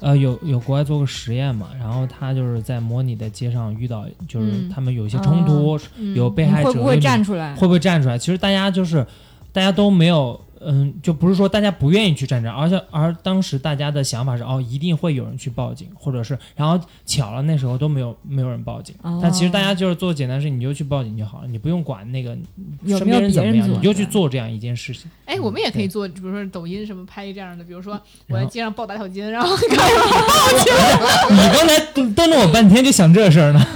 [SPEAKER 4] 呃，有有国外做过实验嘛，然后他就是在模拟的街上遇到，就是
[SPEAKER 2] 嗯
[SPEAKER 4] 他们有一些冲突，
[SPEAKER 2] 嗯
[SPEAKER 4] 有被
[SPEAKER 5] 你
[SPEAKER 4] 害者
[SPEAKER 5] 会不会
[SPEAKER 4] 有
[SPEAKER 5] 站出来？
[SPEAKER 4] 会不会站出来？其实大家就是，大家都没有，嗯，就不是说大家不愿意去站这儿，而且而当时大家的想法是，哦，一定会有人去报警，或者是，然后巧了，那时候都没有没有人报警。
[SPEAKER 5] 哦
[SPEAKER 4] 但其实大家就是做简单事，你就去报警就好了，你不用管那个
[SPEAKER 5] 有
[SPEAKER 4] 身
[SPEAKER 5] 没有
[SPEAKER 4] 边人
[SPEAKER 5] 别
[SPEAKER 4] 怎么
[SPEAKER 5] 人
[SPEAKER 4] 样，
[SPEAKER 5] 做
[SPEAKER 4] 你就去
[SPEAKER 5] 对
[SPEAKER 4] 做这样一件事情。
[SPEAKER 2] 哎，我们也可以
[SPEAKER 4] 对嗯
[SPEAKER 2] 做，比如说抖音什么拍这样的，比如说我
[SPEAKER 4] 然
[SPEAKER 2] 在
[SPEAKER 4] 后
[SPEAKER 2] 街上暴打小金，然后
[SPEAKER 4] 你刚才瞪瞪了我半天，就想这事 儿呢，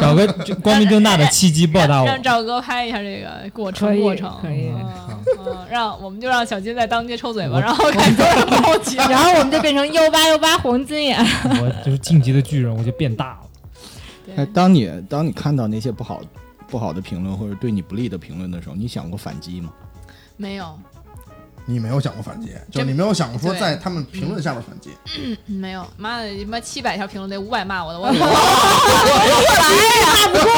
[SPEAKER 4] 找个就光明正大的契机报答
[SPEAKER 2] 让
[SPEAKER 4] 嗯我。
[SPEAKER 2] 让赵哥拍一下这个过
[SPEAKER 5] 可
[SPEAKER 2] 程
[SPEAKER 5] 以
[SPEAKER 2] 过程，
[SPEAKER 5] 可以
[SPEAKER 2] 嗯，嗯让我们就让小金在当街抽嘴巴，
[SPEAKER 4] 我
[SPEAKER 2] 然后看多少报警。
[SPEAKER 5] 然后我们就变成幺八幺八黄金眼，
[SPEAKER 4] 我就是晋级的巨人，我就变大了。
[SPEAKER 6] 哎，当你当你看到那些不好不好的评论或者对你不利的评论的时候，你想过反击吗？
[SPEAKER 2] 没有，
[SPEAKER 3] 你没有想过反击，就
[SPEAKER 2] 真
[SPEAKER 3] 你没有想过说
[SPEAKER 2] 对嗯
[SPEAKER 3] 在他们评论下边反击。
[SPEAKER 2] 没有，妈的，他妈七百条评论得五百骂我的，我我打不过，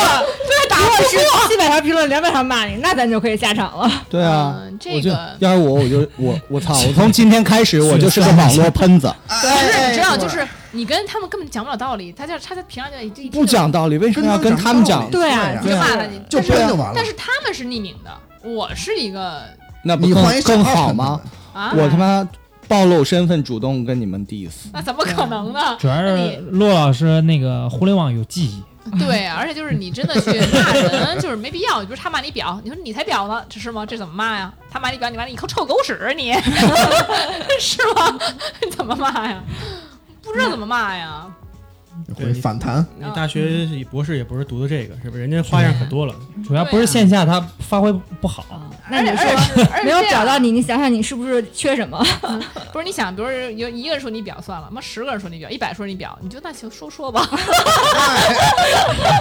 [SPEAKER 2] 对，打不
[SPEAKER 5] 是七百条评论，两百条骂你，那咱就可以下场了。
[SPEAKER 6] 对啊，
[SPEAKER 2] 嗯这
[SPEAKER 6] 我就
[SPEAKER 2] 个
[SPEAKER 6] 要是我我就我我操！我从今天开始我就是个网络喷子，
[SPEAKER 2] 过。不是，你知道，
[SPEAKER 3] 哎对
[SPEAKER 2] 就是你跟他们根本讲不了道理，他就是他在评上就一听
[SPEAKER 6] 不讲道理，为什么要跟他们讲？
[SPEAKER 5] 对
[SPEAKER 3] 啊
[SPEAKER 5] 啊
[SPEAKER 2] 就
[SPEAKER 6] 对
[SPEAKER 2] 骂他，你
[SPEAKER 3] 就
[SPEAKER 2] 但是
[SPEAKER 3] 喷就完了
[SPEAKER 2] 但是他们是匿名的，我是一个
[SPEAKER 6] 那不
[SPEAKER 3] 你换一
[SPEAKER 6] 更
[SPEAKER 3] 小
[SPEAKER 6] 更
[SPEAKER 3] 号
[SPEAKER 6] 好
[SPEAKER 3] 喷
[SPEAKER 6] 吗？
[SPEAKER 3] 他们？
[SPEAKER 2] 啊，
[SPEAKER 6] 我他妈暴露身份，主动跟你们 diss。
[SPEAKER 2] 那怎么可能呢？
[SPEAKER 4] 主要 是骆老师那个互联网有记忆，
[SPEAKER 2] 对，啊而且就是你真的去骂人，就是没必要。比如他骂你婊，你说你才婊呢，这是吗？这怎么骂呀？他骂你婊，你完了，你一口臭狗屎，啊你 是吗？ 你怎么骂呀？不知道怎么骂呀？
[SPEAKER 3] 会反弹，
[SPEAKER 7] 你大学是博士也不是读的这个，是不是？人家花样可多了，
[SPEAKER 4] 主要
[SPEAKER 2] 啊
[SPEAKER 4] 不是线下他发挥不好，
[SPEAKER 5] 那你
[SPEAKER 2] 而且
[SPEAKER 5] 说
[SPEAKER 2] 而且是而且啊
[SPEAKER 5] 没有
[SPEAKER 2] 这样
[SPEAKER 5] 找到你，你想想你是不是缺什么？
[SPEAKER 2] 不是你想，比如有一个人说你婊算了，妈十个人说你婊，一百说你婊，你就那行说说吧，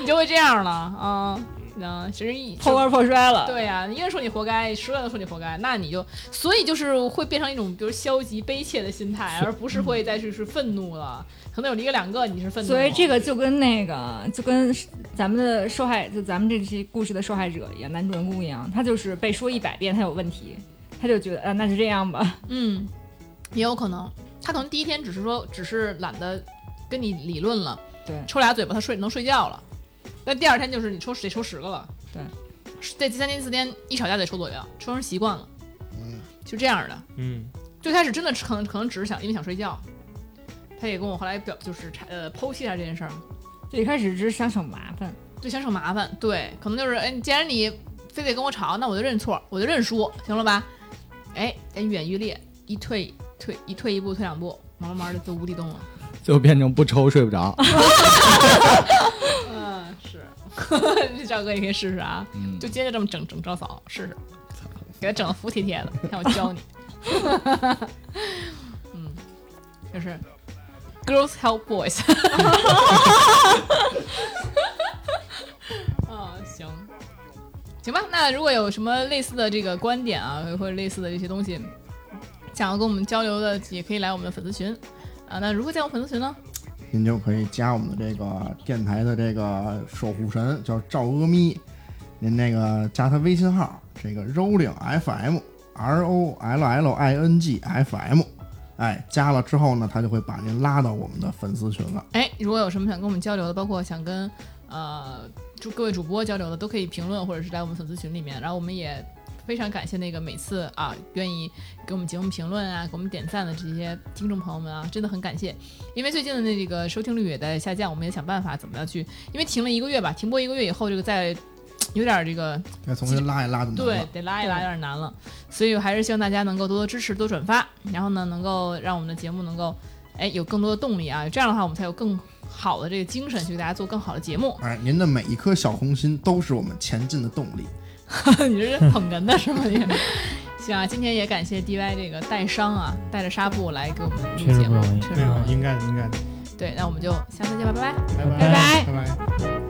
[SPEAKER 2] 你就会这样了啊。嗯，其实一
[SPEAKER 5] 破罐破摔了。
[SPEAKER 2] 对呀、一个人说你活该，十个人说你活该，那你就所以就是会变成一种比如消极悲切的心态，而不是会再去是愤怒了。可能有一个两个你是愤怒，
[SPEAKER 5] 所以这个就跟那个就跟咱们的受害，就咱们这期故事的受害者一样，男主人公一样，他就是被说一百遍他有问题，他就觉得啊、呃那就这样吧。
[SPEAKER 2] 嗯，也有可能他可能第一天只是说只是懒得跟你理论了，
[SPEAKER 5] 对
[SPEAKER 2] 抽俩嘴巴他睡能睡觉了，但第二天就是你抽得抽十个了，
[SPEAKER 5] 对，
[SPEAKER 2] 这第三天第四天一吵架得抽左右，抽成习惯了。
[SPEAKER 3] 嗯，
[SPEAKER 2] 就这样的。
[SPEAKER 4] 嗯
[SPEAKER 2] 最开始真的可能可能只是想因为想睡觉，他也跟我后来表就是呃剖析一下这件事儿，
[SPEAKER 5] 就一开始只是想省麻烦，
[SPEAKER 2] 就想省麻烦。对，可能就是哎，既然你非得跟我吵，那我就认错，我就认输，行了吧？哎，人远愈烈，一退退一退一步，退两步，慢慢慢的就无底洞了。
[SPEAKER 6] 就变成不抽睡不着。
[SPEAKER 2] 嗯，是， 赵哥你可以试试啊，
[SPEAKER 6] 嗯
[SPEAKER 2] 就今天就这么整整赵嫂试试，给他整的服帖帖的，看我教你。嗯，就是 girls help boys。嗯，行，行吧。那如果有什么类似的这个观点啊，或者类似的这些东西，想要跟我们交流的，也可以来我们的粉丝群啊。那如何加入粉丝群呢？
[SPEAKER 3] 您就可以加我们的这个电台的这个守护神，叫赵阿咪，您那个加他微信号，这个 Rolling FM R O L L I N G F M，哎，加了之后呢，他就会把您拉到我们的粉丝群了。
[SPEAKER 2] 哎，如果有什么想跟我们交流的，包括想跟呃主各位主播交流的，都可以评论或者是来我们粉丝群里面。然后我们也非常感谢那个每次啊愿意给我们节目评论啊、给我们点赞的这些听众朋友们啊，真的很感谢。因为最近的那个收听率也在下降，我们也想办法怎么样去，因为停了一个月吧，停播一个月以后，这个在有点儿这个
[SPEAKER 3] 再重新拉一拉就能
[SPEAKER 2] 对
[SPEAKER 3] 了。，
[SPEAKER 2] 得拉一拉，有
[SPEAKER 5] 对
[SPEAKER 2] 点难了。所以我还是希望大家能够多多支持、多转发，
[SPEAKER 4] 嗯
[SPEAKER 2] 然后呢，能够让我们的节目能够，哎，有更多的动力啊。这样的话，我们才有更好的这个精神去给大家做更好的节 目。
[SPEAKER 3] 哎，您的每一颗小红心都是我们前进的动力。
[SPEAKER 2] 你这是捧哏的是吗？你行啊，今天也感谢 DY 这个带伤啊，带着纱布来给我们
[SPEAKER 4] 确
[SPEAKER 2] 录
[SPEAKER 4] 实
[SPEAKER 2] 节目
[SPEAKER 4] 不容易，嗯
[SPEAKER 2] 确实
[SPEAKER 7] 没
[SPEAKER 2] 不
[SPEAKER 7] 有
[SPEAKER 2] 容，易。
[SPEAKER 7] 应该的，应该的，
[SPEAKER 2] 对，那我们就下次见吧，拜拜。
[SPEAKER 7] 拜
[SPEAKER 4] 拜
[SPEAKER 7] 拜拜拜。